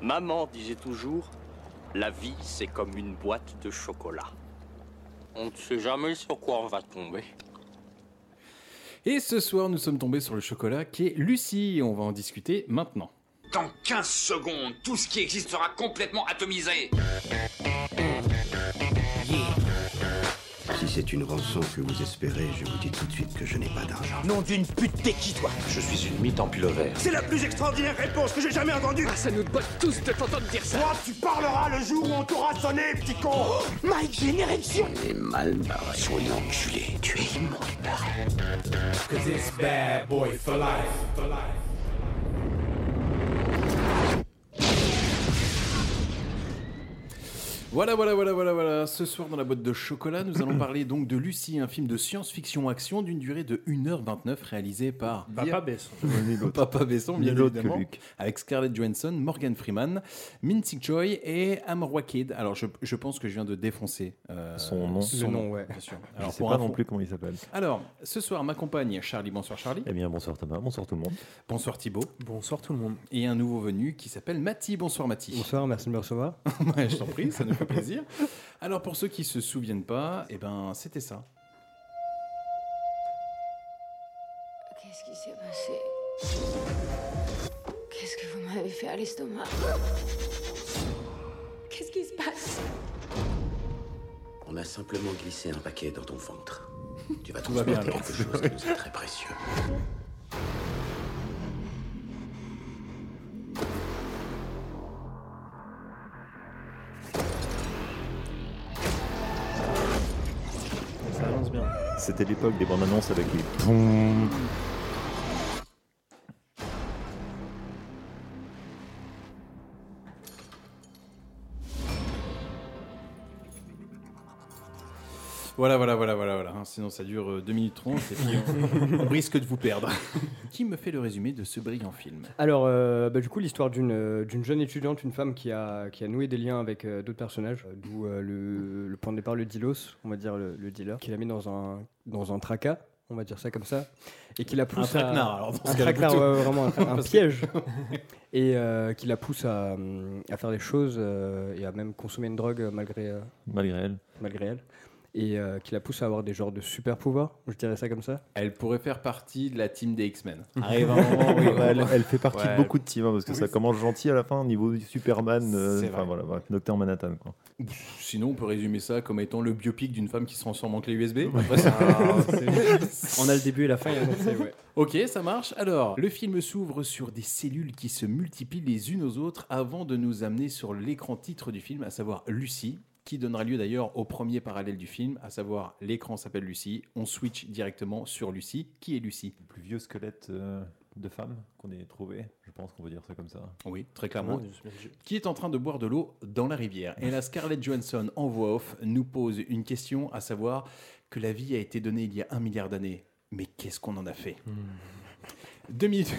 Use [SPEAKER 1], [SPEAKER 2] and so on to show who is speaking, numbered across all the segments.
[SPEAKER 1] Maman disait toujours, la vie c'est comme une boîte de chocolat. On ne sait jamais sur quoi on va tomber.
[SPEAKER 2] Et ce soir, nous sommes tombés sur le chocolat qui est Lucie. On va en discuter maintenant.
[SPEAKER 3] Dans 15 secondes, tout ce qui existe sera complètement atomisé.
[SPEAKER 4] Si c'est une rançon que vous espérez, je vous dis tout de suite que je n'ai pas d'argent.
[SPEAKER 5] Nom d'une pute, t'es qui toi
[SPEAKER 6] Je suis une mythe en pilover.
[SPEAKER 5] C'est la plus extraordinaire réponse que j'ai jamais entendue
[SPEAKER 7] Ça nous botte tous de t'entendre dire ça
[SPEAKER 5] Toi, tu parleras le jour où on t'aura sonné, petit con Mike, j'ai une érection
[SPEAKER 2] Voilà, voilà, voilà, voilà, voilà. Ce soir, dans la boîte de chocolat, nous allons parler donc de Lucie, un film de science-fiction action d'une durée de 1h29 réalisé par
[SPEAKER 8] Papa Besson.
[SPEAKER 2] Papa Besson, bien
[SPEAKER 9] Nul autre que
[SPEAKER 2] évidemment,
[SPEAKER 9] Luc.
[SPEAKER 2] avec Scarlett Johansson, Morgan Freeman, Mincy Choi et Amorwa Kid. Alors, je, je pense que je viens de défoncer euh,
[SPEAKER 9] Son nom.
[SPEAKER 8] Le nom, ouais.
[SPEAKER 2] bien sûr.
[SPEAKER 9] Je
[SPEAKER 2] Alors,
[SPEAKER 9] sais
[SPEAKER 2] pour
[SPEAKER 9] pas
[SPEAKER 2] info-
[SPEAKER 9] non plus comment il s'appelle.
[SPEAKER 2] Alors, ce soir, m'accompagne Charlie. Bonsoir Charlie.
[SPEAKER 9] Eh bien, bonsoir Thomas, bonsoir tout le monde.
[SPEAKER 2] Bonsoir Thibaut.
[SPEAKER 8] Bonsoir tout le monde.
[SPEAKER 2] Et un nouveau venu qui s'appelle Mati. Bonsoir Mati.
[SPEAKER 10] Bonsoir, merci de me recevoir.
[SPEAKER 2] Ouais, je t'en prie, ça nous fait plaisir. Alors pour ceux qui se souviennent pas, eh ben c'était ça.
[SPEAKER 11] Qu'est-ce qui s'est passé Qu'est-ce que vous m'avez fait à l'estomac Qu'est-ce qui se passe
[SPEAKER 6] On a simplement glissé un paquet dans ton ventre. Tu vas
[SPEAKER 2] va bien,
[SPEAKER 6] transmettre quelque chose qui nous est très précieux.
[SPEAKER 8] Ça avance bien.
[SPEAKER 9] C'était l'époque des bandes annonces avec les
[SPEAKER 2] Voilà, voilà, voilà, voilà, voilà. hein, Sinon ça dure euh, 2 minutes 30 et puis on, on risque de vous perdre. qui me fait le résumé de ce brillant film
[SPEAKER 10] Alors, euh, bah, du coup, l'histoire d'une euh, d'une jeune étudiante, une femme qui a, qui a noué des liens avec euh, d'autres personnages, euh, d'où euh, le, le point de départ, le dealos, on va dire le, le dealer, qui la met dans un, dans un tracas, on va dire ça comme ça, et qui la
[SPEAKER 2] Un
[SPEAKER 10] pousse à...
[SPEAKER 2] traquenard, alors dans
[SPEAKER 10] un
[SPEAKER 2] ce cas-là,
[SPEAKER 10] traquenard,
[SPEAKER 2] plutôt.
[SPEAKER 10] ouais, ouais, vraiment un, un
[SPEAKER 2] Parce que-
[SPEAKER 10] piège, et euh, qui la pousse à, hum, à faire des choses euh, et à même consommer une drogue euh, malgré, euh,
[SPEAKER 9] malgré elle.
[SPEAKER 10] malgré elle, et euh, qui la pousse à avoir des genres de super pouvoirs, je dirais ça comme ça.
[SPEAKER 2] Elle pourrait faire partie de la team des X-Men.
[SPEAKER 9] Oh, elle, elle fait partie
[SPEAKER 2] Ouais.
[SPEAKER 9] de beaucoup de teams hein, parce que ça commence gentil à la fin au niveau du Superman, euh,
[SPEAKER 2] C'est
[SPEAKER 9] enfin
[SPEAKER 2] vrai.
[SPEAKER 9] voilà, bref, Docteur Manhattan quoi.
[SPEAKER 2] Sinon on peut résumer ça comme étant le biopic d'une femme qui se transforme en clé USB.
[SPEAKER 10] On a le début et la fin, et donc c'est- ouais.
[SPEAKER 2] Ok, ça marche. Alors, le film s'ouvre sur des cellules qui se multiplient les unes aux autres avant de nous amener sur l'écran titre du film, à savoir Lucie, qui donnera lieu d'ailleurs au premier parallèle du film, à savoir l'écran s'appelle Lucie, on switch directement sur Lucie. Qui est Lucie
[SPEAKER 9] Le plus vieux squelette euh, de femme qu'on ait trouvé, je pense qu'on peut dire ça comme ça.
[SPEAKER 2] Oui, très clairement. Qui est en train de boire de l'eau dans la rivière. Et la Scarlett Johansson, en voix off, nous pose une question, à savoir que la vie a été donnée il y a un milliard d'années, mais qu'est-ce qu'on en a fait
[SPEAKER 8] Hmm.
[SPEAKER 2] 2 minutes...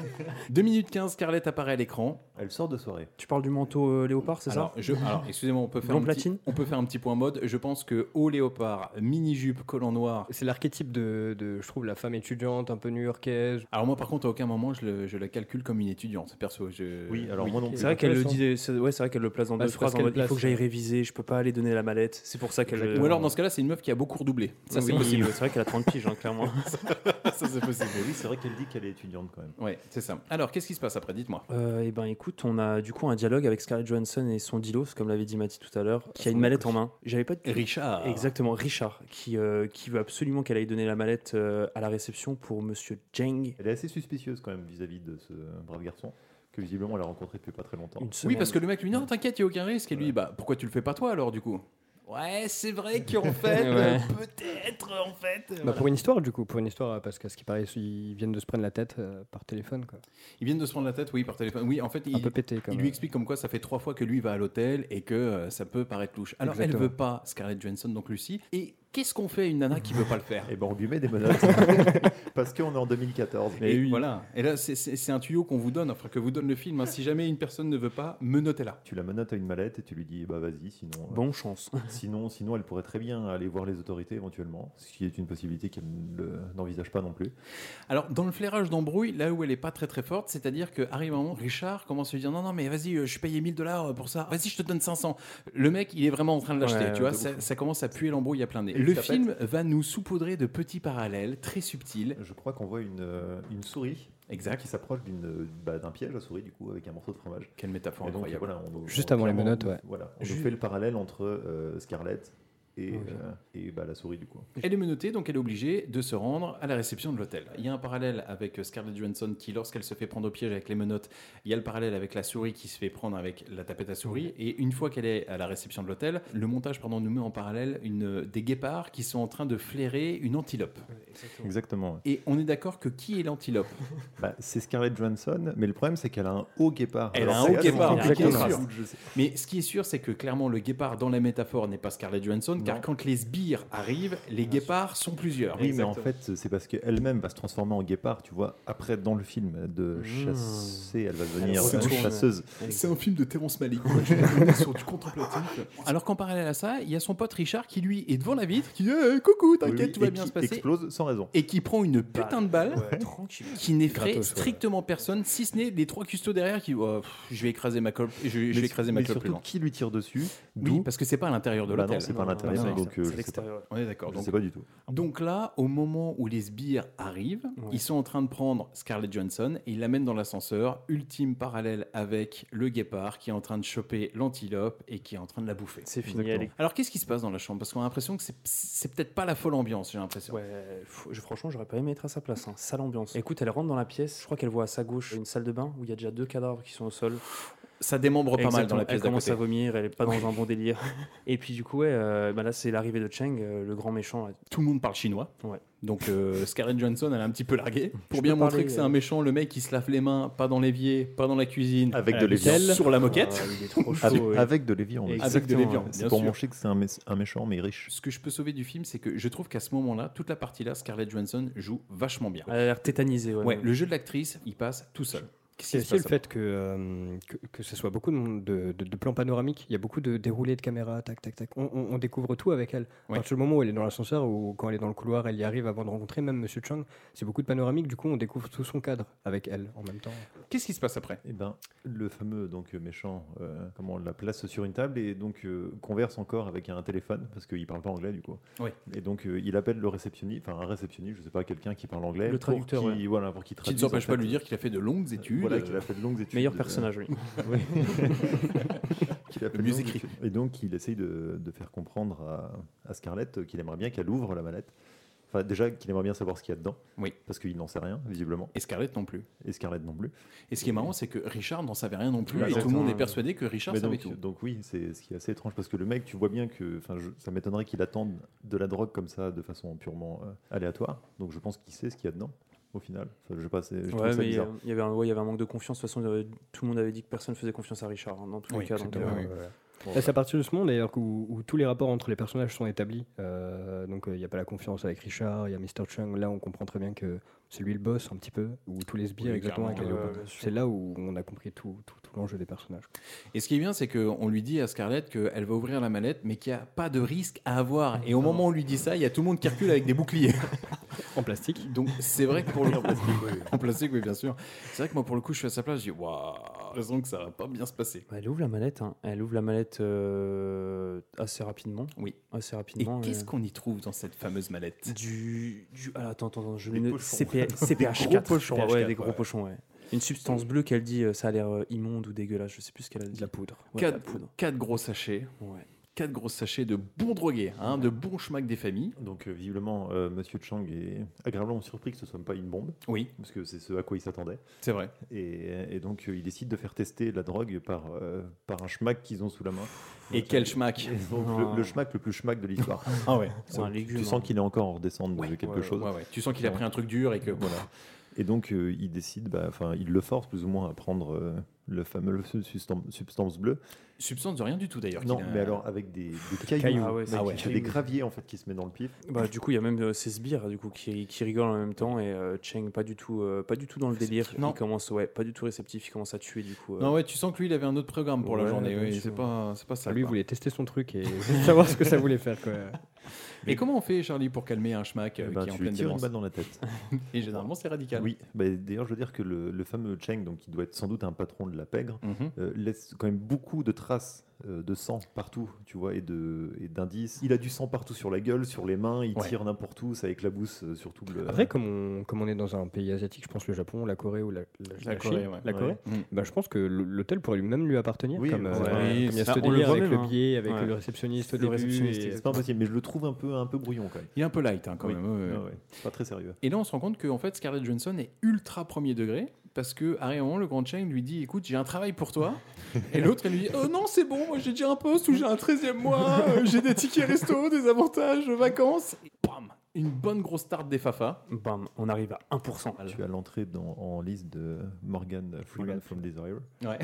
[SPEAKER 2] 2 minutes 15, Scarlett apparaît à l'écran.
[SPEAKER 9] Elle sort de soirée.
[SPEAKER 8] Tu parles du manteau euh, léopard, c'est ça
[SPEAKER 2] Alors, je- alors, excusez-moi, on peut faire
[SPEAKER 8] Blanc
[SPEAKER 2] un petit,
[SPEAKER 8] platine
[SPEAKER 2] on peut faire un petit point mode. Je pense que haut léopard, mini jupe, collant noir.
[SPEAKER 10] C'est l'archétype de, de, je trouve, la femme étudiante un peu new-yorkaise.
[SPEAKER 2] Alors moi, par contre, à aucun moment, je, le- je la calcule comme une étudiante. Perso, je.
[SPEAKER 9] Euh, Oui, alors moi non plus.
[SPEAKER 8] C'est vrai qu'elle le
[SPEAKER 10] intéressant.
[SPEAKER 8] dit, c'est- ouais, c'est vrai qu'elle le place dans
[SPEAKER 10] Bah,
[SPEAKER 8] deux
[SPEAKER 10] c'est parce
[SPEAKER 8] phrases. en
[SPEAKER 10] qu'elle
[SPEAKER 8] mode, Il
[SPEAKER 10] place.
[SPEAKER 8] faut que j'aille réviser, je peux pas aller donner la mallette. C'est pour ça qu'elle.
[SPEAKER 2] Ou alors dans ce cas-là, c'est une meuf qui a beaucoup redoublé. Ça c'est
[SPEAKER 8] Oui,
[SPEAKER 2] possible.
[SPEAKER 8] ouais, C'est vrai qu'elle a 30 piges, hein, clairement.
[SPEAKER 2] ça c'est possible.
[SPEAKER 9] Mais oui, c'est vrai qu'elle dit qu'elle est étudiante quand même.
[SPEAKER 2] Ouais, c'est ça. Alors, qu'est-ce qui se passe après Dites-moi.
[SPEAKER 8] Euh, eh ben écoute, on a du coup un dialogue avec Scarlett Johansson et son dilos, comme l'avait dit Mathis tout à l'heure, qui a une mallette en main. J'avais pas de...
[SPEAKER 2] Richard.
[SPEAKER 8] Exactement, Richard, qui, euh, qui veut absolument qu'elle aille donner la mallette euh, à la réception pour Monsieur Jeng.
[SPEAKER 9] Elle est assez suspicieuse quand même vis-à-vis de ce brave garçon que visiblement elle a rencontré depuis pas très longtemps.
[SPEAKER 8] Une semaine.
[SPEAKER 2] Oui, parce que le mec lui dit non, t'inquiète, y a aucun risque. Et lui, bah pourquoi tu le fais pas toi alors du coup Ouais, c'est vrai qu'en fait, euh,
[SPEAKER 8] Ouais.
[SPEAKER 2] peut-être en fait.
[SPEAKER 10] Bah pour une histoire, du coup, pour une histoire, parce qu'à ce qui paraît, ils viennent de se prendre la tête euh, par téléphone, quoi.
[SPEAKER 2] Ils viennent de se prendre la tête, oui, par téléphone. Oui, en fait,
[SPEAKER 10] Un
[SPEAKER 2] il,
[SPEAKER 10] peu pété, quand
[SPEAKER 2] Il
[SPEAKER 10] même.
[SPEAKER 2] lui explique comme quoi ça fait trois fois que lui va à l'hôtel et que euh, ça peut paraître louche. Alors elle
[SPEAKER 10] Exactement.
[SPEAKER 2] veut pas Scarlett Johansson, donc Lucie. Et Qu'est-ce qu'on fait à une nana qui veut pas le faire
[SPEAKER 9] Eh ben, on lui met des menaces. Parce qu'on est en 2014.
[SPEAKER 10] ben
[SPEAKER 2] et voilà. Et là, c'est- c'est c'est un tuyau qu'on vous donne, enfin que vous donne le film. hein. Si jamais une personne ne veut pas, menottez-la.
[SPEAKER 9] Tu la menottes à une mallette et tu lui dis, bah vas-y, sinon. euh,
[SPEAKER 8] Bonne chance.
[SPEAKER 9] Sinon, sinon, elle pourrait très bien aller voir les autorités éventuellement, ce qui est une possibilité qu'elle ne- n'envisage pas non plus.
[SPEAKER 2] Alors, dans le flairage d'embrouille, là où elle est pas très très forte, c'est-à-dire qu'arrive un moment, Richard commence à lui dire Non, non, mais vas-y, euh, je suis payé 1000 dollars pour ça, vas-y, je te donne 500. Le mec, il est vraiment en train de l'acheter,
[SPEAKER 8] Ouais,
[SPEAKER 2] tu vois,
[SPEAKER 8] de
[SPEAKER 2] ça, ça commence à puer l'embrouille à plein nez.
[SPEAKER 9] Et
[SPEAKER 2] Le
[SPEAKER 9] ça pète.
[SPEAKER 2] film va nous saupoudrer de petits parallèles très subtils.
[SPEAKER 9] Je crois qu'on voit une, euh, une souris
[SPEAKER 2] Exact.
[SPEAKER 9] qui s'approche d'une, euh, bah, d'un piège à souris, du coup, avec un morceau de fromage.
[SPEAKER 2] Quelle métaphore
[SPEAKER 9] Et donc,
[SPEAKER 2] incroyable.
[SPEAKER 9] voilà, on nous-
[SPEAKER 10] Juste
[SPEAKER 9] on-
[SPEAKER 10] avant les
[SPEAKER 9] clairement,
[SPEAKER 10] menottes,
[SPEAKER 9] on nous-
[SPEAKER 10] ouais.
[SPEAKER 9] Voilà, on nous
[SPEAKER 2] Ju-
[SPEAKER 9] fait le parallèle entre euh, Scarlett et, euh, et bah, la souris, du coup.
[SPEAKER 2] Elle est menottée, donc elle est obligée de se rendre à la réception de l'hôtel. Il y a un parallèle avec euh, Scarlett Johansson qui, lorsqu'elle se fait prendre au piège avec les menottes, il y a le parallèle avec la souris qui se fait prendre avec la tapette à souris. Et une fois qu'elle est à la réception de l'hôtel, le montage pardon, nous met en parallèle une, euh, des guépards qui sont en train de flairer une antilope.
[SPEAKER 9] Exactement.
[SPEAKER 2] Et on est d'accord que qui est l'antilope
[SPEAKER 9] Bah, c'est Scarlett Johansson, mais le problème, c'est qu'elle a un haut guépard.
[SPEAKER 2] Elle
[SPEAKER 9] Alors,
[SPEAKER 2] a un
[SPEAKER 9] c'est
[SPEAKER 2] haut guépard,
[SPEAKER 9] assez compliqué,
[SPEAKER 2] bien sûr.
[SPEAKER 9] je- je sais-
[SPEAKER 2] Mais ce qui est sûr, c'est que clairement, le guépard dans la métaphore n'est pas Scarlett Johansson, car quand les sbires arrivent, les guépards sont plusieurs.
[SPEAKER 9] Ah Oui, mais en fait, c'est parce qu'elle-même va se transformer en guépard, tu vois. Après, dans le film
[SPEAKER 2] Hmm.
[SPEAKER 9] de chasser, elle va devenir
[SPEAKER 8] retourne.
[SPEAKER 9] chasseuse.
[SPEAKER 2] C'est un film de Terrence Malick. quoi. Je me mets sur du contemplatif. Alors qu'en parallèle à ça, il y a son pote Richard qui lui est devant la vitre, qui dit Eh, coucou, t'inquiète,
[SPEAKER 9] Oui, oui,
[SPEAKER 2] tout va
[SPEAKER 9] et
[SPEAKER 2] bien
[SPEAKER 9] qui
[SPEAKER 2] se passer.
[SPEAKER 9] explose sans raison.
[SPEAKER 2] Et qui prend une putain de balle
[SPEAKER 8] Tranquille.
[SPEAKER 2] qui n'effraie
[SPEAKER 10] Gratos, ouais.
[SPEAKER 2] strictement personne, si ce n'est les trois custos derrière qui Oh, pff, je vais écraser ma colle, je, je vais
[SPEAKER 9] Mais-
[SPEAKER 2] écraser ma
[SPEAKER 9] mais
[SPEAKER 2] colle plus
[SPEAKER 9] surtout,
[SPEAKER 2] loin.
[SPEAKER 9] qui lui tire dessus
[SPEAKER 2] Oui, parce que c'est pas à l'intérieur de
[SPEAKER 9] Bah
[SPEAKER 2] l'hôtel.
[SPEAKER 9] non, c'est pas à
[SPEAKER 2] Non,
[SPEAKER 9] l'intérieur,
[SPEAKER 2] non,
[SPEAKER 9] donc euh,
[SPEAKER 8] C'est
[SPEAKER 9] je sais pas.
[SPEAKER 8] l'extérieur.
[SPEAKER 2] On est d'accord.
[SPEAKER 9] Je
[SPEAKER 2] Donc,
[SPEAKER 9] sais pas du tout.
[SPEAKER 2] donc là, au moment où les sbires arrivent, ils sont en train de prendre Scarlett Johansson et ils l'amènent dans l'ascenseur. Ultime parallèle avec le guépard qui est en train de choper l'antilope et qui est en train de la bouffer.
[SPEAKER 8] C'est fini.
[SPEAKER 9] Exactement.
[SPEAKER 8] elle est-
[SPEAKER 2] Alors qu'est-ce qui se passe dans la chambre Parce qu'on a l'impression que c'est- c'est peut-être pas la folle ambiance, j'ai l'impression.
[SPEAKER 8] Ouais, faut- je- franchement, j'aurais pas aimé être à sa place. Hein. Sale ambiance. Écoute, elle rentre dans la pièce. Je crois qu'elle voit à sa gauche une salle de bain où il y a déjà deux cadavres qui sont au sol.
[SPEAKER 2] Ça démembre Oh, pas mal dans la
[SPEAKER 8] Exactement, Elle
[SPEAKER 2] pièce d'à
[SPEAKER 8] commence
[SPEAKER 2] côté.
[SPEAKER 8] à vomir. Elle est pas dans un bon délire. Et puis du coup, ouais, euh, bah là, c'est l'arrivée de Cheng, euh, le grand méchant. là.
[SPEAKER 2] Tout le monde parle chinois.
[SPEAKER 8] Ouais.
[SPEAKER 2] Donc euh, Scarlett Johansson, elle a un petit peu largué. Pour
[SPEAKER 8] peux
[SPEAKER 2] bien montrer
[SPEAKER 8] parler,
[SPEAKER 2] que c'est un
[SPEAKER 8] euh,
[SPEAKER 2] méchant, le mec qui se lave les mains, pas dans l'évier, pas dans la cuisine,
[SPEAKER 9] Avec
[SPEAKER 2] à
[SPEAKER 9] de
[SPEAKER 2] la
[SPEAKER 9] l'évian.
[SPEAKER 2] vaisselle, sur la moquette.
[SPEAKER 8] Ah, il est trop chaud.
[SPEAKER 9] Avec,
[SPEAKER 8] ouais.
[SPEAKER 9] avec de l'évian. oui.
[SPEAKER 8] Et-
[SPEAKER 2] Avec de
[SPEAKER 8] Exactement,
[SPEAKER 2] l'évian, bien
[SPEAKER 9] C'est pour
[SPEAKER 2] sûr.
[SPEAKER 9] montrer que c'est un, mé- un méchant mais riche.
[SPEAKER 2] Ce que je peux sauver du film, c'est que je trouve qu'à ce moment-là, toute la partie-là, Scarlett Johansson joue vachement bien.
[SPEAKER 8] Elle a l'air tétanisée. Ouais.
[SPEAKER 2] Ouais, le jeu de l'actrice, il passe tout seul.
[SPEAKER 10] C'est aussi le fait que, euh, que, que ce soit beaucoup de, monde- de, de- de plans panoramiques. Il y a beaucoup de déroulés de caméras, tac, tac, tac. On, on- on découvre tout avec elle.
[SPEAKER 2] Ouais.
[SPEAKER 10] À partir du moment où elle est dans l'ascenseur ou quand elle est dans le couloir, elle y arrive avant de rencontrer même Monsieur Chung. C'est beaucoup de panoramiques. Du coup, on découvre tout son cadre avec elle en même temps.
[SPEAKER 2] Qu'est-ce qui se passe après
[SPEAKER 9] Et ben, le fameux donc euh, méchant, euh, comment on la place sur une table et donc euh, converse encore avec un téléphone parce qu'il parle pas anglais du coup.
[SPEAKER 2] Oui.
[SPEAKER 9] Et donc euh, il appelle le réceptionniste, enfin un réceptionniste, je sais pas quelqu'un qui parle anglais.
[SPEAKER 8] Le traducteur,
[SPEAKER 9] Pour qui, voilà, pour qu'il
[SPEAKER 2] Qui ne
[SPEAKER 9] traduise.
[SPEAKER 2] nous empêche
[SPEAKER 9] en
[SPEAKER 2] pas
[SPEAKER 9] fait,
[SPEAKER 8] euh,
[SPEAKER 2] de lui dire qu'il a fait de longues études.
[SPEAKER 9] Voilà, qu'il a fait de longues études.
[SPEAKER 8] Meilleur
[SPEAKER 9] euh,
[SPEAKER 8] personnage, oui.
[SPEAKER 9] qu'il a fait de
[SPEAKER 2] mieux
[SPEAKER 9] longues
[SPEAKER 2] écrit.
[SPEAKER 9] études. Et donc il essaye de, de faire comprendre à, à Scarlett qu'il aimerait bien qu'elle ouvre la mallette. Enfin, déjà qu'il aimerait bien savoir ce qu'il y a dedans.
[SPEAKER 2] Oui.
[SPEAKER 9] Parce qu'il n'en sait rien, visiblement.
[SPEAKER 2] Et Scarlett non plus.
[SPEAKER 9] Et Scarlett non plus.
[SPEAKER 2] Et ce qui est marrant, c'est que Richard n'en savait rien non plus.
[SPEAKER 9] Bah,
[SPEAKER 2] et tout le monde est
[SPEAKER 8] exactement.
[SPEAKER 2] persuadé que Richard
[SPEAKER 9] Mais
[SPEAKER 2] savait
[SPEAKER 9] donc,
[SPEAKER 2] tout.
[SPEAKER 9] donc oui, c'est ce qui est assez étrange parce que le mec, tu vois bien que, enfin, je- ça m'étonnerait qu'il attende de la drogue comme ça de façon purement euh, aléatoire. Donc je pense qu'il sait ce qu'il y a dedans au final. Enfin, je sais pas, c'est- je trouve
[SPEAKER 8] Ouais,
[SPEAKER 9] ça
[SPEAKER 8] mais euh,
[SPEAKER 9] bizarre.
[SPEAKER 8] il y avait un- ouais, il y avait un manque de confiance. De toute façon, euh, tout le monde avait dit que personne faisait confiance à Richard hein, dans tous
[SPEAKER 2] Oui,
[SPEAKER 8] les cas. donc,
[SPEAKER 2] exactement,
[SPEAKER 8] euh,
[SPEAKER 2] oui.
[SPEAKER 10] Là, c'est à partir de ce moment d'ailleurs où, où tous les rapports entre les personnages sont établis. Euh, donc, euh, il n'y a pas la confiance avec Richard, il y a Mr. Chung. Là, on comprend très bien que c'est lui le boss un petit peu, ou tous les sbires
[SPEAKER 2] Oui,
[SPEAKER 10] exactement avec
[SPEAKER 2] clairement,
[SPEAKER 10] les
[SPEAKER 8] ouais,
[SPEAKER 10] robots.
[SPEAKER 8] bien sûr.
[SPEAKER 10] C'est là où on a compris tout, tout, tout l'enjeu des personnages.
[SPEAKER 2] Et ce qui est bien, c'est qu'on lui dit à Scarlett qu'elle va ouvrir la mallette, mais qu'il n'y a pas de risque à avoir. Et au moment où on lui dit ça, il y a tout le monde qui recule avec des boucliers.
[SPEAKER 10] En plastique.
[SPEAKER 2] Donc c'est vrai que pour le coup. en plastique, oui, bien sûr. C'est vrai que moi, pour le coup, je suis à sa place, je dis Waouh, j'ai l'impression que ça va pas bien se passer.
[SPEAKER 8] Bah, elle ouvre la mallette, hein. elle ouvre la mallette euh, assez rapidement.
[SPEAKER 2] Oui.
[SPEAKER 8] Assez
[SPEAKER 2] Et
[SPEAKER 8] rapidement.
[SPEAKER 2] qu'est-ce
[SPEAKER 8] euh,
[SPEAKER 2] qu'on y trouve dans cette fameuse mallette
[SPEAKER 8] du, du. ah, attends, attends, attends, je
[SPEAKER 9] Des
[SPEAKER 8] me note-
[SPEAKER 9] pochons.
[SPEAKER 8] CP CPH4.
[SPEAKER 2] gros pochons.
[SPEAKER 8] CPH4, ouais, des gros
[SPEAKER 2] ouais.
[SPEAKER 8] pochons, ouais. Une substance bleue qu'elle dit, euh, ça a l'air euh, immonde ou dégueulasse, je sais plus ce qu'elle a dit.
[SPEAKER 10] De la poudre.
[SPEAKER 8] Ouais, de la
[SPEAKER 2] quatre, Ah
[SPEAKER 8] poudre.
[SPEAKER 2] quatre gros sachets,
[SPEAKER 8] Ouais.
[SPEAKER 2] quatre gros sachets de bons drogués, hein, de bons schmacs des familles.
[SPEAKER 9] Donc euh, visiblement, euh, Monsieur Chang est agréablement surpris que ce soit pas une bombe
[SPEAKER 2] Oui,
[SPEAKER 9] parce que c'est ce à quoi il s'attendait.
[SPEAKER 2] c'est vrai.
[SPEAKER 9] Et, et donc euh, il décide de faire tester la drogue par euh, par un schmack qu'ils ont sous la main. euh,
[SPEAKER 2] Et quel schmack
[SPEAKER 9] Et donc,
[SPEAKER 8] Non.
[SPEAKER 9] le, le schmack le plus schmack de l'histoire.
[SPEAKER 2] Ah ouais.
[SPEAKER 8] C'est un légume.
[SPEAKER 9] tu
[SPEAKER 8] hein.
[SPEAKER 9] sens qu'il est encore en redescente de quelque
[SPEAKER 8] ouais,
[SPEAKER 9] chose.
[SPEAKER 2] Ouais, ouais. Tu sens qu'il a pris un truc dur et que voilà.
[SPEAKER 9] Et donc, euh, il décide, bah, enfin, il le force plus ou moins à prendre euh, le fameux sustan- substance bleue.
[SPEAKER 2] Substance de rien du tout d'ailleurs.
[SPEAKER 9] Non,
[SPEAKER 2] qu'il a-
[SPEAKER 9] mais alors avec des, des cailloux,
[SPEAKER 8] Cailloux. Ah ouais,
[SPEAKER 9] mec,
[SPEAKER 8] c'est-
[SPEAKER 9] il y a
[SPEAKER 8] cailloux.
[SPEAKER 9] des graviers en fait qui se mettent dans le pif.
[SPEAKER 8] Bah, du coup, il y a même euh, ces sbires du coup, qui, qui rigolent en même temps et euh, Cheng, pas du, tout, euh, pas du tout dans le délire.
[SPEAKER 2] Non.
[SPEAKER 8] Il commence, ouais, pas du tout réceptif, il commence à tuer du coup. euh,
[SPEAKER 2] Non, ouais, tu sens que lui, il avait un autre programme pour la
[SPEAKER 8] Ouais,
[SPEAKER 2] journée.
[SPEAKER 8] bien
[SPEAKER 2] Oui,
[SPEAKER 8] sûr.
[SPEAKER 2] c'est pas, c'est pas ça.
[SPEAKER 9] Ah,
[SPEAKER 10] Lui, il
[SPEAKER 2] quoi.
[SPEAKER 10] voulait tester son truc et savoir ce que ça voulait faire. Quoi.
[SPEAKER 2] Et comment on fait, Charlie, pour calmer un schmack euh,
[SPEAKER 9] Eh ben,
[SPEAKER 2] qui est en
[SPEAKER 9] tu lui
[SPEAKER 2] pleine
[SPEAKER 9] tires une
[SPEAKER 2] démence
[SPEAKER 9] balle dans la tête.
[SPEAKER 2] Et généralement, c'est radical.
[SPEAKER 9] Oui, bah, d'ailleurs, je veux dire que le, le fameux Cheng, donc, qui doit être sans doute un patron de la pègre,
[SPEAKER 2] Mhm.
[SPEAKER 9] euh, laisse quand même beaucoup de traces euh, de sang partout, tu vois, et de- et d'indices. il a du sang partout sur la gueule, sur les mains, il
[SPEAKER 2] Ouais.
[SPEAKER 9] tire n'importe où, ça éclabousse euh, sur tout le.
[SPEAKER 10] Après, comme on, comme on est dans un pays asiatique, je pense le Japon, la Corée ou la, la-
[SPEAKER 2] La
[SPEAKER 10] la
[SPEAKER 2] Corée,
[SPEAKER 10] Chine,
[SPEAKER 2] ouais.
[SPEAKER 10] la Corée
[SPEAKER 2] Mm.
[SPEAKER 10] bah, je pense que l- l'hôtel pourrait lui même lui appartenir.
[SPEAKER 9] Oui,
[SPEAKER 10] comme, euh,
[SPEAKER 9] ouais.
[SPEAKER 10] comme
[SPEAKER 2] Oui,
[SPEAKER 10] il y a
[SPEAKER 8] ça,
[SPEAKER 10] ce
[SPEAKER 8] on le
[SPEAKER 10] délire
[SPEAKER 8] voit
[SPEAKER 10] avec
[SPEAKER 8] même,
[SPEAKER 10] le
[SPEAKER 8] hein.
[SPEAKER 10] billet, avec
[SPEAKER 8] Ouais.
[SPEAKER 10] le réceptionniste au
[SPEAKER 8] Le
[SPEAKER 10] début.
[SPEAKER 8] réceptionniste,
[SPEAKER 10] et-
[SPEAKER 9] c'est pas impossible, mais je le trouve un peu, un peu brouillon quand même.
[SPEAKER 2] Il est un peu light hein, quand
[SPEAKER 9] Oui.
[SPEAKER 2] même. ouais, ouais.
[SPEAKER 9] Ah ouais, Pas très sérieux.
[SPEAKER 2] Et là, on se rend compte que en fait, Scarlett Johnson est ultra premier degré parce que à un moment, le grand Chang lui dit "Écoute, j'ai un travail pour toi." Et l'autre, elle lui dit "Oh non, c'est bon, moi j'ai déjà un poste où j'ai un 13e mois, euh, j'ai des tickets resto, des avantages, vacances." Et bam, une bonne grosse tarte des Fafa.
[SPEAKER 8] Bam, on arrive à 1%.
[SPEAKER 9] Tu as l'entrée dans- en liste de Morgan Freeman from Desire,
[SPEAKER 2] Ouais.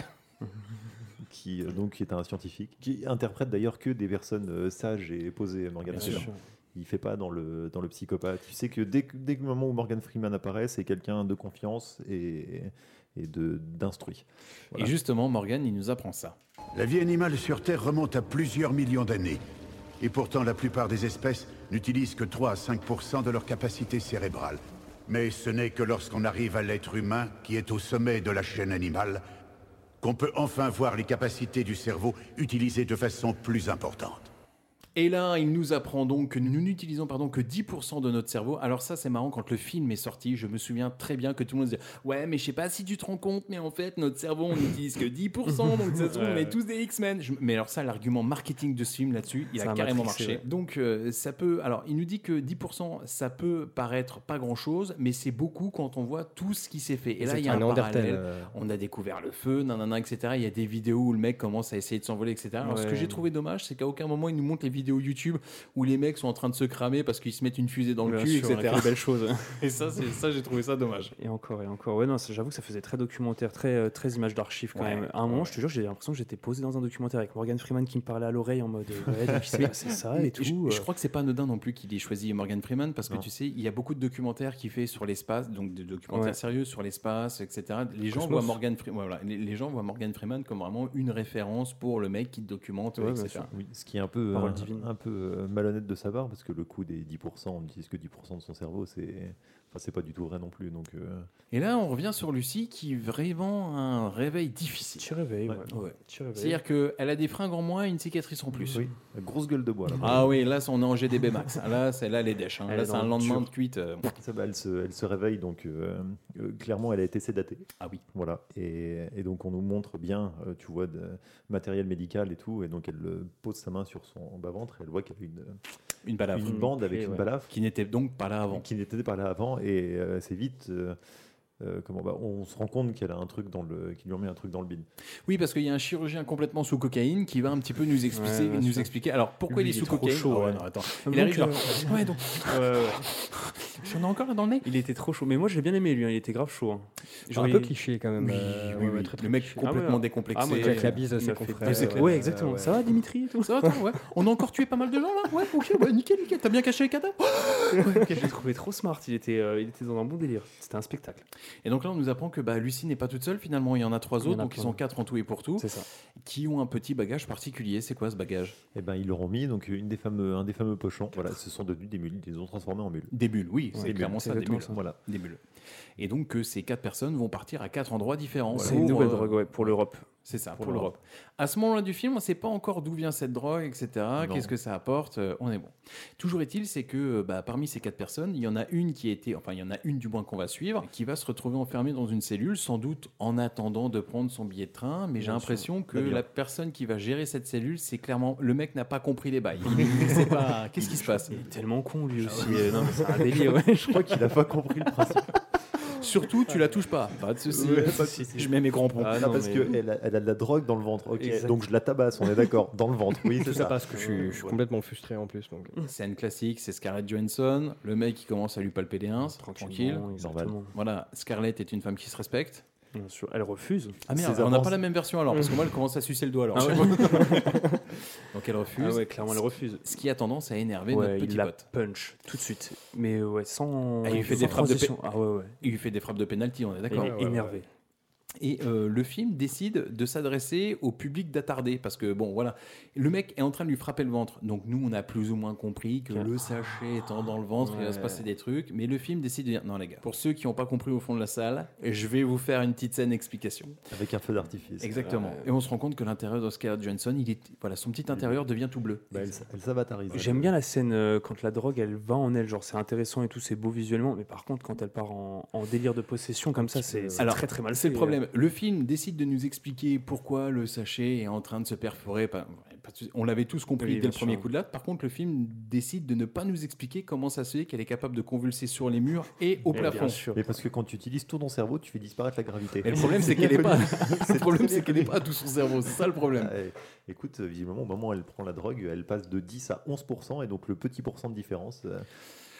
[SPEAKER 9] qui euh, donc est un scientifique, qui interprète d'ailleurs que des personnes euh, sages et posées, Morgan
[SPEAKER 8] Bien
[SPEAKER 9] Freeman.
[SPEAKER 8] sûr.
[SPEAKER 9] Il fait pas dans le, dans le psychopathe. Tu sais que dès, que dès que le moment où Morgan Freeman apparaît, c'est quelqu'un de confiance et, et de- d'instruit. Voilà.
[SPEAKER 2] Et justement, Morgan, il nous apprend ça.
[SPEAKER 12] La vie animale sur Terre remonte à plusieurs millions d'années. Et pourtant, la plupart des espèces n'utilisent que 3 à 5 de leur capacité cérébrale. Mais ce n'est que lorsqu'on arrive à l'être humain, qui est au sommet de la chaîne animale, qu'on peut enfin voir les capacités du cerveau utilisées de façon plus importante.
[SPEAKER 2] Et là, il nous apprend donc que nous n'utilisons pardon que 10% de notre cerveau. Alors ça, c'est marrant quand le film est sorti. Je me souviens très bien que tout le monde se disait ouais, mais je sais pas si tu te rends compte, mais en fait, notre cerveau, on n'utilise que 10%, donc ça se trouve, on
[SPEAKER 8] Ouais,
[SPEAKER 2] est
[SPEAKER 8] ouais.
[SPEAKER 2] tous des X-Men. Je- Mais alors ça, l'argument marketing de ce film là-dessus, il
[SPEAKER 8] Ça
[SPEAKER 2] a
[SPEAKER 8] a
[SPEAKER 2] carrément
[SPEAKER 8] matrixé,
[SPEAKER 2] marché. Donc euh, ça peut. Alors, il nous dit que 10%, ça peut paraître pas grand-chose, mais c'est beaucoup quand on voit tout ce qui s'est fait. Et là, il y a un,
[SPEAKER 10] Néandertal,
[SPEAKER 2] parallèle
[SPEAKER 10] euh,
[SPEAKER 2] on a découvert le feu, nanana, etc. Il y a des vidéos où le mec commence à essayer de s'envoler, etc. Alors, ce que
[SPEAKER 8] Ouais.
[SPEAKER 2] j'ai trouvé dommage, c'est qu'à aucun moment, il nous montre les vidéos YouTube où les mecs sont en train de se cramer parce qu'ils se mettent une fusée dans le
[SPEAKER 8] Bien
[SPEAKER 2] cul,
[SPEAKER 8] sûr,
[SPEAKER 2] etc.
[SPEAKER 8] quelle belle chose.
[SPEAKER 2] Et ça, c'est- ça, j'ai trouvé ça dommage.
[SPEAKER 8] Et encore, et encore. Ouais, non, ça, j'avoue que ça faisait très documentaire, très, euh, très image d'archives quand
[SPEAKER 2] Ouais,
[SPEAKER 8] même. À un moment, je te jure, j'ai l'impression que j'étais posé dans un documentaire avec Morgan Freeman qui me parlait à l'oreille en mode euh, Ouais, donc il s'est passé ça et
[SPEAKER 2] Mais
[SPEAKER 8] tout.
[SPEAKER 2] Je, je
[SPEAKER 8] euh.
[SPEAKER 2] crois que c'est pas anodin non plus qu'il ait choisi Morgan Freeman parce que
[SPEAKER 9] Non.
[SPEAKER 2] tu sais, il y a beaucoup de documentaires qui fait sur l'espace, donc des documentaires
[SPEAKER 8] Ouais.
[SPEAKER 2] sérieux sur l'espace, etc. Les gens,
[SPEAKER 8] Cosmos.
[SPEAKER 2] voient Morgan Fre- voilà, les, les gens voient Morgan Freeman comme vraiment une référence pour le mec qui documente,
[SPEAKER 8] Ouais, bien
[SPEAKER 2] etc.
[SPEAKER 8] sûr.
[SPEAKER 9] Oui, ce qui est un peu,
[SPEAKER 8] Parole
[SPEAKER 9] un,
[SPEAKER 8] divine.
[SPEAKER 9] un peu euh, malhonnête de sa part, parce que le coût des 10%, on n'utilise que 10% de son cerveau, c'est enfin, c'est pas du tout vrai non plus. Donc, euh,
[SPEAKER 2] Et là, on revient sur Lucie qui vraiment a un réveil difficile.
[SPEAKER 8] Petit réveil, ouais.
[SPEAKER 2] Ouais.
[SPEAKER 8] Petit réveil.
[SPEAKER 2] C'est-à-dire qu'elle a des fringues en moins et une cicatrice en plus.
[SPEAKER 9] oui, grosse gueule de bois. Là,
[SPEAKER 2] Ah oui, là, on est en GDB max. Là, c'est là les dèches. hein.
[SPEAKER 8] Elle
[SPEAKER 2] Là,
[SPEAKER 8] est
[SPEAKER 2] c'est
[SPEAKER 8] dans
[SPEAKER 2] un
[SPEAKER 8] le
[SPEAKER 2] lendemain
[SPEAKER 8] dur.
[SPEAKER 2] de cuite. euh,
[SPEAKER 9] Ça, bah, elle, se, elle se réveille, donc euh, euh, clairement, elle a été sédatée.
[SPEAKER 2] Ah oui.
[SPEAKER 9] Voilà. Et, et donc, on nous montre bien, euh, tu vois, de matériel médical et tout. Et donc, elle euh, pose sa main sur son bas-ventre. et Elle voit qu'il y a une,
[SPEAKER 2] Une balafre.
[SPEAKER 9] une bande Bah, avec
[SPEAKER 8] clé,
[SPEAKER 9] une
[SPEAKER 8] ouais.
[SPEAKER 9] balafre
[SPEAKER 2] Qui n'était donc pas là avant.
[SPEAKER 9] qui n'était pas là avant. Et euh, c'est vite. euh, euh, comment bah, on se rend compte qu'elle a un truc dans le, qu'il lui remet un truc dans le bide.
[SPEAKER 2] Oui, parce qu'il y a un chirurgien complètement sous cocaïne qui va un petit peu nous expliquer.
[SPEAKER 8] Ouais, bien
[SPEAKER 2] nous
[SPEAKER 8] sûr.
[SPEAKER 2] expliquer. Alors, pourquoi il
[SPEAKER 8] Lui,
[SPEAKER 2] est
[SPEAKER 8] il est
[SPEAKER 2] sous
[SPEAKER 8] trop
[SPEAKER 2] cocaïne
[SPEAKER 8] chaud,
[SPEAKER 2] Ah ouais,
[SPEAKER 8] ouais.
[SPEAKER 2] non, attends.
[SPEAKER 8] Donc,
[SPEAKER 2] Il arrive genre,
[SPEAKER 8] euh,
[SPEAKER 2] Ouais, donc,
[SPEAKER 8] Ouais, ouais.
[SPEAKER 2] j'en ai encore là dans le nez.
[SPEAKER 8] Il était trop chaud. Mais moi, j'ai bien aimé lui. hein. Il était grave chaud. hein.
[SPEAKER 10] Genre un
[SPEAKER 8] il-
[SPEAKER 10] peu cliché quand même.
[SPEAKER 2] Oui,
[SPEAKER 10] euh,
[SPEAKER 2] oui,
[SPEAKER 10] ouais,
[SPEAKER 2] oui.
[SPEAKER 10] ouais, très, très
[SPEAKER 2] le mec
[SPEAKER 10] cliché.
[SPEAKER 8] Ah,
[SPEAKER 2] complètement
[SPEAKER 8] ouais.
[SPEAKER 2] décomplexé. Ah,
[SPEAKER 8] Ah, moi,
[SPEAKER 10] Jack
[SPEAKER 8] euh,
[SPEAKER 10] la bise à
[SPEAKER 8] il
[SPEAKER 10] ses
[SPEAKER 8] a fait
[SPEAKER 10] confrères.
[SPEAKER 8] deux éclats.
[SPEAKER 10] euh,
[SPEAKER 8] Ouais, exactement.
[SPEAKER 10] ouais.
[SPEAKER 8] Ça va, Dimitri et tout
[SPEAKER 2] Ça va, toi, ouais. On a encore tué pas mal de gens là Ouais, ok, bah, nickel, nickel. T'as bien caché les cadavres
[SPEAKER 8] Je l'ai trouvé trop smart. Il était, euh, il était dans un bon délire. C'était un spectacle.
[SPEAKER 2] Et donc là, on nous apprend que bah, Lucie n'est pas toute seule. Finalement, il y en a trois
[SPEAKER 8] Il y en
[SPEAKER 2] autres,
[SPEAKER 8] a
[SPEAKER 2] donc ils
[SPEAKER 8] plein.
[SPEAKER 2] sont quatre en tout et pour tout,
[SPEAKER 8] C'est ça.
[SPEAKER 2] qui ont un petit bagage particulier. C'est quoi ce bagage
[SPEAKER 9] Et ben, ils leur ont mis donc une des fameux, un des fameux pochons. Voilà, ce sont devenus des mules. Ils les ont transformés en mules.
[SPEAKER 2] Des bulles, oui, c'est
[SPEAKER 9] Des
[SPEAKER 2] clairement
[SPEAKER 9] mules.
[SPEAKER 2] ça, des
[SPEAKER 8] exactement
[SPEAKER 2] bulles.
[SPEAKER 8] ça.
[SPEAKER 9] Voilà.
[SPEAKER 2] Des bulles. Et donc que ces quatre personnes vont partir à quatre endroits différents.
[SPEAKER 8] C'est une
[SPEAKER 2] pour,
[SPEAKER 8] nouvelle
[SPEAKER 2] euh,
[SPEAKER 8] drogue ouais, pour l'Europe.
[SPEAKER 2] C'est ça, pour,
[SPEAKER 9] pour
[SPEAKER 2] l'Europe. À ce moment-là du film, on ne sait pas encore d'où vient cette drogue, etc.
[SPEAKER 9] Non.
[SPEAKER 2] Qu'est-ce que ça apporte euh, On est bon. Toujours est-il, c'est que euh, bah, parmi ces quatre personnes, il y en a une qui était, enfin il y en a une du moins qu'on va suivre, qui va se retrouver enfermée dans une cellule, sans doute en attendant de prendre son billet de train. Mais j'ai
[SPEAKER 8] Bien sûr.
[SPEAKER 2] l'impression que
[SPEAKER 9] D'avion.
[SPEAKER 2] la personne qui va gérer cette cellule, c'est clairement le mec n'a pas compris les bails. Il sait pas qu'est-ce qui se passe.
[SPEAKER 8] Il est tellement con lui aussi. euh, non, mais c'est un délire. ouais.
[SPEAKER 9] Je crois qu'il a pas compris le principe.
[SPEAKER 2] Surtout, tu la touches pas. Pas de souci.
[SPEAKER 9] Ouais, pas de souci.
[SPEAKER 2] Je mets mes crampons.
[SPEAKER 8] Ah,
[SPEAKER 9] Ah,
[SPEAKER 8] non,
[SPEAKER 9] parce
[SPEAKER 8] mais-
[SPEAKER 9] qu'elle a, elle a de la drogue dans le ventre. Ok,
[SPEAKER 8] Exact.
[SPEAKER 9] donc je la tabasse, on est d'accord. dans le ventre, oui, c'est
[SPEAKER 10] Ça
[SPEAKER 9] ça. Euh,
[SPEAKER 10] passe que je suis, je suis complètement frustré en plus. Donc.
[SPEAKER 2] Scène classique, Ah, c'est Scarlett Johansson. Le mec qui commence à lui palper les uns, tranquille.
[SPEAKER 8] Exactement.
[SPEAKER 2] Voilà, Scarlett est une femme qui se respecte.
[SPEAKER 8] Bien sûr, Elle refuse.
[SPEAKER 2] Ah merde,
[SPEAKER 8] Ses
[SPEAKER 2] on n'a
[SPEAKER 8] avances-
[SPEAKER 2] pas la même version alors, parce que moi elle commence à sucer le doigt alors.
[SPEAKER 8] Ah ouais.
[SPEAKER 2] Donc elle refuse.
[SPEAKER 8] Ah ouais, clairement, elle refuse.
[SPEAKER 2] Ce qui a tendance à énerver
[SPEAKER 8] Ouais,
[SPEAKER 2] notre petit
[SPEAKER 8] il la
[SPEAKER 2] pote.
[SPEAKER 8] punch tout de suite. Mais ouais, sans.
[SPEAKER 2] Ah, il lui fait
[SPEAKER 8] sans
[SPEAKER 2] des frappes de
[SPEAKER 8] transition.
[SPEAKER 2] pé-
[SPEAKER 8] Ah ouais, ouais.
[SPEAKER 2] Il lui fait des frappes de pénalty, on est d'accord.
[SPEAKER 8] Il est Ouais, ouais, énervé. ouais.
[SPEAKER 2] Et euh, le film décide de s'adresser au public d'attardé parce que bon voilà, le mec est en train de lui frapper le ventre. Donc nous on a plus ou moins compris que le sachet étant dans le ventre, il va se
[SPEAKER 8] Ouais.
[SPEAKER 2] passer des trucs, mais le film décide de dire non les gars. Pour ceux qui n'ont pas compris au fond de la salle, je vais vous faire une petite scène explication.
[SPEAKER 9] Avec un feu d'artifice.
[SPEAKER 2] Exactement. Et on se rend compte que l'intérieur d'Oscar Johnson, il est voilà, son petit intérieur devient tout bleu.
[SPEAKER 9] Bah, elle, s'avatarise.
[SPEAKER 8] J'aime bien la scène euh, quand la drogue elle va en elle, genre c'est intéressant et tout, c'est beau visuellement, mais par contre quand elle part en, en délire de possession comme ça, c'est c'est
[SPEAKER 2] Alors,
[SPEAKER 8] très très mal
[SPEAKER 2] C'est le
[SPEAKER 8] fait. euh.
[SPEAKER 2] problème.
[SPEAKER 10] euh,
[SPEAKER 2] Le film décide de nous expliquer pourquoi le sachet est en train de se perforer. Pas- pas de souci. On l'avait tous compris
[SPEAKER 8] Oui,
[SPEAKER 2] dès
[SPEAKER 8] bien
[SPEAKER 2] le premier
[SPEAKER 8] sûr.
[SPEAKER 2] coup de latte. Par contre, le film décide de ne pas nous expliquer comment ça se fait qu'elle est capable de convulser sur les murs et au
[SPEAKER 10] Eh
[SPEAKER 9] Mais
[SPEAKER 2] plafond.
[SPEAKER 9] bien sûr. Mais parce que quand tu utilises tout ton cerveau, tu fais disparaître la gravité.
[SPEAKER 2] Mais le problème, c'est qu'elle est pas- le problème,
[SPEAKER 9] très
[SPEAKER 2] c'est qu'elle est
[SPEAKER 9] bien
[SPEAKER 2] pas à tout son cerveau. C'est ça, le problème.
[SPEAKER 9] Ah, et- écoute, euh, visiblement, au moment où elle prend la drogue, elle passe de 10 à 11%, et donc le petit pourcent de différence, euh,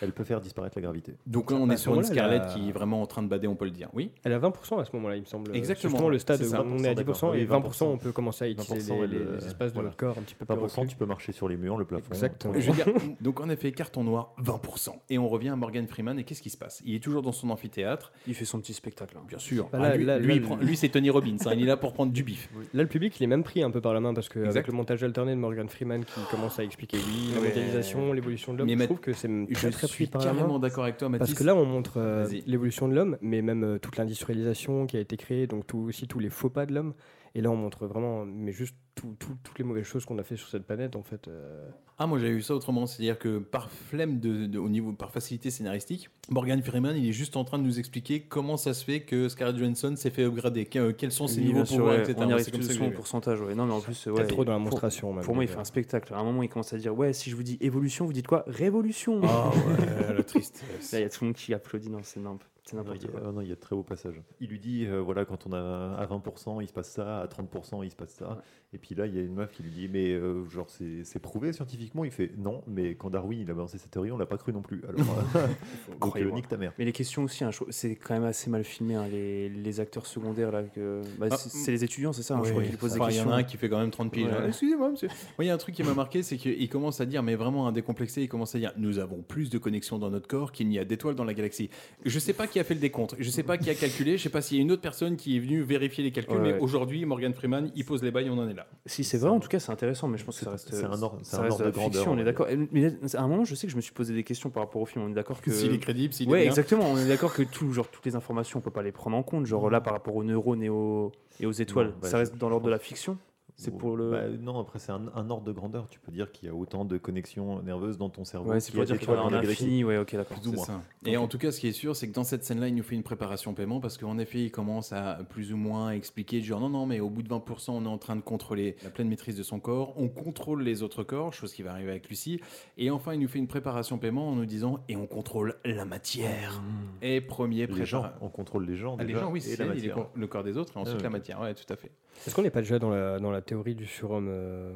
[SPEAKER 9] elle peut faire disparaître la gravité.
[SPEAKER 2] Donc là, on est sur une Scarlett qui est vraiment en train de bader, on peut le dire. Oui.
[SPEAKER 10] Elle a 20% à ce moment-là, il me semble.
[SPEAKER 2] Exactement.
[SPEAKER 10] Justement, le stade
[SPEAKER 2] C'est
[SPEAKER 10] où
[SPEAKER 2] ça.
[SPEAKER 10] on est à 10% et 20%, on peut commencer à
[SPEAKER 9] 20%,
[SPEAKER 10] utiliser les,
[SPEAKER 9] elle,
[SPEAKER 10] les- les espaces de
[SPEAKER 9] voilà.
[SPEAKER 10] notre corps un petit peu plus
[SPEAKER 9] 20%,
[SPEAKER 10] reculés.
[SPEAKER 9] tu peux marcher sur les murs, le plafond.
[SPEAKER 10] Exactement.
[SPEAKER 2] Je veux dire, donc en effet, carton noir, 20%. Et on revient à Morgan Freeman, et qu'est-ce qui se passe Il est toujours dans son amphithéâtre.
[SPEAKER 8] Il fait son petit spectacle. hein.
[SPEAKER 2] Bien sûr.
[SPEAKER 10] Bah là,
[SPEAKER 2] Ah, lui,
[SPEAKER 10] là,
[SPEAKER 2] lui,
[SPEAKER 10] là,
[SPEAKER 2] il
[SPEAKER 10] le-
[SPEAKER 2] prend- lui, c'est Tony Robbins, hein, il est là pour prendre du bif.
[SPEAKER 10] Là, le public, il est même pris un peu par la main parce que avec
[SPEAKER 2] Exact.
[SPEAKER 10] le montage alterné de Morgan Freeman qui commence à expliquer oui, la
[SPEAKER 2] Ouais.
[SPEAKER 10] mondialisation, l'évolution de l'homme,
[SPEAKER 2] Mais
[SPEAKER 10] je
[SPEAKER 2] Math-
[SPEAKER 10] trouve que c'est
[SPEAKER 2] je
[SPEAKER 10] très, très
[SPEAKER 2] suis
[SPEAKER 10] pris par la main.
[SPEAKER 2] carrément d'accord avec toi, Mathis.
[SPEAKER 10] Parce que là, on montre euh,
[SPEAKER 2] Vas-y.
[SPEAKER 10] l'évolution de l'homme, mais même euh, toute l'industrialisation qui a été créée, donc tout, aussi tous les faux pas de l'homme. Et là, on montre vraiment, mais juste tout- tout- toutes les mauvaises choses qu'on a fait sur cette planète, en fait. euh,
[SPEAKER 2] Ah, moi j'avais vu ça autrement, c'est-à-dire que par flemme, de, de- au niveau, par facilité scénaristique, Morgan Freeman il est juste en train de nous expliquer comment ça se fait que Scarlett Johansson s'est fait upgrader, que- euh, quels sont ses
[SPEAKER 8] Oui,
[SPEAKER 2] niveaux
[SPEAKER 8] bien
[SPEAKER 2] de
[SPEAKER 8] sûr,
[SPEAKER 2] pouvoir,
[SPEAKER 8] ouais,
[SPEAKER 2] etc.
[SPEAKER 8] On y arrive
[SPEAKER 2] C'est comme
[SPEAKER 8] tous
[SPEAKER 2] ça que
[SPEAKER 8] sur
[SPEAKER 2] j'ai
[SPEAKER 8] un
[SPEAKER 2] vu.
[SPEAKER 8] pourcentage, ouais. Non, mais en plus, ouais,
[SPEAKER 10] T'as trop dans la
[SPEAKER 8] pour-
[SPEAKER 10] monstration,
[SPEAKER 8] Pour,
[SPEAKER 10] même, euh.
[SPEAKER 8] moi, il
[SPEAKER 10] mais,
[SPEAKER 8] fait un spectacle. À un moment, il commence à dire Ouais, si je vous dis évolution, vous dites quoi Révolution
[SPEAKER 9] Ah ouais, la tristesse.
[SPEAKER 8] Là, il y a tout le monde qui applaudit. Non, c'est n'importe c'est
[SPEAKER 9] Non, il
[SPEAKER 8] n'importe
[SPEAKER 9] y a-
[SPEAKER 8] quoi.
[SPEAKER 9] ah non, il y a de très beaux passages. Il lui dit, euh, voilà, quand on a à 20%, il se passe ça, à 30%, il se passe ça. Et puis là, il y a une meuf qui lui dit, mais euh, genre, c'est c'est prouvé scientifiquement. Il fait, non, mais quand Darwin il a balancé sa théorie, on l'a pas cru non plus. Alors, euh, donc, euh,
[SPEAKER 8] Croyez-moi.
[SPEAKER 9] nique ta mère.
[SPEAKER 8] Mais les questions aussi, hein, je trouve- c'est quand même assez mal filmé, hein, les, les acteurs secondaires. là que, bah, c'est- c'est les étudiants, c'est ça hein, Je
[SPEAKER 2] Oui,
[SPEAKER 8] crois qu'ils posent des
[SPEAKER 2] Ah, enfin,
[SPEAKER 8] questions.
[SPEAKER 2] Il y en a un qui fait quand même 30 piges.
[SPEAKER 8] Ouais.
[SPEAKER 2] hein. Excusez-moi, monsieur. Moi, il y a un truc qui m'a marqué, c'est qu'il commence à dire, mais vraiment un décomplexé, il commence à dire Nous avons plus de connexions dans notre corps qu'il n'y a d'étoiles dans la galaxie. Je sais pas qui a fait le décompte, je sais pas qui a calculé, je sais pas s'il y a une autre personne qui est venue vérifier les calculs,
[SPEAKER 8] Ouais,
[SPEAKER 2] mais
[SPEAKER 8] ouais.
[SPEAKER 2] aujourd'hui, Morgan Freeman, il pose les bails, on en est là.
[SPEAKER 8] Si c'est vrai, en tout cas, c'est intéressant, mais je pense que ça reste.
[SPEAKER 2] c'est un ordre- c'est
[SPEAKER 8] ça
[SPEAKER 2] un
[SPEAKER 8] reste
[SPEAKER 2] ordre
[SPEAKER 8] de la
[SPEAKER 2] de grandeur,
[SPEAKER 8] fiction,
[SPEAKER 2] on
[SPEAKER 8] on
[SPEAKER 2] va
[SPEAKER 8] est d'accord. Et- Mais à un moment, je sais que je me suis posé des questions par rapport au film. On est d'accord que.
[SPEAKER 2] S'il est crédible, s'il est
[SPEAKER 8] Ouais,
[SPEAKER 2] bien.
[SPEAKER 8] exactement. On est d'accord que tout, genre, toutes les informations, on peut pas les prendre en compte. Genre là, par rapport aux neurones et aux, et aux étoiles,
[SPEAKER 9] Non, bah,
[SPEAKER 8] ça reste
[SPEAKER 9] je-
[SPEAKER 8] dans
[SPEAKER 9] je
[SPEAKER 8] l'ordre de la
[SPEAKER 9] pense-
[SPEAKER 8] fiction. C'est
[SPEAKER 9] Ou-
[SPEAKER 8] pour le.
[SPEAKER 9] bah, non, après, c'est un, un ordre de grandeur. Tu peux dire qu'il y a autant de connexions nerveuses dans ton cerveau.
[SPEAKER 8] Ouais, c'est
[SPEAKER 9] qu'il
[SPEAKER 8] pour
[SPEAKER 9] y a
[SPEAKER 8] dire
[SPEAKER 9] d'étoiles
[SPEAKER 8] qu'il y en a
[SPEAKER 9] dans la
[SPEAKER 8] un
[SPEAKER 9] galaxie.
[SPEAKER 8] infini, ouais, ok, d'accord.
[SPEAKER 9] Plus ou
[SPEAKER 2] C'est
[SPEAKER 9] moins.
[SPEAKER 2] ça. Et en tout cas, ce qui est sûr, c'est que dans cette scène-là, il nous fait une préparation paiement parce qu'en effet, il commence à plus ou moins expliquer du genre non, non, mais au bout de 20%, on est en train de contrôler la pleine maîtrise de son corps, on contrôle les autres corps, chose qui va arriver avec Lucie. Et enfin, il nous fait une préparation paiement en nous disant et on contrôle la matière. Et premier
[SPEAKER 9] Mm. Les gens,
[SPEAKER 2] prépara-
[SPEAKER 9] on contrôle les gens.
[SPEAKER 2] Ah, les
[SPEAKER 9] déjà,
[SPEAKER 2] gens, oui,
[SPEAKER 9] et
[SPEAKER 2] c'est
[SPEAKER 9] la
[SPEAKER 2] elle, il est
[SPEAKER 9] matière.
[SPEAKER 2] con- le corps des autres et ensuite
[SPEAKER 9] Ah ouais.
[SPEAKER 2] la matière. Ouais, tout à fait.
[SPEAKER 10] Est-ce qu'on n'est pas déjà dans la, dans la théorie du surhomme euh,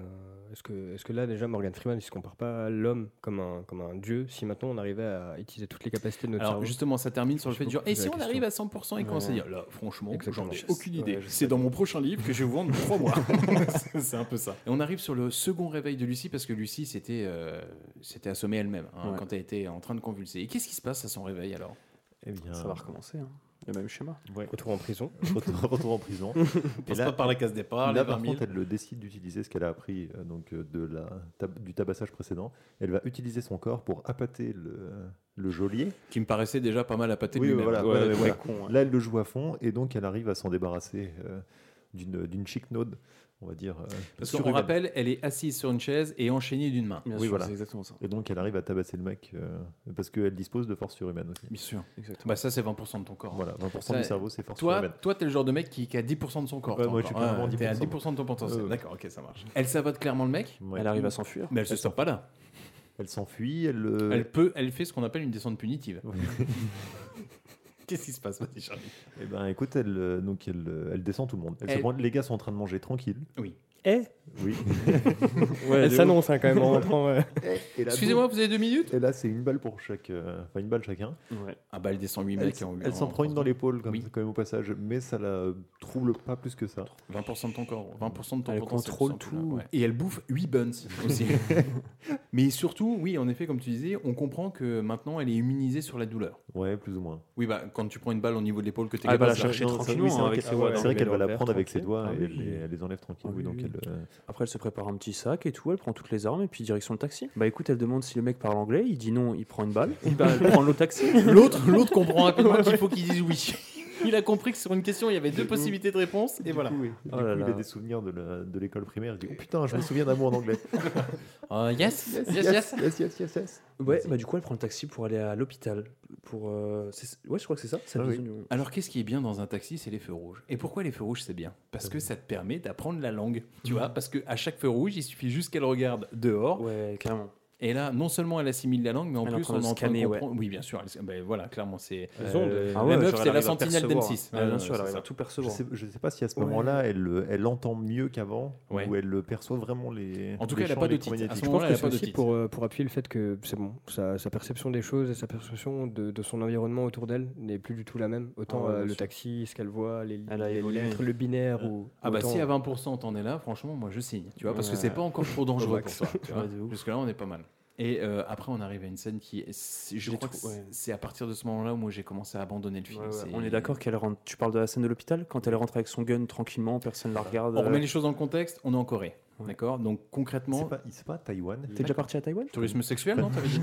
[SPEAKER 10] Est-ce que, est que là, déjà, Morgan Freeman, il se compare pas à l'homme comme un, comme un dieu si maintenant on arrivait à utiliser toutes les capacités de notre
[SPEAKER 2] Alors
[SPEAKER 10] cerveau
[SPEAKER 2] justement, ça termine sur le
[SPEAKER 10] Je
[SPEAKER 2] fait de
[SPEAKER 10] me
[SPEAKER 2] dire,
[SPEAKER 10] pose
[SPEAKER 2] et
[SPEAKER 10] la
[SPEAKER 2] si on
[SPEAKER 10] question.
[SPEAKER 2] arrive à 100% et commence à
[SPEAKER 10] Ouais.
[SPEAKER 2] dire, là, franchement, j'en
[SPEAKER 10] Exactement.
[SPEAKER 2] ai aucune idée.
[SPEAKER 10] Ouais, je
[SPEAKER 2] c'est dans mon prochain livre que je vais vous vendre trois mois. C'est- c'est un peu ça. Et on arrive sur le second réveil de Lucie parce que Lucie s'était euh, s'était assommée elle-même hein,
[SPEAKER 8] Ouais.
[SPEAKER 2] quand elle était en train de convulser. Et qu'est-ce qui se passe à son réveil alors
[SPEAKER 9] Eh bien,
[SPEAKER 8] Ça va recommencer. hein. Le même schéma.
[SPEAKER 9] ouais.
[SPEAKER 10] Retour en prison.
[SPEAKER 9] retour, retour en prison.
[SPEAKER 2] Passe pas par la case départ,
[SPEAKER 9] Là,
[SPEAKER 2] les
[SPEAKER 9] par
[SPEAKER 2] 20 000.
[SPEAKER 9] contre, elle le décide d'utiliser ce qu'elle a appris euh, donc euh, de la tab- du tabassage précédent. Elle va utiliser son corps pour appâter le, le geôlier.
[SPEAKER 2] Qui me paraissait déjà pas mal à pâté de
[SPEAKER 9] Oui,
[SPEAKER 2] lui-même.
[SPEAKER 9] voilà,
[SPEAKER 2] Ouais,
[SPEAKER 9] voilà,
[SPEAKER 2] ouais,
[SPEAKER 9] voilà.
[SPEAKER 2] très con, ouais.
[SPEAKER 9] Là, elle le joue à fond et donc elle arrive à s'en débarrasser euh, d'une d'une chic-node, on va dire. euh,
[SPEAKER 2] Parce qu'on
[SPEAKER 9] surhumaine.
[SPEAKER 2] rappelle, elle est assise sur une chaise et enchaînée d'une main.
[SPEAKER 9] Oui, voilà. Et donc, elle arrive à tabasser le mec euh, parce qu'elle dispose de force surhumaine aussi.
[SPEAKER 2] Bien sûr.
[SPEAKER 8] Exactement.
[SPEAKER 2] Bah ça c'est 20% de ton corps.
[SPEAKER 9] Voilà, 20%
[SPEAKER 2] Ça,
[SPEAKER 9] du cerveau, c'est force
[SPEAKER 2] Toi,
[SPEAKER 9] surhumaine.
[SPEAKER 2] toi t'es le genre de mec qui, qui a 10% de son corps.
[SPEAKER 9] Ouais,
[SPEAKER 2] toi,
[SPEAKER 9] moi, je suis
[SPEAKER 2] encore.
[SPEAKER 9] carrément
[SPEAKER 2] Ouais, T'es à
[SPEAKER 9] 10%.
[SPEAKER 2] 10% de ton potentiel.
[SPEAKER 9] Ouais, ouais.
[SPEAKER 2] D'accord, ok, ça marche. Elle sabote clairement le mec.
[SPEAKER 9] Ouais.
[SPEAKER 8] Elle arrive à s'enfuir.
[SPEAKER 2] Mais elle se sort pas là.
[SPEAKER 9] Elle s'enfuit, elle. euh,
[SPEAKER 2] Elle peut, elle fait ce qu'on appelle une descente punitive. Qu'est-ce qui se passe, Mathieu Charlie
[SPEAKER 9] Eh ben, écoute, elle, euh, donc elle, euh, elle descend tout le monde. Elle se
[SPEAKER 2] Elle-
[SPEAKER 9] prend- les gars sont en train de manger tranquille.
[SPEAKER 2] Oui.
[SPEAKER 10] Eh
[SPEAKER 9] Oui.
[SPEAKER 10] Elle s'annonce hein, quand même en rentrant. ouais.
[SPEAKER 9] Eh, Excusez-moi, vous avez deux minutes Et là, c'est une balle pour chaque. euh, Enfin, une balle chacun.
[SPEAKER 2] Ah bah, elle descend 8
[SPEAKER 9] Elle,
[SPEAKER 2] mecs
[SPEAKER 9] s-
[SPEAKER 2] en-
[SPEAKER 9] elle s'en
[SPEAKER 2] en-
[SPEAKER 9] prend une dans l'épaule, comme- quand même, au passage, mais ça la trouble pas plus que ça.
[SPEAKER 2] 20% de ton corps, 20% de ton
[SPEAKER 9] Elle
[SPEAKER 2] potentiel,
[SPEAKER 9] contrôle
[SPEAKER 2] tout simplement, ouais. Et elle bouffe 8 buns aussi. Mais surtout, oui, en effet, comme tu disais, on comprend que maintenant elle est immunisée sur la douleur.
[SPEAKER 9] Ouais, plus ou moins.
[SPEAKER 2] Oui, bah quand tu prends une balle au niveau de l'épaule que t'es
[SPEAKER 9] Ah, elle va
[SPEAKER 2] capable
[SPEAKER 9] la
[SPEAKER 2] de
[SPEAKER 9] chercher
[SPEAKER 2] Non, ça,
[SPEAKER 9] tranquillement
[SPEAKER 2] oui, c'est vrai
[SPEAKER 9] avec
[SPEAKER 2] qu'elle-
[SPEAKER 9] ses hein.
[SPEAKER 2] ah
[SPEAKER 9] doigts,
[SPEAKER 2] ouais,
[SPEAKER 9] c'est vrai
[SPEAKER 2] elle
[SPEAKER 9] qu'elle
[SPEAKER 2] va
[SPEAKER 9] va la
[SPEAKER 2] l'enfer
[SPEAKER 9] prendre avec ses
[SPEAKER 2] tranquille.
[SPEAKER 9] doigts
[SPEAKER 2] Ah
[SPEAKER 9] et elle
[SPEAKER 2] oui.
[SPEAKER 9] les- elle les enlève tranquille. oui, donc elle, euh,
[SPEAKER 8] Après, elle se prépare un petit sac et tout, elle prend toutes les armes et puis direction le taxi. Bah écoute, elle demande si le mec parle anglais, il dit non, il prend une balle, et bah elle prend l'autre taxi.
[SPEAKER 2] L'autre, l'autre comprend rapidement qu'il faut qu'il dise oui. Il a compris que sur une question, il y avait deux possibilités de réponse et voilà.
[SPEAKER 9] Du
[SPEAKER 2] Oh
[SPEAKER 9] coup,
[SPEAKER 2] là
[SPEAKER 9] il
[SPEAKER 2] là.
[SPEAKER 9] a des souvenirs de la- de l'école primaire. Il dit Oh putain, je me souviens d'un mot en anglais.
[SPEAKER 2] Ah, yes, yes, yes,
[SPEAKER 9] yes, yes, yes, yes.
[SPEAKER 8] Ouais, bah du coup, elle prend le taxi pour aller à l'hôpital. Pour, euh, c'est- ouais, je crois que c'est ça. ça lui donne-
[SPEAKER 2] Alors qu'est-ce qui est bien dans un taxi C'est les feux rouges. Et pourquoi les feux rouges c'est bien Parce que ça te permet d'apprendre la langue. Tu vois, parce qu'à chaque feu rouge, il suffit juste qu'elle regarde dehors.
[SPEAKER 8] Ouais, carrément.
[SPEAKER 2] Et là, non seulement elle assimile la langue, mais en
[SPEAKER 8] Elle est en
[SPEAKER 2] plus
[SPEAKER 8] train
[SPEAKER 2] on
[SPEAKER 8] de
[SPEAKER 2] est en train de
[SPEAKER 8] scanner, ouais.
[SPEAKER 2] comprendre. Oui, bien sûr. elle- ben voilà, clairement, c'est.
[SPEAKER 8] Les ondes. Ah ouais,
[SPEAKER 2] la
[SPEAKER 8] genre,
[SPEAKER 2] meuf,
[SPEAKER 8] elle
[SPEAKER 2] c'est la
[SPEAKER 8] arrive à
[SPEAKER 2] sentinelle
[SPEAKER 8] percevoir.
[SPEAKER 2] d'M6.
[SPEAKER 8] Ouais, bien sûr, elle arrive à tout
[SPEAKER 9] Je
[SPEAKER 8] percevoir.
[SPEAKER 9] sais, je sais pas si à ce
[SPEAKER 8] Ouais.
[SPEAKER 9] moment-là, elle, elle entend mieux qu'avant,
[SPEAKER 2] Ouais.
[SPEAKER 9] ou elle perçoit vraiment les.
[SPEAKER 2] En tout cas, elle a
[SPEAKER 9] champs
[SPEAKER 2] pas de titre. À ce
[SPEAKER 9] électromagnétiques.
[SPEAKER 10] Je pense que c'est
[SPEAKER 2] pas de
[SPEAKER 10] aussi
[SPEAKER 2] titre.
[SPEAKER 10] pour, euh, pour appuyer le fait que c'est bon, sa, sa perception des choses et sa perception de, de son environnement autour d'elle n'est plus du tout la même.
[SPEAKER 2] Ah
[SPEAKER 10] Autant
[SPEAKER 2] ouais,
[SPEAKER 10] euh,
[SPEAKER 2] bien
[SPEAKER 10] le
[SPEAKER 2] sûr.
[SPEAKER 10] taxi, ce qu'elle voit, les,
[SPEAKER 8] Elle a
[SPEAKER 10] les
[SPEAKER 8] évolué.
[SPEAKER 10] lettres, le binaire. Ou,
[SPEAKER 2] Ah bah
[SPEAKER 10] autant-
[SPEAKER 2] si à 20% t'en es là, franchement, moi je signe, tu vois, parce que
[SPEAKER 10] Ouais.
[SPEAKER 2] c'est pas encore trop dangereux
[SPEAKER 10] Au
[SPEAKER 2] pour
[SPEAKER 10] max.
[SPEAKER 2] toi. tu vois.
[SPEAKER 10] Ouais, de ouf.
[SPEAKER 2] Jusque là, on est pas mal. Et euh, après, on arrive à une scène qui, est- c'est- je
[SPEAKER 8] J'ai
[SPEAKER 2] crois que
[SPEAKER 8] trou- ouais.
[SPEAKER 2] c'est à partir de ce moment-là où moi j'ai commencé à abandonner le film.
[SPEAKER 8] Ouais, ouais,
[SPEAKER 2] C'est-
[SPEAKER 8] On est d'accord qu'elle rentre. Tu parles de la scène de l'hôpital Quand elle rentre avec son gun tranquillement, personne la regarde.
[SPEAKER 2] On
[SPEAKER 8] euh,
[SPEAKER 2] remet les choses dans le contexte, on est en Corée, d'accord Donc concrètement,
[SPEAKER 9] C'est pas, c'est pas Taïwan.
[SPEAKER 8] T'es déjà parti à Taïwan
[SPEAKER 2] tourisme sexuel, non t'avais dit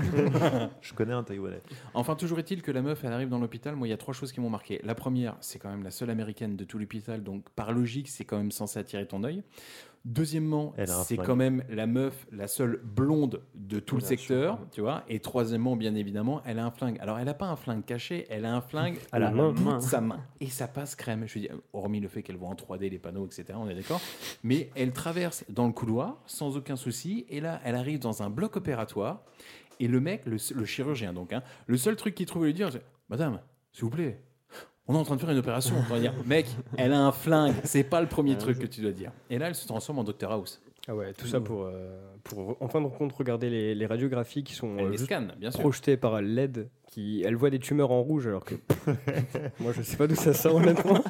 [SPEAKER 9] Je connais un Taïwanais.
[SPEAKER 2] Enfin, toujours est-il que la meuf, elle arrive dans l'hôpital. Moi, il y a trois choses qui m'ont marqué. La première, c'est quand même la seule américaine de tout l'hôpital, donc par logique, c'est quand même censé attirer ton œil. Deuxièmement,
[SPEAKER 9] Elle a un
[SPEAKER 2] c'est
[SPEAKER 9] flingue.
[SPEAKER 2] quand même la meuf, la seule blonde de tout le
[SPEAKER 9] Bien
[SPEAKER 2] secteur, tu vois. Et troisièmement, bien évidemment, elle a un flingue. Alors, elle n'a pas un flingue caché, elle a un flingue
[SPEAKER 8] À la
[SPEAKER 2] au
[SPEAKER 8] main.
[SPEAKER 2] bout de sa main. Hein. Et ça passe crème. Je veux dire, hormis le fait qu'elle voit en 3D les panneaux, etc., on est d'accord. Mais elle traverse dans le couloir sans aucun souci. Et là, elle arrive dans un bloc opératoire. Et le mec, le, le chirurgien donc, hein, le seul truc qu'il trouve à lui dire, c'est Madame, s'il vous plaît, on est en train de faire une opération. On va dire, mec, elle a un flingue. C'est pas le premier truc que tu dois dire. Et là, elle se transforme en Dr House.
[SPEAKER 10] Ah ouais, tout
[SPEAKER 2] Mmh.
[SPEAKER 10] ça pour, euh, pour en fin de compte regarder les, les radiographies qui sont
[SPEAKER 2] Elle
[SPEAKER 10] euh,
[SPEAKER 2] les
[SPEAKER 10] juste
[SPEAKER 2] scanne, bien sûr.
[SPEAKER 10] projetées par LED. Qui, elle voit des tumeurs en rouge alors que moi je sais pas d'où ça sort honnêtement.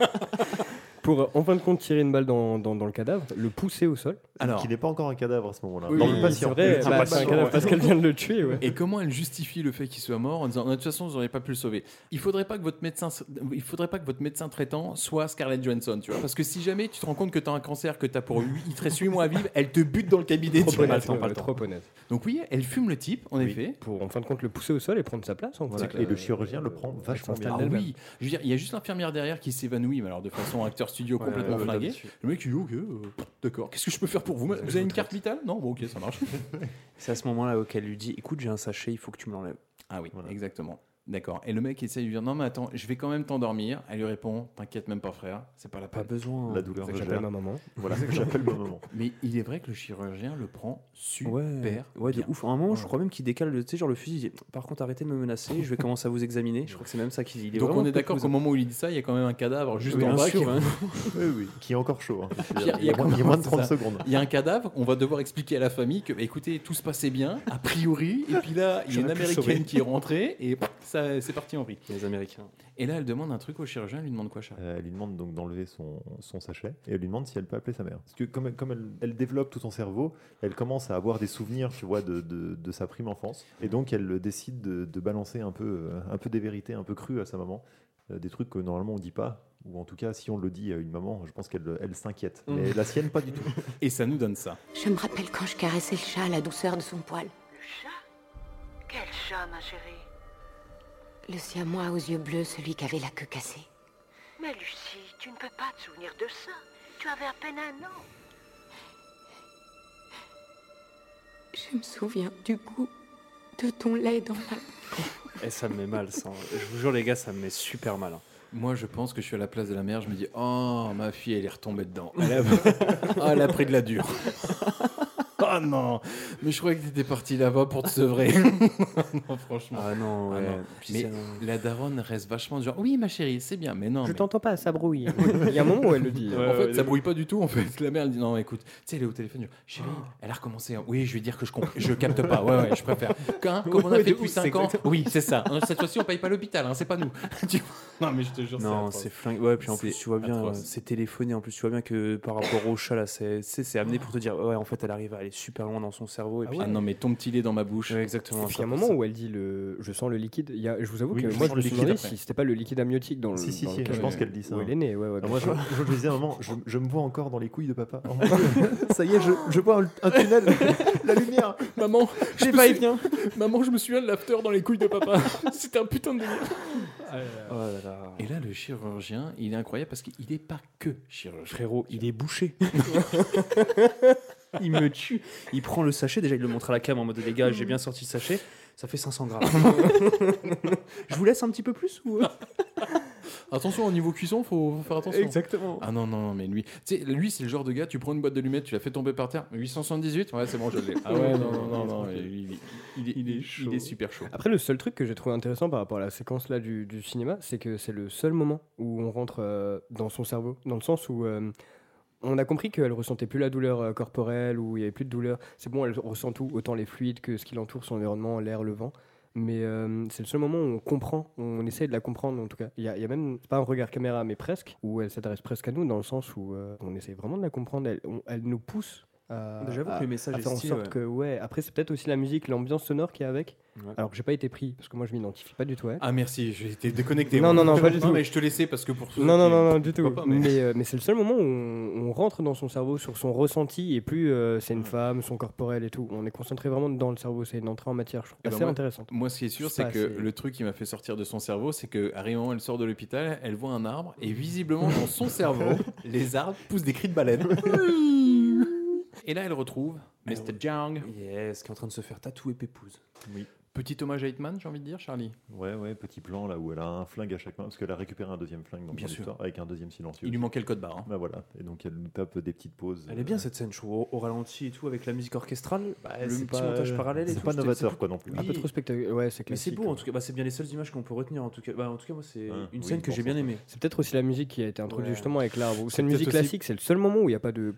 [SPEAKER 10] pour euh, en fin de compte tirer une balle dans, dans, dans le cadavre, le pousser au sol.
[SPEAKER 9] Alors, qui n'est pas encore un cadavre à ce moment-là.
[SPEAKER 10] Oui,
[SPEAKER 9] dans
[SPEAKER 10] oui,
[SPEAKER 9] le
[SPEAKER 10] oui,
[SPEAKER 9] patient.
[SPEAKER 10] c'est vrai,
[SPEAKER 9] Le
[SPEAKER 10] bah,
[SPEAKER 9] patient,
[SPEAKER 10] c'est un cadavre
[SPEAKER 9] ouais.
[SPEAKER 10] parce qu'elle vient de le tuer, ouais.
[SPEAKER 2] Et comment elle justifie le fait qu'il soit mort en disant de toute façon vous n'auriez pas pu le sauver. Il faudrait pas que votre médecin, il faudrait pas que votre médecin traitant soit Scarlett Johansson, tu vois. Parce que si jamais tu te rends compte que tu as un cancer que tu as pour 8, il te reste 8 mois à vivre, elle te bute dans le cabinet.
[SPEAKER 10] Trop
[SPEAKER 2] tu vois.
[SPEAKER 10] honnête, ouais, trop honnête.
[SPEAKER 2] Donc oui, elle fume le type en effet.
[SPEAKER 10] Pour en fin de compte le pousser au sol et prendre sa place. En
[SPEAKER 2] Voilà.
[SPEAKER 10] fait.
[SPEAKER 2] Et le
[SPEAKER 9] chirurgien le prend vachement
[SPEAKER 2] Ah oui, je veux dire, il y a juste l'infirmière derrière qui s'évanouit, mais alors de façon acteur studio
[SPEAKER 10] Ouais,
[SPEAKER 2] complètement
[SPEAKER 10] ouais, ouais,
[SPEAKER 2] flingué.
[SPEAKER 10] là-dessus.
[SPEAKER 2] Le mec il dit ok, euh, d'accord. Qu'est-ce que je peux faire pour vous Vous avez, une carte vitale Non, bon ok, ça marche.
[SPEAKER 8] C'est à ce moment-là qu'elle lui dit Écoute, j'ai un sachet, il faut que tu me l'enlèves.
[SPEAKER 2] Ah oui, exactement. D'accord. Et le mec essaie de lui dire non mais attends, je vais quand même t'endormir. Elle lui répond t'inquiète même pas frère, c'est pas la peine.
[SPEAKER 8] Pas besoin. hein.
[SPEAKER 9] La douleur
[SPEAKER 10] C'est
[SPEAKER 9] de
[SPEAKER 10] que j'appelle ma maman.
[SPEAKER 9] Voilà,
[SPEAKER 2] Exactement.
[SPEAKER 9] j'appelle ma maman.
[SPEAKER 2] Mais il est vrai que le chirurgien le prend super
[SPEAKER 8] Ouais, ouais de
[SPEAKER 2] bien.
[SPEAKER 8] ouf. À un moment, je crois même qu'il décale le, tu sais, genre le fusil. Il dit, Par contre, arrêtez de me menacer, je vais commencer à vous examiner. Je crois que c'est même ça qu'il dit. Il
[SPEAKER 2] Donc
[SPEAKER 8] vraiment
[SPEAKER 2] on est
[SPEAKER 8] peut-être
[SPEAKER 2] d'accord
[SPEAKER 8] vous-
[SPEAKER 2] qu'au moment où il dit ça, il y a quand même un cadavre juste
[SPEAKER 8] Oui,
[SPEAKER 2] en
[SPEAKER 8] bien
[SPEAKER 2] bas.
[SPEAKER 8] sûr,
[SPEAKER 2] qui-
[SPEAKER 8] hein.
[SPEAKER 9] Oui, oui, qui est encore chaud. hein.
[SPEAKER 2] Il
[SPEAKER 9] Il
[SPEAKER 2] y a- il y a
[SPEAKER 9] moins-
[SPEAKER 2] quand
[SPEAKER 9] il y a
[SPEAKER 2] même-
[SPEAKER 9] moins de
[SPEAKER 2] c'est
[SPEAKER 9] 30
[SPEAKER 2] ça.
[SPEAKER 9] secondes.
[SPEAKER 2] Il y a un cadavre, on va devoir expliquer à la famille que, bah, écoutez, tout se passait bien, a priori, et puis là, il y a une
[SPEAKER 8] J'aurais pu le sauver.
[SPEAKER 2] américaine qui est rentrée, et pff, ça, c'est parti en vrille.
[SPEAKER 8] Les Américains.
[SPEAKER 2] Et là, elle demande un truc au chirurgien, elle lui demande quoi, Charles
[SPEAKER 9] Euh, elle lui demande donc d'enlever son, son sachet et elle lui demande si elle peut appeler sa mère. Parce que comme, comme elle, elle développe tout son cerveau, elle commence à avoir des souvenirs, tu vois, de, de- de sa prime enfance. Et donc elle décide de, de balancer un peu, euh, un peu des vérités un peu crues à sa maman, euh, des trucs que normalement on dit pas. Ou en tout cas, si on le dit à une maman, je pense qu'elle elle s'inquiète. Mais
[SPEAKER 2] Mm.
[SPEAKER 9] la sienne, pas du tout.
[SPEAKER 2] Et ça nous donne ça.
[SPEAKER 13] Je me rappelle quand je caressais le chat, la douceur de son poil.
[SPEAKER 14] Quel chat, ma chérie.
[SPEAKER 13] Le siamois aux yeux bleus, celui qui avait la queue cassée.
[SPEAKER 14] Mais Lucie, tu ne peux pas te souvenir de ça. Tu avais à peine un an.
[SPEAKER 13] Je me souviens du goût de ton lait dans ma
[SPEAKER 8] Eh, ça me met mal, ça. Je vous jure, les gars, ça me met super mal. hein.
[SPEAKER 2] Moi, je pense que je suis à la place de la mère, je me dis, oh, ma fille, elle est retombée dedans. Elle a, Ah, elle a pris de la dure. Oh non Mais je croyais que t'étais parti là-bas pour te sevrer. non, franchement.
[SPEAKER 8] Ah non, ouais. Puis
[SPEAKER 2] Mais
[SPEAKER 8] ça-
[SPEAKER 2] la daronne reste vachement du genre Oui, ma chérie, c'est bien, mais non.
[SPEAKER 10] Je
[SPEAKER 2] mais-
[SPEAKER 10] t'entends pas, ça brouille. Il y a un moment où elle le dit.
[SPEAKER 2] en fait, ça brouille pas du tout. En fait, la mère elle dit non, écoute, tu sais, elle est au téléphone. genre, Chérie, elle a recommencé. hein. Oui, je vais dire que je comprends. Je capte pas. Ouais, ouais, je préfère. Hein, comme on a
[SPEAKER 8] Ouais,
[SPEAKER 2] fait
[SPEAKER 8] de
[SPEAKER 2] depuis
[SPEAKER 8] ouf, c'est
[SPEAKER 2] 5 ans.
[SPEAKER 8] exactement-
[SPEAKER 2] Oui, c'est ça. Hein, Cette fois-ci, on paye pas l'hôpital. hein, c'est pas nous. Tu vois non, mais je te jure.
[SPEAKER 8] Non,
[SPEAKER 2] atroce.
[SPEAKER 8] c'est flingue. Ouais, puis en plus,
[SPEAKER 2] C'est
[SPEAKER 8] tu vois bien, euh,
[SPEAKER 2] atroce.
[SPEAKER 8] c'est téléphoné. En plus, tu vois bien que par rapport au chat, là, c'est c'est- c'est amené pour te dire, ouais, en fait, elle arrive à aller super loin dans son cerveau. Et puis,
[SPEAKER 2] Ah non, mais ton petit lait dans ma bouche.
[SPEAKER 8] Ouais, exactement.
[SPEAKER 10] Et puis il y a un
[SPEAKER 8] ça,
[SPEAKER 10] moment
[SPEAKER 8] ça.
[SPEAKER 10] où elle dit le, je sens le liquide. Il y a- je vous avoue
[SPEAKER 9] Oui,
[SPEAKER 10] que
[SPEAKER 9] je
[SPEAKER 10] moi je
[SPEAKER 9] sens
[SPEAKER 10] me
[SPEAKER 9] le liquide
[SPEAKER 10] souviens
[SPEAKER 9] après.
[SPEAKER 10] si c'était pas le liquide amniotique dans le.
[SPEAKER 9] Si, si,
[SPEAKER 10] dans
[SPEAKER 9] si,
[SPEAKER 10] lequel-
[SPEAKER 9] je pense qu'elle dit ça.
[SPEAKER 10] Où
[SPEAKER 9] hein.
[SPEAKER 10] elle est née, ouais, ouais.
[SPEAKER 9] Ah, moi,
[SPEAKER 10] bien
[SPEAKER 9] je,
[SPEAKER 10] sûr.
[SPEAKER 9] je le disais à un moment, je, je me vois encore dans les couilles de papa. Oh mon Dieu. ça y est, je, je vois un- un tunnel, la lumière.
[SPEAKER 2] Maman,
[SPEAKER 9] je
[SPEAKER 2] me suis- Maman, je me souviens de l'after dans les couilles de papa. C'était un putain de délire.
[SPEAKER 8] Oh
[SPEAKER 2] Et là, le chirurgien, il est incroyable parce qu'il n'est pas que chirurgien.
[SPEAKER 8] Frérot, il est bouché. il me tue. Il prend le sachet, déjà, il le montre à la cam en mode, les gars, j'ai bien sorti le sachet. Ça fait 500 grammes. Je vous laisse un petit peu plus ou. euh,
[SPEAKER 2] Attention, au niveau cuisson, faut, faut faire attention.
[SPEAKER 8] Exactement.
[SPEAKER 2] Ah non, non, non, mais lui, tu sais, lui, c'est le genre de gars, tu prends une boîte de lunettes, tu la fais tomber par terre. 878, ouais, c'est bon, je l'ai. Ah ouais, non, non, non, non, il, il- il est, il est super chaud.
[SPEAKER 10] Après, le seul truc que j'ai trouvé intéressant par rapport à la séquence là du, du cinéma, c'est que c'est le seul moment où on rentre euh, dans son cerveau, dans le sens où euh, on a compris qu'elle ressentait plus la douleur euh, corporelle, où il n'y avait plus de douleur. C'est bon, elle ressent tout, autant les fluides que ce qui l'entoure, son environnement, l'air, le vent. Mais euh, c'est le seul moment où on comprend, où on essaye de la comprendre en tout cas. Il y, a- il y a même, c'est pas un regard caméra, mais presque, où elle s'adresse presque à nous, dans le sens où euh, on essaye vraiment de la comprendre. Elle, on- elle nous pousse à,
[SPEAKER 8] Mais j'avoue
[SPEAKER 10] à-
[SPEAKER 8] que le message
[SPEAKER 10] à
[SPEAKER 8] est
[SPEAKER 10] faire en
[SPEAKER 8] stylé,
[SPEAKER 10] sorte
[SPEAKER 8] ouais.
[SPEAKER 10] que, ouais, après c'est peut-être aussi la musique, l'ambiance sonore qu'il y a avec.
[SPEAKER 8] Ouais.
[SPEAKER 10] Alors que j'ai pas été pris, parce que moi je m'identifie pas du tout à elle.
[SPEAKER 2] Ah merci, j'ai été déconnecté.
[SPEAKER 10] Non,
[SPEAKER 2] moi.
[SPEAKER 10] non, non, pas du tout.
[SPEAKER 2] mais je te laissais parce que
[SPEAKER 8] Ah,
[SPEAKER 2] pour ceux
[SPEAKER 10] Non, non,
[SPEAKER 2] qui-
[SPEAKER 10] non, non, du tout.
[SPEAKER 2] pourquoi pas,
[SPEAKER 10] mais
[SPEAKER 2] mais-
[SPEAKER 10] euh, mais c'est le seul moment où on, on rentre dans son cerveau, sur son ressenti, et plus euh, c'est une femme, son corporel et tout. On est concentré vraiment dans le cerveau, c'est une entrée en matière, je trouve.
[SPEAKER 2] Eh ben
[SPEAKER 10] assez
[SPEAKER 2] moi-
[SPEAKER 10] intéressante.
[SPEAKER 2] Moi, ce qui est sûr,
[SPEAKER 10] Je
[SPEAKER 2] c'est
[SPEAKER 10] sais pas,
[SPEAKER 2] que le truc qui m'a fait sortir de son cerveau, c'est que à un moment, elle sort de l'hôpital, elle voit un arbre, et visiblement, dans son cerveau, les arbres poussent des cris de baleine. et là, elle retrouve Mr. Jang.
[SPEAKER 8] Yes, qui est en train de se faire tatouer Pépouze.
[SPEAKER 9] Oui.
[SPEAKER 2] Petit hommage à Hitman, j'ai envie de dire, Charlie.
[SPEAKER 9] Ouais, ouais, petit plan là où elle a un flingue à chaque main, parce qu'elle a récupéré un deuxième flingue dans
[SPEAKER 2] Bien
[SPEAKER 9] son
[SPEAKER 2] sûr.
[SPEAKER 9] histoire, avec un deuxième silencieux.
[SPEAKER 2] Il lui manquait le code barre. hein.
[SPEAKER 9] Bah voilà, et donc elle nous tape des petites pauses.
[SPEAKER 8] Elle est bien
[SPEAKER 9] euh,
[SPEAKER 8] cette scène, je trouve, au, au ralenti et tout, avec la musique orchestrale, bah,
[SPEAKER 9] c'est
[SPEAKER 8] le petit
[SPEAKER 9] pas-
[SPEAKER 8] montage parallèle et
[SPEAKER 9] c'est
[SPEAKER 8] tout,
[SPEAKER 9] pas
[SPEAKER 8] c'était-
[SPEAKER 9] novateur,
[SPEAKER 8] c'est-
[SPEAKER 9] quoi, non plus.
[SPEAKER 10] Un peu
[SPEAKER 8] Oui.
[SPEAKER 10] trop spectaculaire. Ouais, c'est
[SPEAKER 8] Mais c'est
[SPEAKER 10] classique, hein.
[SPEAKER 8] beau en
[SPEAKER 10] ouais.
[SPEAKER 8] tout cas, bah, c'est bien les seules images qu'on peut retenir en tout cas. Bah, en tout cas, moi, c'est
[SPEAKER 9] Hein,
[SPEAKER 8] une
[SPEAKER 9] oui,
[SPEAKER 8] scène que
[SPEAKER 9] pour
[SPEAKER 8] j'ai bien
[SPEAKER 9] ça.
[SPEAKER 8] aimée.
[SPEAKER 10] C'est peut-être aussi la musique qui a été introduite
[SPEAKER 8] Ouais.
[SPEAKER 10] justement avec l'arbre. ou
[SPEAKER 8] C'est
[SPEAKER 10] C'est une musique
[SPEAKER 8] peut-être aussi-
[SPEAKER 10] classique, c'est le seul moment où il n'y a pas de.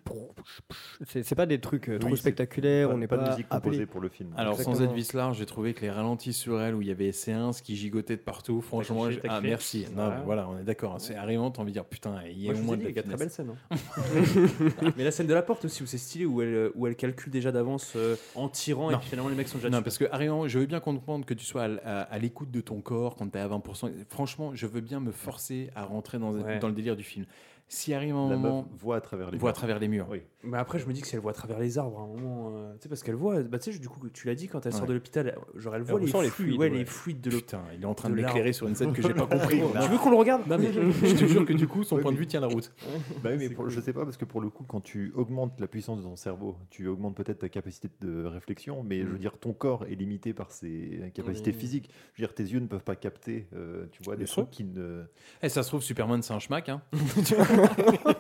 [SPEAKER 10] C'est c'est pas des trucs euh, trop
[SPEAKER 9] Oui, c'est
[SPEAKER 10] spectaculaires,
[SPEAKER 9] pas-
[SPEAKER 10] on n'est
[SPEAKER 9] pas
[SPEAKER 10] pas.
[SPEAKER 9] de musique composée
[SPEAKER 10] appelé.
[SPEAKER 9] pour le
[SPEAKER 8] Bah,
[SPEAKER 9] film.
[SPEAKER 2] Alors sans
[SPEAKER 10] Exactement.
[SPEAKER 2] être vicelard, j'ai trouvé que les ralentis sur elle où il y avait C1 qui gigotait de partout, franchement,
[SPEAKER 8] kiffé,
[SPEAKER 2] je-
[SPEAKER 8] t'as
[SPEAKER 2] ah
[SPEAKER 8] kiffé
[SPEAKER 2] merci. Non,
[SPEAKER 8] Ouais.
[SPEAKER 2] mais voilà, on est d'accord. hein. C'est arrivant, t'as envie de dire putain, il y a
[SPEAKER 8] Moi, je
[SPEAKER 2] au
[SPEAKER 8] vous
[SPEAKER 2] moins
[SPEAKER 8] ai
[SPEAKER 2] de
[SPEAKER 8] dit,
[SPEAKER 2] la
[SPEAKER 8] les gars, très belle
[SPEAKER 2] finesse.
[SPEAKER 8] scène. hein. Mais la scène de la porte aussi, où c'est stylé, où elle, où elle calcule déjà d'avance euh, en tirant, et
[SPEAKER 2] Non.
[SPEAKER 8] puis finalement les mecs sont déjà
[SPEAKER 2] Non,
[SPEAKER 8] dessus.
[SPEAKER 2] parce que Ariane, je veux bien comprendre que tu sois à, à- à l'écoute de ton corps quand t'es à 20%. Franchement, je veux bien me forcer à rentrer dans,
[SPEAKER 8] Ouais.
[SPEAKER 2] dans le délire du film. Si arrive un
[SPEAKER 9] La
[SPEAKER 2] moment,
[SPEAKER 9] meuf voit à travers les
[SPEAKER 2] voit à
[SPEAKER 9] murs.
[SPEAKER 2] travers les murs.
[SPEAKER 9] Oui.
[SPEAKER 8] Mais après, je me dis que si elle voit à travers les arbres, à un moment, euh, tu sais, parce qu'elle voit, bah, tu sais, du coup, tu l'as dit quand elle sort
[SPEAKER 2] Ouais.
[SPEAKER 8] de l'hôpital, elle- genre elle
[SPEAKER 2] Elle
[SPEAKER 8] voit les,
[SPEAKER 2] ressent
[SPEAKER 8] fluides,
[SPEAKER 2] les fluides,
[SPEAKER 8] ouais,
[SPEAKER 2] ouais.
[SPEAKER 8] les fluides de l'hôpital.
[SPEAKER 2] Putain, il est en train
[SPEAKER 8] De
[SPEAKER 2] de m'éclairer
[SPEAKER 8] l'arbre.
[SPEAKER 2] sur une scène que j'ai pas compris.
[SPEAKER 8] Tu veux qu'on le regarde
[SPEAKER 2] Non, mais je te jure que du coup, son point de vue tient la route.
[SPEAKER 9] Bah oui, mais pour- je sais pas, parce que pour le coup, quand tu augmentes la puissance de ton cerveau, tu augmentes peut-être ta capacité de réflexion, mais je
[SPEAKER 8] Mm.
[SPEAKER 9] veux dire, ton corps est limité par ses capacités
[SPEAKER 8] Oui.
[SPEAKER 9] physiques. Je veux dire, tes yeux ne peuvent pas capter, euh, tu vois, des
[SPEAKER 2] son.
[SPEAKER 9] trucs qui ne.
[SPEAKER 2] Eh, ça se trouve, Superman, c'est un schmack. Hein.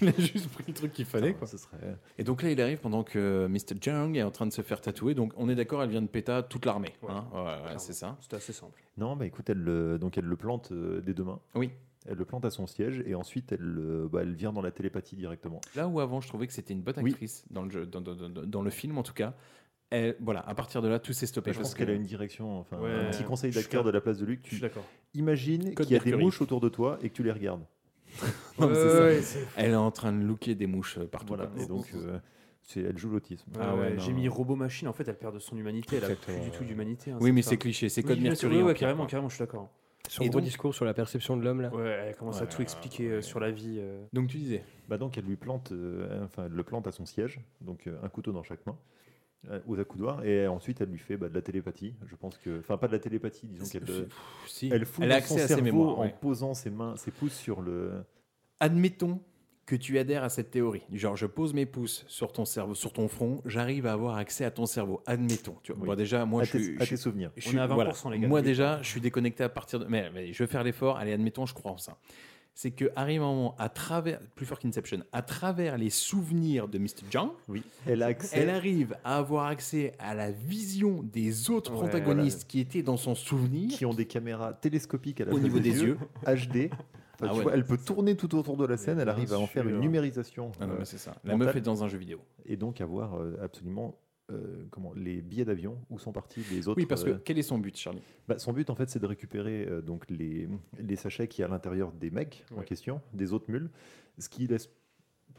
[SPEAKER 2] il a juste pris le truc qu'il fallait.
[SPEAKER 9] Enfin,
[SPEAKER 2] Quoi.
[SPEAKER 9] ce serait.
[SPEAKER 2] Et donc là, il arrive pendant que Mr. Jung est en train de se faire tatouer. Donc on est d'accord, elle vient de péta toute l'armée. hein. Ouais, ouais, c'est ça.
[SPEAKER 8] C'était assez simple.
[SPEAKER 9] Non, bah écoute, elle, le- donc elle le plante euh, des deux mains.
[SPEAKER 2] Oui.
[SPEAKER 9] Elle le plante à son siège et ensuite elle, euh, bah, elle vient dans la télépathie directement.
[SPEAKER 2] Là où avant, je trouvais que c'était une bonne
[SPEAKER 9] Oui.
[SPEAKER 2] actrice, dans, le jeu, dans, dans- dans- dans le film en tout cas, elle- voilà, à partir de là, tout s'est stoppé.
[SPEAKER 9] je pense
[SPEAKER 2] parce
[SPEAKER 9] qu'elle
[SPEAKER 2] que-
[SPEAKER 9] a une direction, enfin,
[SPEAKER 8] Ouais.
[SPEAKER 9] un petit conseil
[SPEAKER 8] Je suis
[SPEAKER 9] d'acteur de la place de Luc.
[SPEAKER 8] Je suis
[SPEAKER 9] Tu
[SPEAKER 8] d'accord.
[SPEAKER 9] imagines
[SPEAKER 2] Code
[SPEAKER 9] qu'il y a des
[SPEAKER 2] Mercury.
[SPEAKER 9] mouches autour de toi et que tu les regardes.
[SPEAKER 2] Non, mais c'est
[SPEAKER 8] Ouais,
[SPEAKER 2] ça.
[SPEAKER 8] ouais, c'est-
[SPEAKER 2] Elle est en train de looker des mouches euh, partout.
[SPEAKER 9] Voilà.
[SPEAKER 2] quoi.
[SPEAKER 9] Et donc, euh, c'est- elle joue l'autisme.
[SPEAKER 2] Ah ouais,
[SPEAKER 8] Euh, j'ai
[SPEAKER 2] non.
[SPEAKER 8] mis robot machine. En fait, elle perd de son humanité. Elle a plus
[SPEAKER 2] Exactement,
[SPEAKER 8] du tout d'humanité. hein,
[SPEAKER 2] Oui, mais
[SPEAKER 8] ça.
[SPEAKER 2] c'est cliché, c'est
[SPEAKER 8] Oui,
[SPEAKER 2] code
[SPEAKER 8] bien sûr,
[SPEAKER 2] Mercury.
[SPEAKER 8] ouais,
[SPEAKER 2] en
[SPEAKER 8] ouais,
[SPEAKER 2] pire,
[SPEAKER 8] carrément,
[SPEAKER 2] quoi.
[SPEAKER 8] carrément, je suis d'accord.
[SPEAKER 10] Son
[SPEAKER 2] Et
[SPEAKER 10] gros
[SPEAKER 2] donc-
[SPEAKER 10] discours sur la perception de l'homme là.
[SPEAKER 8] Ouais, elle commence à
[SPEAKER 2] Ouais,
[SPEAKER 8] tout expliquer euh, sur la vie. euh.
[SPEAKER 2] Donc tu disais.
[SPEAKER 9] Bah donc elle lui plante, euh, enfin elle le plante à son siège, donc euh, un couteau dans chaque main, euh, aux accoudoirs, et ensuite elle lui fait bah, de la télépathie. Je pense que, enfin pas de la télépathie, disons qu'elle euh,
[SPEAKER 2] Pff, si.
[SPEAKER 9] elle fouille
[SPEAKER 2] a
[SPEAKER 9] dans
[SPEAKER 2] accès
[SPEAKER 9] son
[SPEAKER 2] à ses
[SPEAKER 9] cerveau
[SPEAKER 2] mémoires.
[SPEAKER 9] en
[SPEAKER 2] ouais.
[SPEAKER 9] posant ses mains, ses pouces sur le.
[SPEAKER 2] Admettons que tu adhères à cette théorie. Du Genre, je pose mes pouces sur ton cerveau, sur ton front, j'arrive à avoir accès à ton cerveau. Admettons. Tu vois.
[SPEAKER 9] Oui.
[SPEAKER 2] Bon, déjà, moi,
[SPEAKER 9] à,
[SPEAKER 2] je
[SPEAKER 9] tes,
[SPEAKER 2] suis.
[SPEAKER 9] à
[SPEAKER 2] je
[SPEAKER 9] tes
[SPEAKER 2] suis-
[SPEAKER 9] souvenirs.
[SPEAKER 2] je
[SPEAKER 8] On
[SPEAKER 2] suis-
[SPEAKER 8] est à
[SPEAKER 2] voilà.
[SPEAKER 8] 20%, les gars.
[SPEAKER 2] Moi, déjà, je suis déconnecté à partir de. Mais, mais je vais faire l'effort. Allez, admettons, je crois en ça. c'est que arrive un moment, à travers, plus fort qu'Inception, à travers les souvenirs de Mr. Jean,
[SPEAKER 9] oui, elle, a accès-
[SPEAKER 2] elle arrive à avoir accès à la vision des autres
[SPEAKER 9] Ouais,
[SPEAKER 2] protagonistes
[SPEAKER 9] voilà.
[SPEAKER 2] qui étaient dans son souvenir.
[SPEAKER 9] Qui ont des caméras télescopiques à la
[SPEAKER 2] Au
[SPEAKER 9] place
[SPEAKER 2] niveau des yeux.
[SPEAKER 9] HD. Enfin,
[SPEAKER 2] Ah
[SPEAKER 9] tu
[SPEAKER 2] ouais.
[SPEAKER 9] vois, elle peut tourner tout autour de la scène, elle arrive à en faire une
[SPEAKER 2] sûr.
[SPEAKER 9] numérisation.
[SPEAKER 2] Ah non,
[SPEAKER 9] euh,
[SPEAKER 2] mais c'est ça. La
[SPEAKER 9] mentale.
[SPEAKER 2] meuf est dans un jeu vidéo.
[SPEAKER 9] Et donc avoir euh, absolument euh, comment, les billets d'avion, où sont partis les autres.
[SPEAKER 2] oui, parce que
[SPEAKER 9] euh,
[SPEAKER 2] quel est son but, Charlie
[SPEAKER 9] bah, son but, en fait, c'est de récupérer euh, donc les, les sachets qui à l'intérieur des mecs en
[SPEAKER 2] Ouais.
[SPEAKER 9] question, des autres mules, ce qui laisse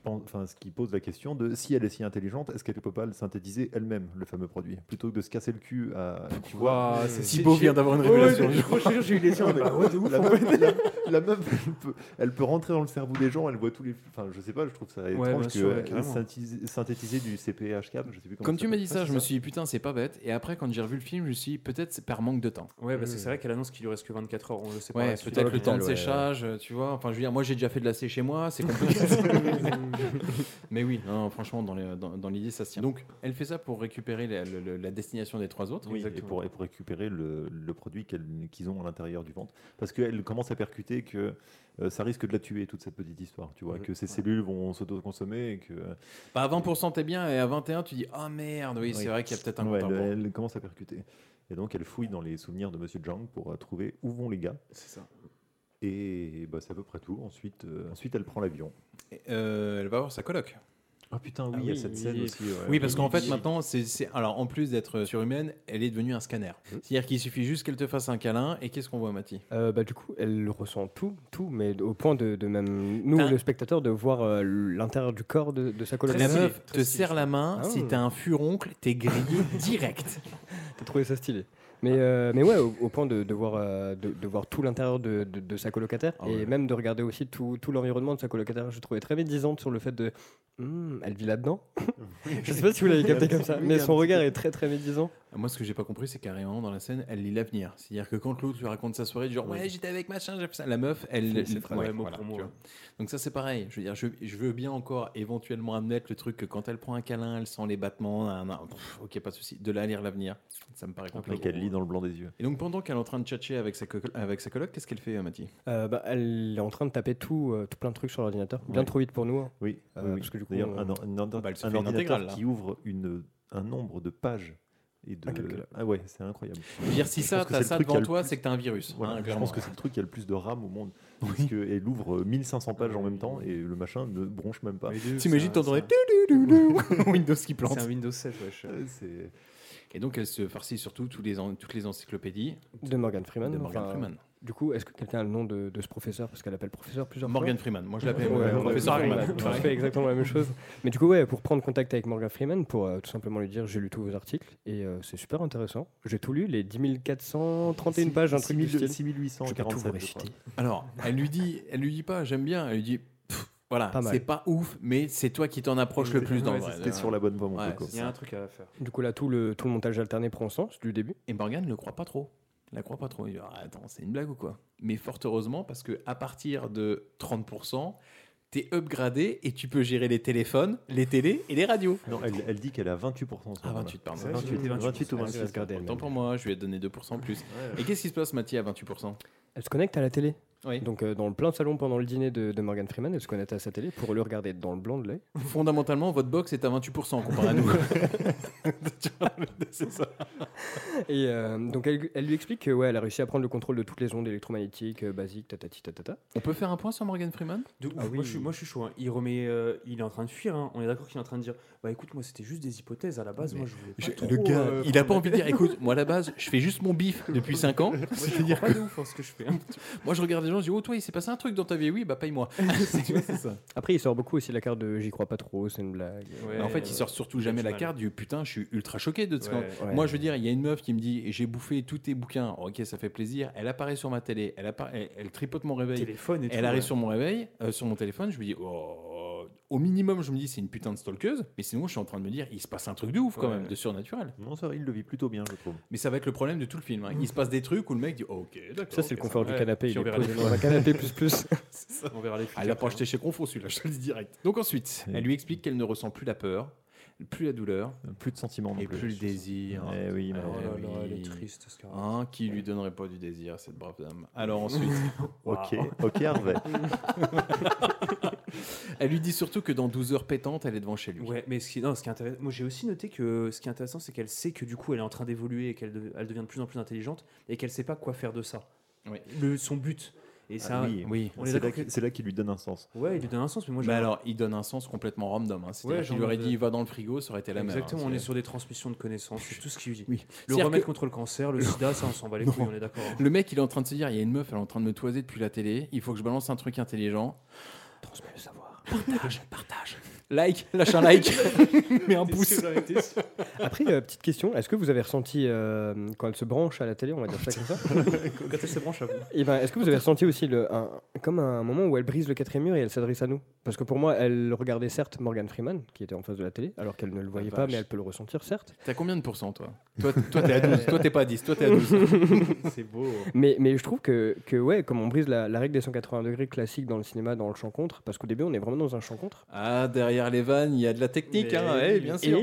[SPEAKER 9] pen- enfin ce qui pose la question de si elle est si intelligente, est-ce qu'elle peut pas le synthétiser elle-même le fameux produit plutôt que de se casser le cul à tu vois
[SPEAKER 2] Ouah, c'est- Thibaut vient d'avoir une révélation.
[SPEAKER 9] mais je crois que j'ai eu les yeux, mais
[SPEAKER 2] Bah ouais, de ouf,
[SPEAKER 9] la
[SPEAKER 2] en
[SPEAKER 9] meuf,
[SPEAKER 2] fait.
[SPEAKER 9] la- la meuf, elle, peut, elle peut rentrer dans le cerveau des gens, elle voit tous les enfin je sais pas, je trouve ça étrange
[SPEAKER 2] bien
[SPEAKER 9] que
[SPEAKER 2] sûr, ouais,
[SPEAKER 9] euh,
[SPEAKER 2] carrément.
[SPEAKER 9] synthétiser, synthétiser du CPH4, je sais plus comment
[SPEAKER 2] Comme tu m'as dit
[SPEAKER 9] s'appelle. Ah,
[SPEAKER 2] ça,
[SPEAKER 9] c'est
[SPEAKER 2] je me suis dit putain, c'est pas bête. Et après, quand j'ai revu le film, je me suis dit peut-être c'est par manque de temps.
[SPEAKER 8] Ouais, parce que c'est vrai qu'elle annonce qu'il lui reste que 24 heures, on le sait pas.
[SPEAKER 2] Hmm. Ouais,
[SPEAKER 8] la suite.
[SPEAKER 2] peut-être le temps de séchage, euh, tu vois. Enfin, je veux dire, moi j'ai déjà fait de la chez moi, c'est compliqué. Mais oui, non, non, franchement, dans les- dans- dans l'idée, ça se tient. Donc, elle fait ça pour récupérer la, le- le- la destination des trois autres.
[SPEAKER 9] Oui, et pour, et pour récupérer le, le produit qu'elle- qu'ils ont à l'intérieur du ventre. Parce qu'elle commence à percuter que euh, ça risque de la tuer, toute cette petite histoire. Tu vois,
[SPEAKER 2] Mhm.
[SPEAKER 9] que ses cellules vont s'autoconsommer et que.
[SPEAKER 2] Bah, à 20%, t'es bien, et à 21, tu dis ah merde, oui, c'est vrai qu'il y a peut-être un
[SPEAKER 9] Ouais,
[SPEAKER 2] compte à
[SPEAKER 9] elle,
[SPEAKER 2] rebours.
[SPEAKER 9] elle commence à percuter. Et donc, elle fouille dans les souvenirs de Monsieur Zhang pour euh, trouver où vont les gars.
[SPEAKER 2] C'est ça.
[SPEAKER 9] Et bah, c'est à peu près tout. Ensuite, euh, ensuite elle prend l'avion.
[SPEAKER 2] Et, euh, elle va voir sa coloc.
[SPEAKER 9] Ah putain, oui, il y a cette scène aussi. ouais.
[SPEAKER 2] Oui, parce qu'en fait, maintenant, c'est, c'est- alors en plus d'être surhumaine, elle est devenue un scanner. C'est-à-dire qu'il suffit juste qu'elle te fasse un câlin, et qu'est-ce qu'on voit, Mati
[SPEAKER 10] Euh, bah, du coup, elle ressent tout, tout, mais au point de, de même, nous, le spectateur, de voir euh, l'intérieur du corps de, de sa coloc.
[SPEAKER 2] La meuf te serre la main, ah. si t'as un furoncle, t'es grillé direct.
[SPEAKER 10] T'as trouvé ça stylé. Mais, euh, mais ouais, au, au point de, de voir, euh, de, de voir tout l'intérieur de, de- de sa colocataire
[SPEAKER 2] Ah
[SPEAKER 10] et
[SPEAKER 2] ouais.
[SPEAKER 10] même de regarder aussi tout, tout l'environnement de sa colocataire. Je trouvais très médisante sur le fait de. Hmm, elle vit là-dedans Je sais pas si vous l'avez capté comme ça, mais son regard est très très médisant.
[SPEAKER 2] Moi, ce que j'ai pas compris, c'est carrément dans la scène, elle lit l'avenir. C'est-à-dire que quand l'autre lui raconte sa soirée, du genre, ouais, j'étais avec machin, j'ai fait ça. La meuf, elle.
[SPEAKER 8] Finit ses
[SPEAKER 2] ouais,
[SPEAKER 8] phrases. Ouais, mot pour mot,
[SPEAKER 2] tu
[SPEAKER 8] ouais.
[SPEAKER 2] vois. Donc, ça, c'est pareil. Je veux dire, je, je veux bien encore éventuellement admettre le truc que quand elle prend un câlin, elle sent les battements. nan, nan, pff, ok, pas de souci. De là à lire l'avenir, ça me paraît
[SPEAKER 9] Et
[SPEAKER 2] compliqué.
[SPEAKER 9] qu'elle lit dans le blanc des yeux.
[SPEAKER 2] Et donc, pendant qu'elle est en train de tchatcher avec sa, co- avec sa coloc, qu'est-ce qu'elle fait, euh, Mathie
[SPEAKER 10] Euh, bah, elle est en train de taper tout, euh, tout plein de trucs sur l'ordinateur, bien
[SPEAKER 9] Ouais.
[SPEAKER 10] trop vite pour nous. hein.
[SPEAKER 9] Oui,
[SPEAKER 10] Euh,
[SPEAKER 9] oui, oui.
[SPEAKER 10] parce que du coup,
[SPEAKER 9] D'ailleurs,
[SPEAKER 10] on-
[SPEAKER 9] un, or- un ordi-
[SPEAKER 2] Bah, elle se
[SPEAKER 9] un
[SPEAKER 2] fait une
[SPEAKER 9] ordinateur
[SPEAKER 2] intégrale, là.
[SPEAKER 9] qui ouvre une, un nombre de pages. Et de...
[SPEAKER 2] Un calcul.
[SPEAKER 9] Ah ouais, c'est incroyable.
[SPEAKER 2] Je veux dire, si
[SPEAKER 9] Je
[SPEAKER 2] ça,
[SPEAKER 9] pense que
[SPEAKER 2] t'as
[SPEAKER 9] c'est le
[SPEAKER 2] ça
[SPEAKER 9] truc
[SPEAKER 2] devant
[SPEAKER 9] qui a le
[SPEAKER 2] toi,
[SPEAKER 9] plus-
[SPEAKER 2] c'est que t'as un virus,
[SPEAKER 9] Voilà,
[SPEAKER 2] hein,
[SPEAKER 9] je
[SPEAKER 2] clairement.
[SPEAKER 9] pense que c'est le truc qui a le plus de RAM au monde. Parce qu'elle ouvre euh, 1500 pages en même temps et le machin ne bronche même pas.
[SPEAKER 2] T'imagines, t'entendrais. Windows qui plante.
[SPEAKER 8] C'est un Windows 7, wesh.
[SPEAKER 9] Ouais, c'est-
[SPEAKER 2] Et donc, elle se farcit surtout tous les en- toutes les encyclopédies.
[SPEAKER 10] De Morgan Freeman.
[SPEAKER 2] De Morgan
[SPEAKER 10] enfin,
[SPEAKER 2] Freeman.
[SPEAKER 10] Du coup, est-ce que quelqu'un a le nom de, de ce professeur Parce qu'elle appelle professeur plusieurs
[SPEAKER 2] Morgan
[SPEAKER 10] fois.
[SPEAKER 2] Freeman. Moi, je l'appelle, euh,
[SPEAKER 10] Morgan
[SPEAKER 2] professeur Freeman.
[SPEAKER 10] On
[SPEAKER 2] Ouais.
[SPEAKER 10] fait exactement la même chose. Mais du coup, ouais, pour prendre contact avec Morgan Freeman, pour euh, tout simplement lui dire j'ai lu tous vos articles et euh, c'est super intéressant. J'ai tout lu, les 10 431 pages, un truc du
[SPEAKER 9] 6000
[SPEAKER 10] style.
[SPEAKER 9] 6847,
[SPEAKER 10] Je vais pas tout vous
[SPEAKER 9] je crois.
[SPEAKER 10] réciter.
[SPEAKER 2] Alors, elle lui dit, elle lui dit pas, j'aime bien. Elle lui dit, pff, voilà,
[SPEAKER 10] Pas mal.
[SPEAKER 2] c'est pas ouf, mais c'est toi qui t'en approches le plus dans.
[SPEAKER 9] Ah, Ouais, c'était sur la bonne pomme, un peu, quoi.
[SPEAKER 8] Il y a un truc à faire.
[SPEAKER 10] Du coup, là, tout le, tout le montage alterné prend sens du début.
[SPEAKER 2] Et Morgan ne croit pas trop. La croit pas trop. Il dit, Ah, attends, c'est une blague ou quoi Mais fort heureusement, parce que à partir de 30%, t'es upgradé et tu peux gérer les téléphones, les télés et les radios.
[SPEAKER 9] Non, elle, elle dit qu'elle a 28%.
[SPEAKER 2] Ah, 28, pardon.
[SPEAKER 9] 28, 28 ou 26.
[SPEAKER 2] Tant pour moi, je lui ai donné 2% plus. Et qu'est-ce qui se passe, Mathieu, à 28%
[SPEAKER 10] Elle se connecte à la télé.
[SPEAKER 2] Oui.
[SPEAKER 10] Donc, euh, dans le plein salon pendant le dîner de, de Morgan Freeman, elle se connecte à sa télé pour le regarder dans le blanc de l'œil.
[SPEAKER 2] Fondamentalement, votre box est à 28% comparé à nous. Tu vois, c'est ça.
[SPEAKER 10] Et euh, donc, elle, elle lui explique que, ouais, elle a réussi à prendre le contrôle de toutes les ondes électromagnétiques euh, basiques, tatati tatata.
[SPEAKER 2] On peut faire un point sur Morgan Freeman
[SPEAKER 8] De ouf.
[SPEAKER 10] Ah oui.
[SPEAKER 8] moi, je suis, moi je suis chaud. hein. Il, remet, euh, il est en train de fuir. hein. On est d'accord qu'il est en train de dire Bah écoute, moi c'était juste des hypothèses à la base. Moi je voulais pas trop,
[SPEAKER 2] Le gars,
[SPEAKER 8] euh,
[SPEAKER 2] il a
[SPEAKER 8] prendre
[SPEAKER 2] pas envie
[SPEAKER 8] la
[SPEAKER 2] de dire
[SPEAKER 8] tête.
[SPEAKER 2] écoute, moi à la base, je fais juste mon bif depuis 5 ans.
[SPEAKER 8] Moi, je
[SPEAKER 2] C'est-à-dire
[SPEAKER 8] comprends
[SPEAKER 2] que
[SPEAKER 8] pas de ouf hein, ce que je fais. hein.
[SPEAKER 2] moi je regarde les gens, je dis oh toi, il s'est passé un truc dans ta vie, oui, bah paye-moi. Tu vois, c'est ça.
[SPEAKER 10] Après, il sort beaucoup aussi la carte de j'y crois pas trop, c'est une blague.
[SPEAKER 2] Mais en fait, il sort surtout jamais la carte du putain, je suis ultra choqué de ce
[SPEAKER 10] Ouais.
[SPEAKER 2] qu'on-
[SPEAKER 10] Ouais.
[SPEAKER 2] Moi, je veux dire, il y a une meuf qui me dit j'ai bouffé tous tes bouquins. Oh, ok, ça fait plaisir. Elle apparaît sur ma télé, elle, appara- elle, elle tripote mon réveil.
[SPEAKER 8] Téléphone et tout,
[SPEAKER 2] elle arrive
[SPEAKER 8] ouais.
[SPEAKER 2] sur mon réveil, euh, sur mon téléphone. Je me dis oh, au minimum, je me dis c'est une putain de stalkeuse. Mais sinon, je suis en train de me dire il se passe un truc de ouf quand
[SPEAKER 9] Ouais.
[SPEAKER 2] même, de surnaturel.
[SPEAKER 9] Non, ça, il le vit plutôt bien, je trouve.
[SPEAKER 2] Mais ça va être le problème de tout le film. hein. Il se passe des trucs où le mec dit oh, ok, d'accord.
[SPEAKER 10] Ça, c'est
[SPEAKER 2] ok,
[SPEAKER 10] le confort
[SPEAKER 2] va.
[SPEAKER 10] du canapé,
[SPEAKER 2] Puis
[SPEAKER 10] il
[SPEAKER 2] on
[SPEAKER 10] est
[SPEAKER 2] verra
[SPEAKER 10] posé
[SPEAKER 2] les
[SPEAKER 10] dans
[SPEAKER 2] films.
[SPEAKER 10] un canapé plus plus.
[SPEAKER 8] On verra les films
[SPEAKER 2] Elle l'a
[SPEAKER 8] après,
[SPEAKER 2] pas acheté chez Confo, celui-là, je te le dis direct. Donc ensuite, elle lui explique qu'elle ne ressent plus la peur, plus la douleur,
[SPEAKER 9] plus de sentiments
[SPEAKER 2] et plus, le désir.
[SPEAKER 9] Eh oui,
[SPEAKER 2] Eh
[SPEAKER 9] malheureusement.
[SPEAKER 2] oui.
[SPEAKER 8] Oh elle est triste, ce qu'elle
[SPEAKER 2] Hein, qui lui donnerait pas du désir, cette brave dame. Alors ensuite.
[SPEAKER 9] Ok, ok, Harvey.
[SPEAKER 2] elle lui dit surtout que dans 12 heures pétantes, elle est devant chez lui.
[SPEAKER 8] Ouais, mais ce qui, non, ce qui est intéressant, moi j'ai aussi noté que ce qui est intéressant, c'est qu'elle sait que du coup elle est en train d'évoluer et qu'elle de- elle devient de plus en plus intelligente et qu'elle sait pas quoi faire de ça. Le- son but. Et
[SPEAKER 2] Ah
[SPEAKER 8] ça,
[SPEAKER 9] oui,
[SPEAKER 8] on est
[SPEAKER 9] c'est
[SPEAKER 8] d'accord
[SPEAKER 9] là,
[SPEAKER 8] que-
[SPEAKER 9] qui- c'est là qu'il lui donne un sens.
[SPEAKER 8] Ouais, il lui donne un sens, mais moi
[SPEAKER 2] Mais
[SPEAKER 8] j'ai-
[SPEAKER 2] Bah alors, il donne un sens complètement random. Hein. C'est-à-dire
[SPEAKER 8] Ouais,
[SPEAKER 2] qu'il
[SPEAKER 8] genre,
[SPEAKER 2] lui aurait
[SPEAKER 8] euh,
[SPEAKER 2] dit va dans le frigo, ça aurait été la hein, même.
[SPEAKER 8] Exactement, on est sur des transmissions de connaissances, c'est tout ce qu'il dit.
[SPEAKER 2] Oui.
[SPEAKER 8] Le
[SPEAKER 2] C'est-à-dire
[SPEAKER 8] remède
[SPEAKER 2] que-
[SPEAKER 8] contre le cancer, le sida, ça on s'en bat les
[SPEAKER 2] Non.
[SPEAKER 8] couilles, on est d'accord. hein.
[SPEAKER 2] Le mec, il est en train de se dire il y a une meuf, elle est en train de me toiser depuis la télé, il faut que je balance un truc intelligent. Transmets le savoir. Partage, partage. Like, lâche un like. Mets un pouce.
[SPEAKER 10] Après, euh, petite question, est-ce que vous avez ressenti, euh, quand elle se branche à la télé, on va dire ça comme ça
[SPEAKER 8] Quand elle se branche à vous.
[SPEAKER 10] Eh ben, Est-ce que vous avez ressenti aussi le, un- comme un moment où elle brise le quatrième mur et elle s'adresse à nous Parce que pour moi, elle regardait certes Morgan Freeman, qui était en face de la télé, alors qu'elle ne le voyait pas,
[SPEAKER 2] Ah, vache.
[SPEAKER 10] mais elle peut le ressentir, certes.
[SPEAKER 2] T'as combien de pourcents, toi Toi, t- toi, t'es à 12. Toi, t'es pas à 10. Toi, t'es à 12.
[SPEAKER 8] C'est beau.
[SPEAKER 10] Mais, mais je trouve que, que, ouais, comme on brise la, la règle des 180 degrés classique dans le cinéma, dans le champ contre, parce qu'au début, on est vraiment dans un champ contre.
[SPEAKER 2] Ah, derrière les vannes, il y a de la technique, hein, ouais, bien sûr.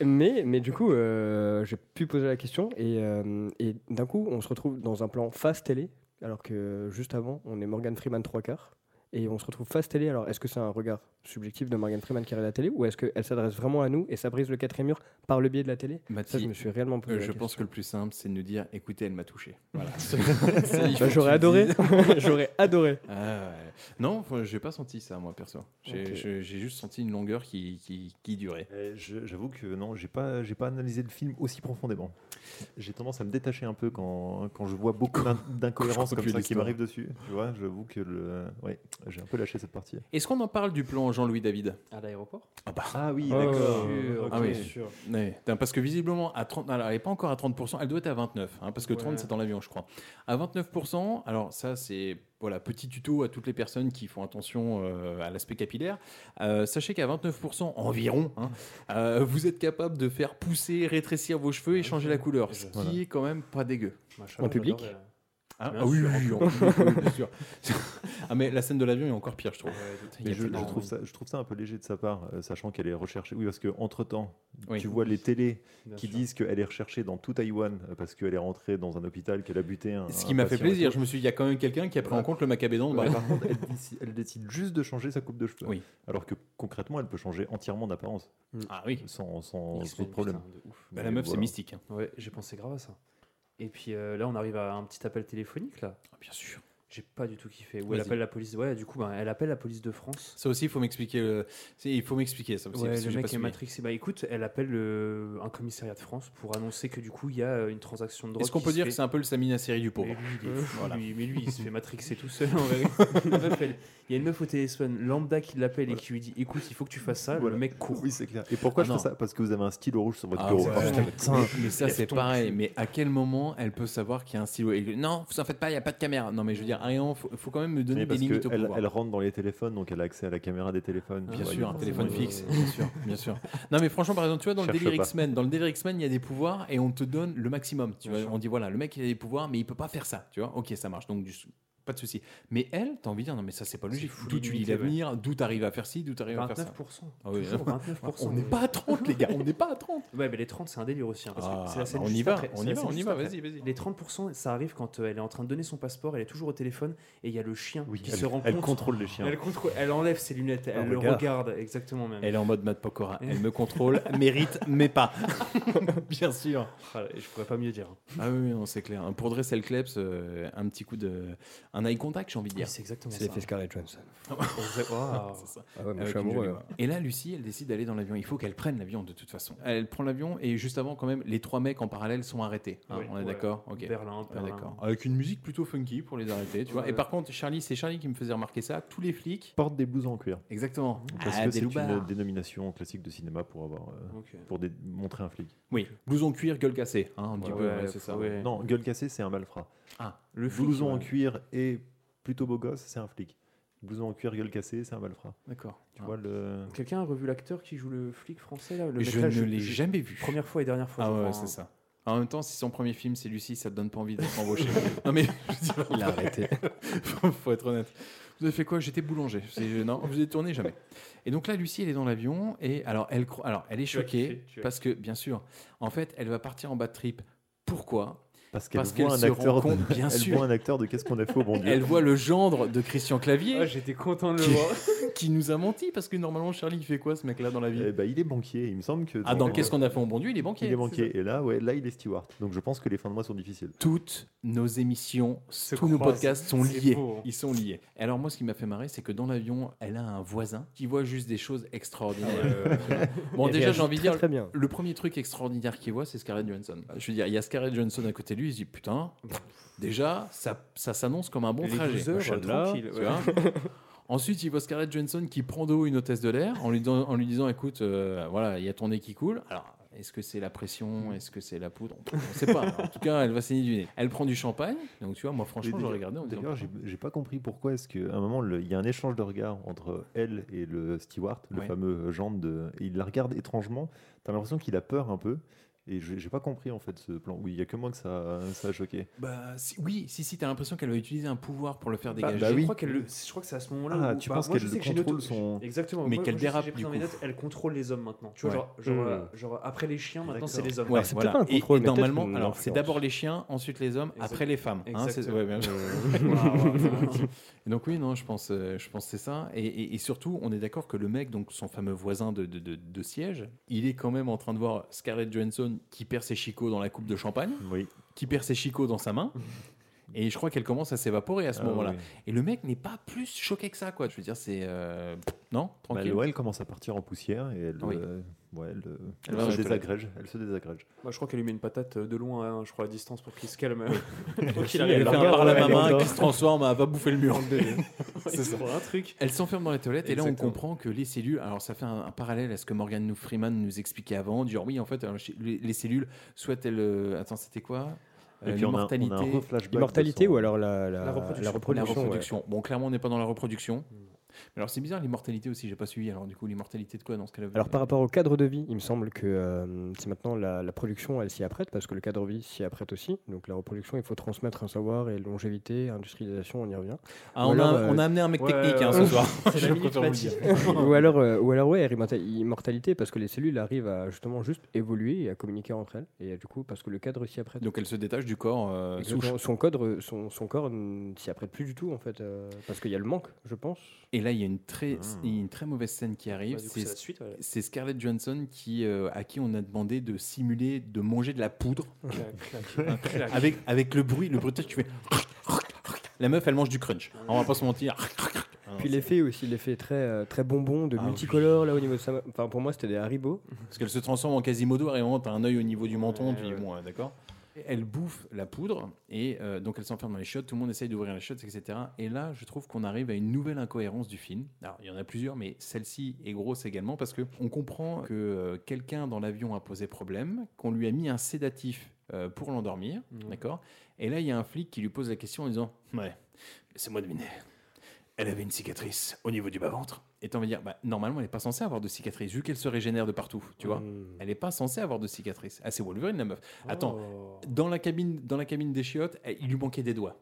[SPEAKER 10] Et- Mais, mais du coup, euh, j'ai pu poser la question et, euh, et d'un coup, on se retrouve dans un plan face télé, alors que juste avant, on est Morgan Freeman trois quarts. Et on se retrouve face télé. Alors, est-ce que c'est un regard subjectif de Morgan Freeman qui regarde la télé ou est-ce qu'elle s'adresse vraiment à nous et ça brise le quatrième mur par le biais de la télé Ça, je me suis réellement posé
[SPEAKER 2] Euh,
[SPEAKER 10] la
[SPEAKER 2] je
[SPEAKER 10] question.
[SPEAKER 2] pense que le plus simple, c'est de nous dire écoutez, elle m'a touché. Voilà.
[SPEAKER 10] Bah,
[SPEAKER 2] il faut que
[SPEAKER 10] j'aurais
[SPEAKER 2] tu
[SPEAKER 10] adoré.
[SPEAKER 2] le dises.
[SPEAKER 10] J'aurais adoré.
[SPEAKER 2] Ah ouais. Non, enfin, j'ai pas senti ça, moi, perso. J'ai
[SPEAKER 9] Ok.
[SPEAKER 2] je- j'ai juste senti une longueur qui, qui, qui durait.
[SPEAKER 9] Euh, je- J'avoue que non, j'ai pas, j'ai pas analysé le film aussi profondément. J'ai tendance à me détacher un peu quand, quand je vois beaucoup d'in- d'incohérences
[SPEAKER 2] Quand
[SPEAKER 9] comme
[SPEAKER 2] tu
[SPEAKER 9] ça
[SPEAKER 2] lis
[SPEAKER 9] qui
[SPEAKER 2] l'histoire.
[SPEAKER 9] m'arrivent dessus. Tu vois, j'avoue que le, ouais, j'ai un peu lâché cette partie.
[SPEAKER 2] Est-ce qu'on en parle du plan Jean-Louis David
[SPEAKER 8] À l'aéroport
[SPEAKER 2] Ah bah.
[SPEAKER 9] Ah oui,
[SPEAKER 10] Oh.
[SPEAKER 2] Ah
[SPEAKER 9] d'accord.
[SPEAKER 2] oui.
[SPEAKER 9] Ok.
[SPEAKER 2] Ah oui. Ouais. Putain, Parce que visiblement, à 30, alors, elle n'est pas encore à 30%, elle doit être à 29%, hein, parce que 30
[SPEAKER 8] Ouais.
[SPEAKER 2] c'est dans l'avion, je crois. À 29%, alors ça, c'est voilà, petit tuto à toutes les personnes qui font attention euh, à l'aspect capillaire. Euh, sachez qu'à 29% environ, hein, euh, vous êtes capable de faire pousser, rétrécir vos cheveux et changer la couleur, ce qui
[SPEAKER 9] Voilà.
[SPEAKER 2] est quand même pas dégueu.
[SPEAKER 8] Machallah, En public j'adorais, hein.
[SPEAKER 2] Hein
[SPEAKER 8] Bien
[SPEAKER 2] Ah oui,
[SPEAKER 8] sûr,
[SPEAKER 2] oui,
[SPEAKER 8] en
[SPEAKER 2] oui,
[SPEAKER 8] public.
[SPEAKER 2] en public, bien sûr. ah, mais la scène de l'avion est encore pire, je trouve. Il y
[SPEAKER 9] Mais
[SPEAKER 2] a
[SPEAKER 9] je,
[SPEAKER 2] tellement-
[SPEAKER 9] je trouve ça, je trouve ça un peu léger de sa part, euh, sachant qu'elle est recherchée. Oui, parce que entre temps,
[SPEAKER 2] Oui.
[SPEAKER 9] tu vois les télés
[SPEAKER 2] Bien
[SPEAKER 9] qui
[SPEAKER 2] sûr.
[SPEAKER 9] disent qu'elle est recherchée dans tout Taïwan euh, parce qu'elle est rentrée dans un hôpital, qu'elle a buté un.
[SPEAKER 2] Ce
[SPEAKER 9] un
[SPEAKER 2] qui m'a fait
[SPEAKER 9] patient et
[SPEAKER 2] plaisir,
[SPEAKER 9] tout.
[SPEAKER 2] je me suis dit, il y a quand même quelqu'un qui a pris en compte le macabédon.
[SPEAKER 9] Ouais,
[SPEAKER 2] bah.
[SPEAKER 9] par contre, elle décide, elle décide juste de changer sa coupe de cheveux. Alors que concrètement, elle peut changer entièrement d'apparence.
[SPEAKER 2] Ah oui.
[SPEAKER 9] Sans, sans,
[SPEAKER 8] Il se
[SPEAKER 9] sans
[SPEAKER 8] fait,
[SPEAKER 9] problème.
[SPEAKER 8] putain, de ouf.
[SPEAKER 2] Bah, la meuf, c'est mystique, hein.
[SPEAKER 8] Ouais, j'ai pensé grave à ça. Et puis euh, là, on arrive à un petit appel téléphonique là.
[SPEAKER 2] Ah, bien sûr.
[SPEAKER 8] J'ai pas du tout kiffé. Où elle
[SPEAKER 2] Vas-y.
[SPEAKER 8] appelle la police. Ouais, du coup, ben, elle appelle la police de France.
[SPEAKER 2] Ça aussi, il faut m'expliquer. le- c'est- Il faut m'expliquer ça. aussi,
[SPEAKER 8] Ouais,
[SPEAKER 2] parce que
[SPEAKER 8] le
[SPEAKER 2] j'ai pas
[SPEAKER 8] mec est
[SPEAKER 2] suivi.
[SPEAKER 8] matrixé. Bah écoute, elle appelle le- un commissariat de France pour annoncer que du coup, il y a euh, une transaction de drogue.
[SPEAKER 2] Est-ce qu'on
[SPEAKER 8] qui
[SPEAKER 2] peut
[SPEAKER 8] se
[SPEAKER 2] dire
[SPEAKER 8] fait.
[SPEAKER 2] que c'est un peu le Samina série du pauvre
[SPEAKER 8] Mais lui, il est fou,
[SPEAKER 2] Voilà.
[SPEAKER 8] lui. Mais lui, il se fait matrixer tout seul. en vrai. La meuf, elle- Il y a une meuf au téléphone lambda qui l'appelle et qui lui dit Écoute, il faut que tu fasses ça.
[SPEAKER 9] Voilà.
[SPEAKER 8] Le mec court.
[SPEAKER 9] Oui, c'est clair. Et pourquoi
[SPEAKER 8] Ah,
[SPEAKER 9] je
[SPEAKER 8] non.
[SPEAKER 9] fais ça Parce que vous avez un stylo rouge sur votre
[SPEAKER 2] Ah,
[SPEAKER 9] bureau.
[SPEAKER 2] ouais.
[SPEAKER 9] Ah, putain,
[SPEAKER 2] mais, mais ça,
[SPEAKER 9] lève
[SPEAKER 2] c'est
[SPEAKER 9] ton
[SPEAKER 2] pareil.
[SPEAKER 9] cul.
[SPEAKER 2] Mais à quel moment elle peut savoir qu'il y a un stylo Et- Non, vous en faites pas, il n'y a pas de caméra. Non, mais je veux dire, Ariane, faut, faut quand même me donner
[SPEAKER 9] Mais
[SPEAKER 2] des
[SPEAKER 9] parce
[SPEAKER 2] limites au
[SPEAKER 9] qu'elle
[SPEAKER 2] pouvoir.
[SPEAKER 9] elle rentre dans les téléphones, donc elle a accès à la caméra des téléphones.
[SPEAKER 2] Bien
[SPEAKER 9] tu vois,
[SPEAKER 2] sûr, un
[SPEAKER 9] donc
[SPEAKER 2] téléphone
[SPEAKER 9] forcément,
[SPEAKER 2] fixe,
[SPEAKER 9] euh,
[SPEAKER 2] bien sûr, bien sûr. Non, mais franchement, par exemple, tu vois, dans le
[SPEAKER 9] Cherche
[SPEAKER 2] délire
[SPEAKER 9] pas.
[SPEAKER 2] X-Men, dans le délire X-Men, il y a des pouvoirs et on te donne le maximum. Tu vois, on dit voilà, le mec il a des pouvoirs, mais il peut pas faire ça. Tu vois, ok, ça marche, donc du- pas de souci. Mais elle, t'as envie de dire non, mais ça c'est pas logique.
[SPEAKER 8] fou
[SPEAKER 2] D'où tu lis
[SPEAKER 8] limité,
[SPEAKER 2] l'avenir, d'où t'arrives à faire ci, d'où t'arrives à faire ça.
[SPEAKER 8] 29%.
[SPEAKER 2] Ah oui.
[SPEAKER 8] Toujours 29%.
[SPEAKER 2] On n'est pas à 30, les gars, on n'est pas à 30.
[SPEAKER 8] Ouais, mais les 30, c'est un délire aussi. hein, parce que
[SPEAKER 2] Ah,
[SPEAKER 8] c'est la scène
[SPEAKER 2] bah, on
[SPEAKER 8] juste
[SPEAKER 2] y va,
[SPEAKER 8] après,
[SPEAKER 2] on
[SPEAKER 8] c'est
[SPEAKER 2] y
[SPEAKER 8] la
[SPEAKER 2] va,
[SPEAKER 8] scène
[SPEAKER 2] on y
[SPEAKER 8] juste
[SPEAKER 2] va,
[SPEAKER 8] après.
[SPEAKER 2] vas-y, vas-y.
[SPEAKER 8] Les 30%, ça arrive quand euh, elle est en train de donner son passeport, elle est toujours au téléphone et il y a le chien qui
[SPEAKER 9] elle-
[SPEAKER 8] se rend
[SPEAKER 9] elle
[SPEAKER 8] compte.
[SPEAKER 9] contrôle les chiens.
[SPEAKER 8] Elle, contrôle- elle enlève ses lunettes, elle
[SPEAKER 2] Un
[SPEAKER 8] le
[SPEAKER 2] regard.
[SPEAKER 8] regarde, exactement même.
[SPEAKER 2] Ah, Elle est en mode Matt Pokora, elle me contrôle, mérite, mais pas. Bien sûr.
[SPEAKER 8] Ah, je pourrais pas mieux dire.
[SPEAKER 2] Ah oui, oui, non, c'est clair. Pour dresser le kleps, euh, un petit coup de. Un eye contact, j'ai envie de dire.
[SPEAKER 8] Oui, c'est exactement
[SPEAKER 10] C'est l'effet Scarlett Johansson.
[SPEAKER 8] Waouh.
[SPEAKER 2] C'est ça.
[SPEAKER 10] Ah ouais, moi, je
[SPEAKER 2] Avec
[SPEAKER 10] suis
[SPEAKER 2] une
[SPEAKER 10] amoureux.
[SPEAKER 2] jolie voix. Et là, Lucie, elle décide d'aller dans l'avion. Il faut qu'elle prenne l'avion de toute façon. Elle prend l'avion et juste avant, quand même, les trois mecs en parallèle sont arrêtés. hein.
[SPEAKER 8] Ouais,
[SPEAKER 2] on est
[SPEAKER 8] ouais.
[SPEAKER 2] d'accord Ok.
[SPEAKER 8] Berlin,
[SPEAKER 2] On est
[SPEAKER 8] Berlin.
[SPEAKER 2] d'accord. Avec une musique plutôt funky pour les arrêter, tu vois.
[SPEAKER 8] Ouais.
[SPEAKER 2] Et par contre, Charlie, c'est Charlie qui me faisait remarquer ça. Tous les flics.
[SPEAKER 9] Porte des blousons en cuir.
[SPEAKER 2] Exactement.
[SPEAKER 9] Parce
[SPEAKER 2] Ah,
[SPEAKER 9] que
[SPEAKER 2] des
[SPEAKER 9] c'est une
[SPEAKER 2] loupards.
[SPEAKER 9] dénomination classique de cinéma pour avoir euh,
[SPEAKER 8] Ok.
[SPEAKER 9] pour dé- montrer un flic.
[SPEAKER 2] Oui, blouson cuir, gueule cassée. hein, un petit
[SPEAKER 8] Ouais,
[SPEAKER 2] peu,
[SPEAKER 8] ouais,
[SPEAKER 2] ouais, c'est ça.
[SPEAKER 8] ouais.
[SPEAKER 9] Non, gueule cassée, c'est un malfrat.
[SPEAKER 2] Ah,
[SPEAKER 9] le
[SPEAKER 2] flic,
[SPEAKER 9] blouson en
[SPEAKER 2] ouais.
[SPEAKER 9] cuir et plutôt beau gosse, c'est un flic. Blouson en cuir, gueule cassée, c'est un malfrat.
[SPEAKER 2] D'accord.
[SPEAKER 9] Tu vois le.
[SPEAKER 8] Quelqu'un a revu l'acteur qui joue le flic français là le
[SPEAKER 2] Je
[SPEAKER 8] mec, là,
[SPEAKER 2] ne l'ai jamais vu.
[SPEAKER 8] Première fois et dernière fois.
[SPEAKER 2] Ah
[SPEAKER 8] je
[SPEAKER 2] ouais,
[SPEAKER 8] crois,
[SPEAKER 2] ouais,
[SPEAKER 8] hein.
[SPEAKER 2] c'est ça. En même temps, si son premier film c'est Lucie, ça te donne pas envie d'être embauché. non mais je dis
[SPEAKER 10] Il a arrêté.
[SPEAKER 2] faut, faut être honnête. Vous avez fait quoi J'étais boulanger. C'est- Non, vous avez tourné jamais. Et donc là, Lucie, elle est dans l'avion et alors elle, cro- alors elle est
[SPEAKER 9] Tu as
[SPEAKER 2] choquée
[SPEAKER 9] kiffé, tu as
[SPEAKER 2] parce que bien sûr, en fait, elle va partir en bad trip. Pourquoi
[SPEAKER 9] Parce qu'elle voit un acteur
[SPEAKER 2] se rend compte,
[SPEAKER 9] de-
[SPEAKER 2] bien
[SPEAKER 9] elle
[SPEAKER 2] sûr.
[SPEAKER 9] voit un acteur de Qu'est-ce qu'on a fait au bon Dieu.
[SPEAKER 2] Elle voit le gendre de Christian Clavier.
[SPEAKER 8] Ah, j'étais content de le
[SPEAKER 2] qui-
[SPEAKER 8] voir.
[SPEAKER 2] qui nous a menti parce que normalement Charlie il fait quoi ce mec-là dans la vie
[SPEAKER 9] Eh ben, il est banquier, il me semble que.
[SPEAKER 2] Ah, dans Qu'est-ce qu'on a fait au bon Dieu, il est banquier,
[SPEAKER 9] Il est
[SPEAKER 2] c'est
[SPEAKER 9] banquier. Et là, ouais, là, il est steward. Donc je pense que les fins de mois sont difficiles.
[SPEAKER 2] Toutes nos émissions, tous nos
[SPEAKER 9] croisent.
[SPEAKER 2] podcasts sont
[SPEAKER 9] C'est
[SPEAKER 2] liés.
[SPEAKER 9] beau, hein.
[SPEAKER 2] Ils sont liés. Et alors moi, ce qui m'a fait marrer, c'est que dans l'avion, elle a un voisin qui voit juste des choses extraordinaires.
[SPEAKER 10] Ah ouais.
[SPEAKER 2] bon,
[SPEAKER 10] Il
[SPEAKER 2] déjà,
[SPEAKER 10] réagit
[SPEAKER 2] j'ai envie de
[SPEAKER 10] très,
[SPEAKER 2] dire,
[SPEAKER 10] très bien.
[SPEAKER 2] le premier truc extraordinaire qu'il voit, c'est Scarlett Johansson. Je veux dire, il y a Scarlett Johansson à côté de lui, il se dit putain, déjà, ça, ça s'annonce comme un bon
[SPEAKER 8] Les
[SPEAKER 2] trajet.
[SPEAKER 8] 12 heures,
[SPEAKER 2] Machin,
[SPEAKER 8] tranquille,
[SPEAKER 2] tu
[SPEAKER 8] ouais.
[SPEAKER 2] vois. Ensuite, il voit Scarlett Johansson qui prend de haut une hôtesse de l'air en lui, don- en lui disant Écoute, euh, voilà, il y a ton nez qui coule. Alors, est-ce que c'est la
[SPEAKER 8] Hmm.
[SPEAKER 2] pression Est-ce que c'est la poudre On ne sait pas. En tout cas, elle va saigner du nez. Elle prend du champagne. Donc, tu vois, moi, franchement,
[SPEAKER 9] Mais
[SPEAKER 2] je
[SPEAKER 9] d'ailleurs-
[SPEAKER 2] regardais en disant
[SPEAKER 9] D'ailleurs, j'ai j'ai pas compris pourquoi est-ce qu'à un moment, le- il y a un échange de regards entre elle et le steward, le
[SPEAKER 2] Ouais.
[SPEAKER 9] fameux gendre. De, et il la regarde étrangement. T'as l'impression qu'il a peur un peu. Et j'ai j'ai pas compris en fait ce plan. Oui, il y a que moi que ça, ça a choqué.
[SPEAKER 2] Bah, si- oui, si, si, t'as l'impression qu'elle va utiliser un pouvoir pour le faire
[SPEAKER 9] Bah,
[SPEAKER 2] dégager.
[SPEAKER 9] bah oui.
[SPEAKER 8] Je crois, qu'elle le- je crois que c'est à ce moment-là.
[SPEAKER 9] Ah,
[SPEAKER 8] où-
[SPEAKER 9] tu
[SPEAKER 8] bah,
[SPEAKER 9] penses
[SPEAKER 8] moi, je
[SPEAKER 9] qu'elle
[SPEAKER 8] sais que j'ai
[SPEAKER 9] contrôle
[SPEAKER 8] noté-
[SPEAKER 9] son-
[SPEAKER 8] Exactement.
[SPEAKER 2] Mais
[SPEAKER 8] Moi,
[SPEAKER 2] qu'elle
[SPEAKER 8] moi, je sais que
[SPEAKER 2] dérape,
[SPEAKER 8] J'ai pris
[SPEAKER 2] du
[SPEAKER 8] dans mes
[SPEAKER 2] coup.
[SPEAKER 8] notes, elle contrôle les hommes maintenant. Tu vois,
[SPEAKER 2] Ouais.
[SPEAKER 8] genre, genre,
[SPEAKER 2] Mmh.
[SPEAKER 8] euh, genre, après les chiens, maintenant c'est les hommes.
[SPEAKER 2] Ouais, voilà. Et- et, normalement, alors c'est
[SPEAKER 8] d'abord
[SPEAKER 2] d'abord les chiens, ensuite les hommes, après les femmes. hein, c'est-
[SPEAKER 8] Exactement.
[SPEAKER 2] ouais, bien sûr.
[SPEAKER 8] Waouh, waouh.
[SPEAKER 2] Et donc oui, non, je pense, euh, je pense que c'est ça. Et, et- et surtout, on est d'accord que le mec, donc son fameux voisin de, de- de- de siège, il est quand même en train de voir Scarlett Johansson qui perd ses chicots dans la coupe de champagne, qui perd ses chicots dans sa main. Et je crois qu'elle commence à s'évaporer à ce
[SPEAKER 9] Ah
[SPEAKER 2] moment-là.
[SPEAKER 9] oui.
[SPEAKER 2] Et le mec n'est pas plus choqué que ça, quoi. Je veux dire, c'est euh, non,
[SPEAKER 9] Bah,
[SPEAKER 2] tranquille.
[SPEAKER 9] ouais, elle commence à partir en poussière et elle,
[SPEAKER 2] Ah Oui.
[SPEAKER 9] euh, ouais, elle,
[SPEAKER 2] Elle
[SPEAKER 9] euh, elle
[SPEAKER 2] va aux
[SPEAKER 9] se
[SPEAKER 2] toilettes.
[SPEAKER 9] désagrège. Elle se désagrège.
[SPEAKER 8] Moi, je crois qu'elle lui met une patate euh, de loin, hein, je crois, à distance pour qu'il se calme.
[SPEAKER 2] Elle
[SPEAKER 8] Pour
[SPEAKER 2] fait
[SPEAKER 8] qu'il
[SPEAKER 2] un
[SPEAKER 8] arrive à la
[SPEAKER 2] par la
[SPEAKER 8] regarder.
[SPEAKER 2] maman qui se transforme à va bouffer le mur.
[SPEAKER 8] C'est ça. un truc.
[SPEAKER 2] Elle s'enferme dans les toilettes et là on
[SPEAKER 8] Exactement.
[SPEAKER 2] comprend que les cellules, alors ça fait un, un parallèle à ce que Morgan nous- Freeman nous expliquait avant, du genre oui en fait alors, chez- les, les cellules, soit elles... euh, attends c'était quoi Euh,
[SPEAKER 9] Et puis, on a- on a un
[SPEAKER 2] l'immortalité-
[SPEAKER 9] reflashback
[SPEAKER 10] L'immortalité ou alors la, la, reproduction,
[SPEAKER 2] La
[SPEAKER 10] ouais.
[SPEAKER 2] reproduction. Bon clairement on n'est pas dans la reproduction. Mais Alors c'est bizarre l'immortalité aussi, j'ai pas suivi alors du coup l'immortalité de quoi dans ce cas-là
[SPEAKER 10] Alors par rapport au cadre de vie, il me semble que euh, c'est maintenant la, la production, elle s'y apprête, parce que le cadre de vie s'y apprête aussi. Donc la reproduction, il faut transmettre un savoir et longévité, industrialisation, on y revient.
[SPEAKER 2] Ah,
[SPEAKER 10] Ou
[SPEAKER 2] on a-
[SPEAKER 10] alors,
[SPEAKER 2] on a amené un mec technique,
[SPEAKER 8] euh,
[SPEAKER 2] hein, ce soir.
[SPEAKER 10] C'est
[SPEAKER 2] Je
[SPEAKER 10] la
[SPEAKER 2] préfère vous le dire.
[SPEAKER 10] minute Ou alors, euh, ou alors ouais, immorta- immortalité, parce que les cellules arrivent à justement juste évoluer et à communiquer entre elles. Et euh, du coup, parce que le cadre s'y apprête.
[SPEAKER 2] Donc elle se détache du corps euh, souche.
[SPEAKER 10] Exactement. son, cadre, son, son corps ne s'y apprête plus du tout, en fait, euh, parce qu'il y a le manque, je pense.
[SPEAKER 2] Et là, il y a une très, une très mauvaise scène qui arrive.
[SPEAKER 10] Ouais, du coup, c'est la suite, ouais.
[SPEAKER 2] c'est Scarlett Johansson qui, euh, à qui on a demandé de simuler, de manger de la poudre.
[SPEAKER 8] Clac, clac, clac.
[SPEAKER 2] avec, avec le bruit, le bruitage, tu fais. La meuf, elle mange du crunch. On va pas se mentir.
[SPEAKER 10] Puis l'effet aussi, l'effet très, euh, très bonbon, de
[SPEAKER 2] Ah oui.
[SPEAKER 10] multicolore, là, au niveau de sa... Enfin, pour moi, c'était des Haribo.
[SPEAKER 2] Parce qu'elle se transforme en Quasimodo, et vraiment, t'as un œil au niveau du menton, tu dis, bon, ouais, d'accord. Et Elle bouffe la poudre, et euh, donc elle s'enferme dans les chiottes, tout le monde essaye d'ouvrir les chiottes, etc. Et là, je trouve qu'on arrive à une nouvelle incohérence du film. Alors, il y en a plusieurs, mais celle-ci est grosse également, parce que on comprend que euh, quelqu'un dans l'avion a posé problème, qu'on lui a mis un sédatif euh, pour l'endormir, d'accord Et là, il y a un flic qui lui pose la question en disant, ouais, laissez-moi deviner, elle avait une cicatrice au niveau du bas-ventre. Et t'as envie de dire, bah, normalement, elle n'est pas censée avoir de cicatrice, vu qu'elle se régénère de partout, tu vois.
[SPEAKER 10] Hum.
[SPEAKER 2] Elle n'est pas censée avoir de cicatrice. Ah, c'est Wolverine, la meuf. Attends,
[SPEAKER 10] Oh.
[SPEAKER 2] dans, la cabine, dans la cabine des chiottes, elle- il lui manquait des doigts.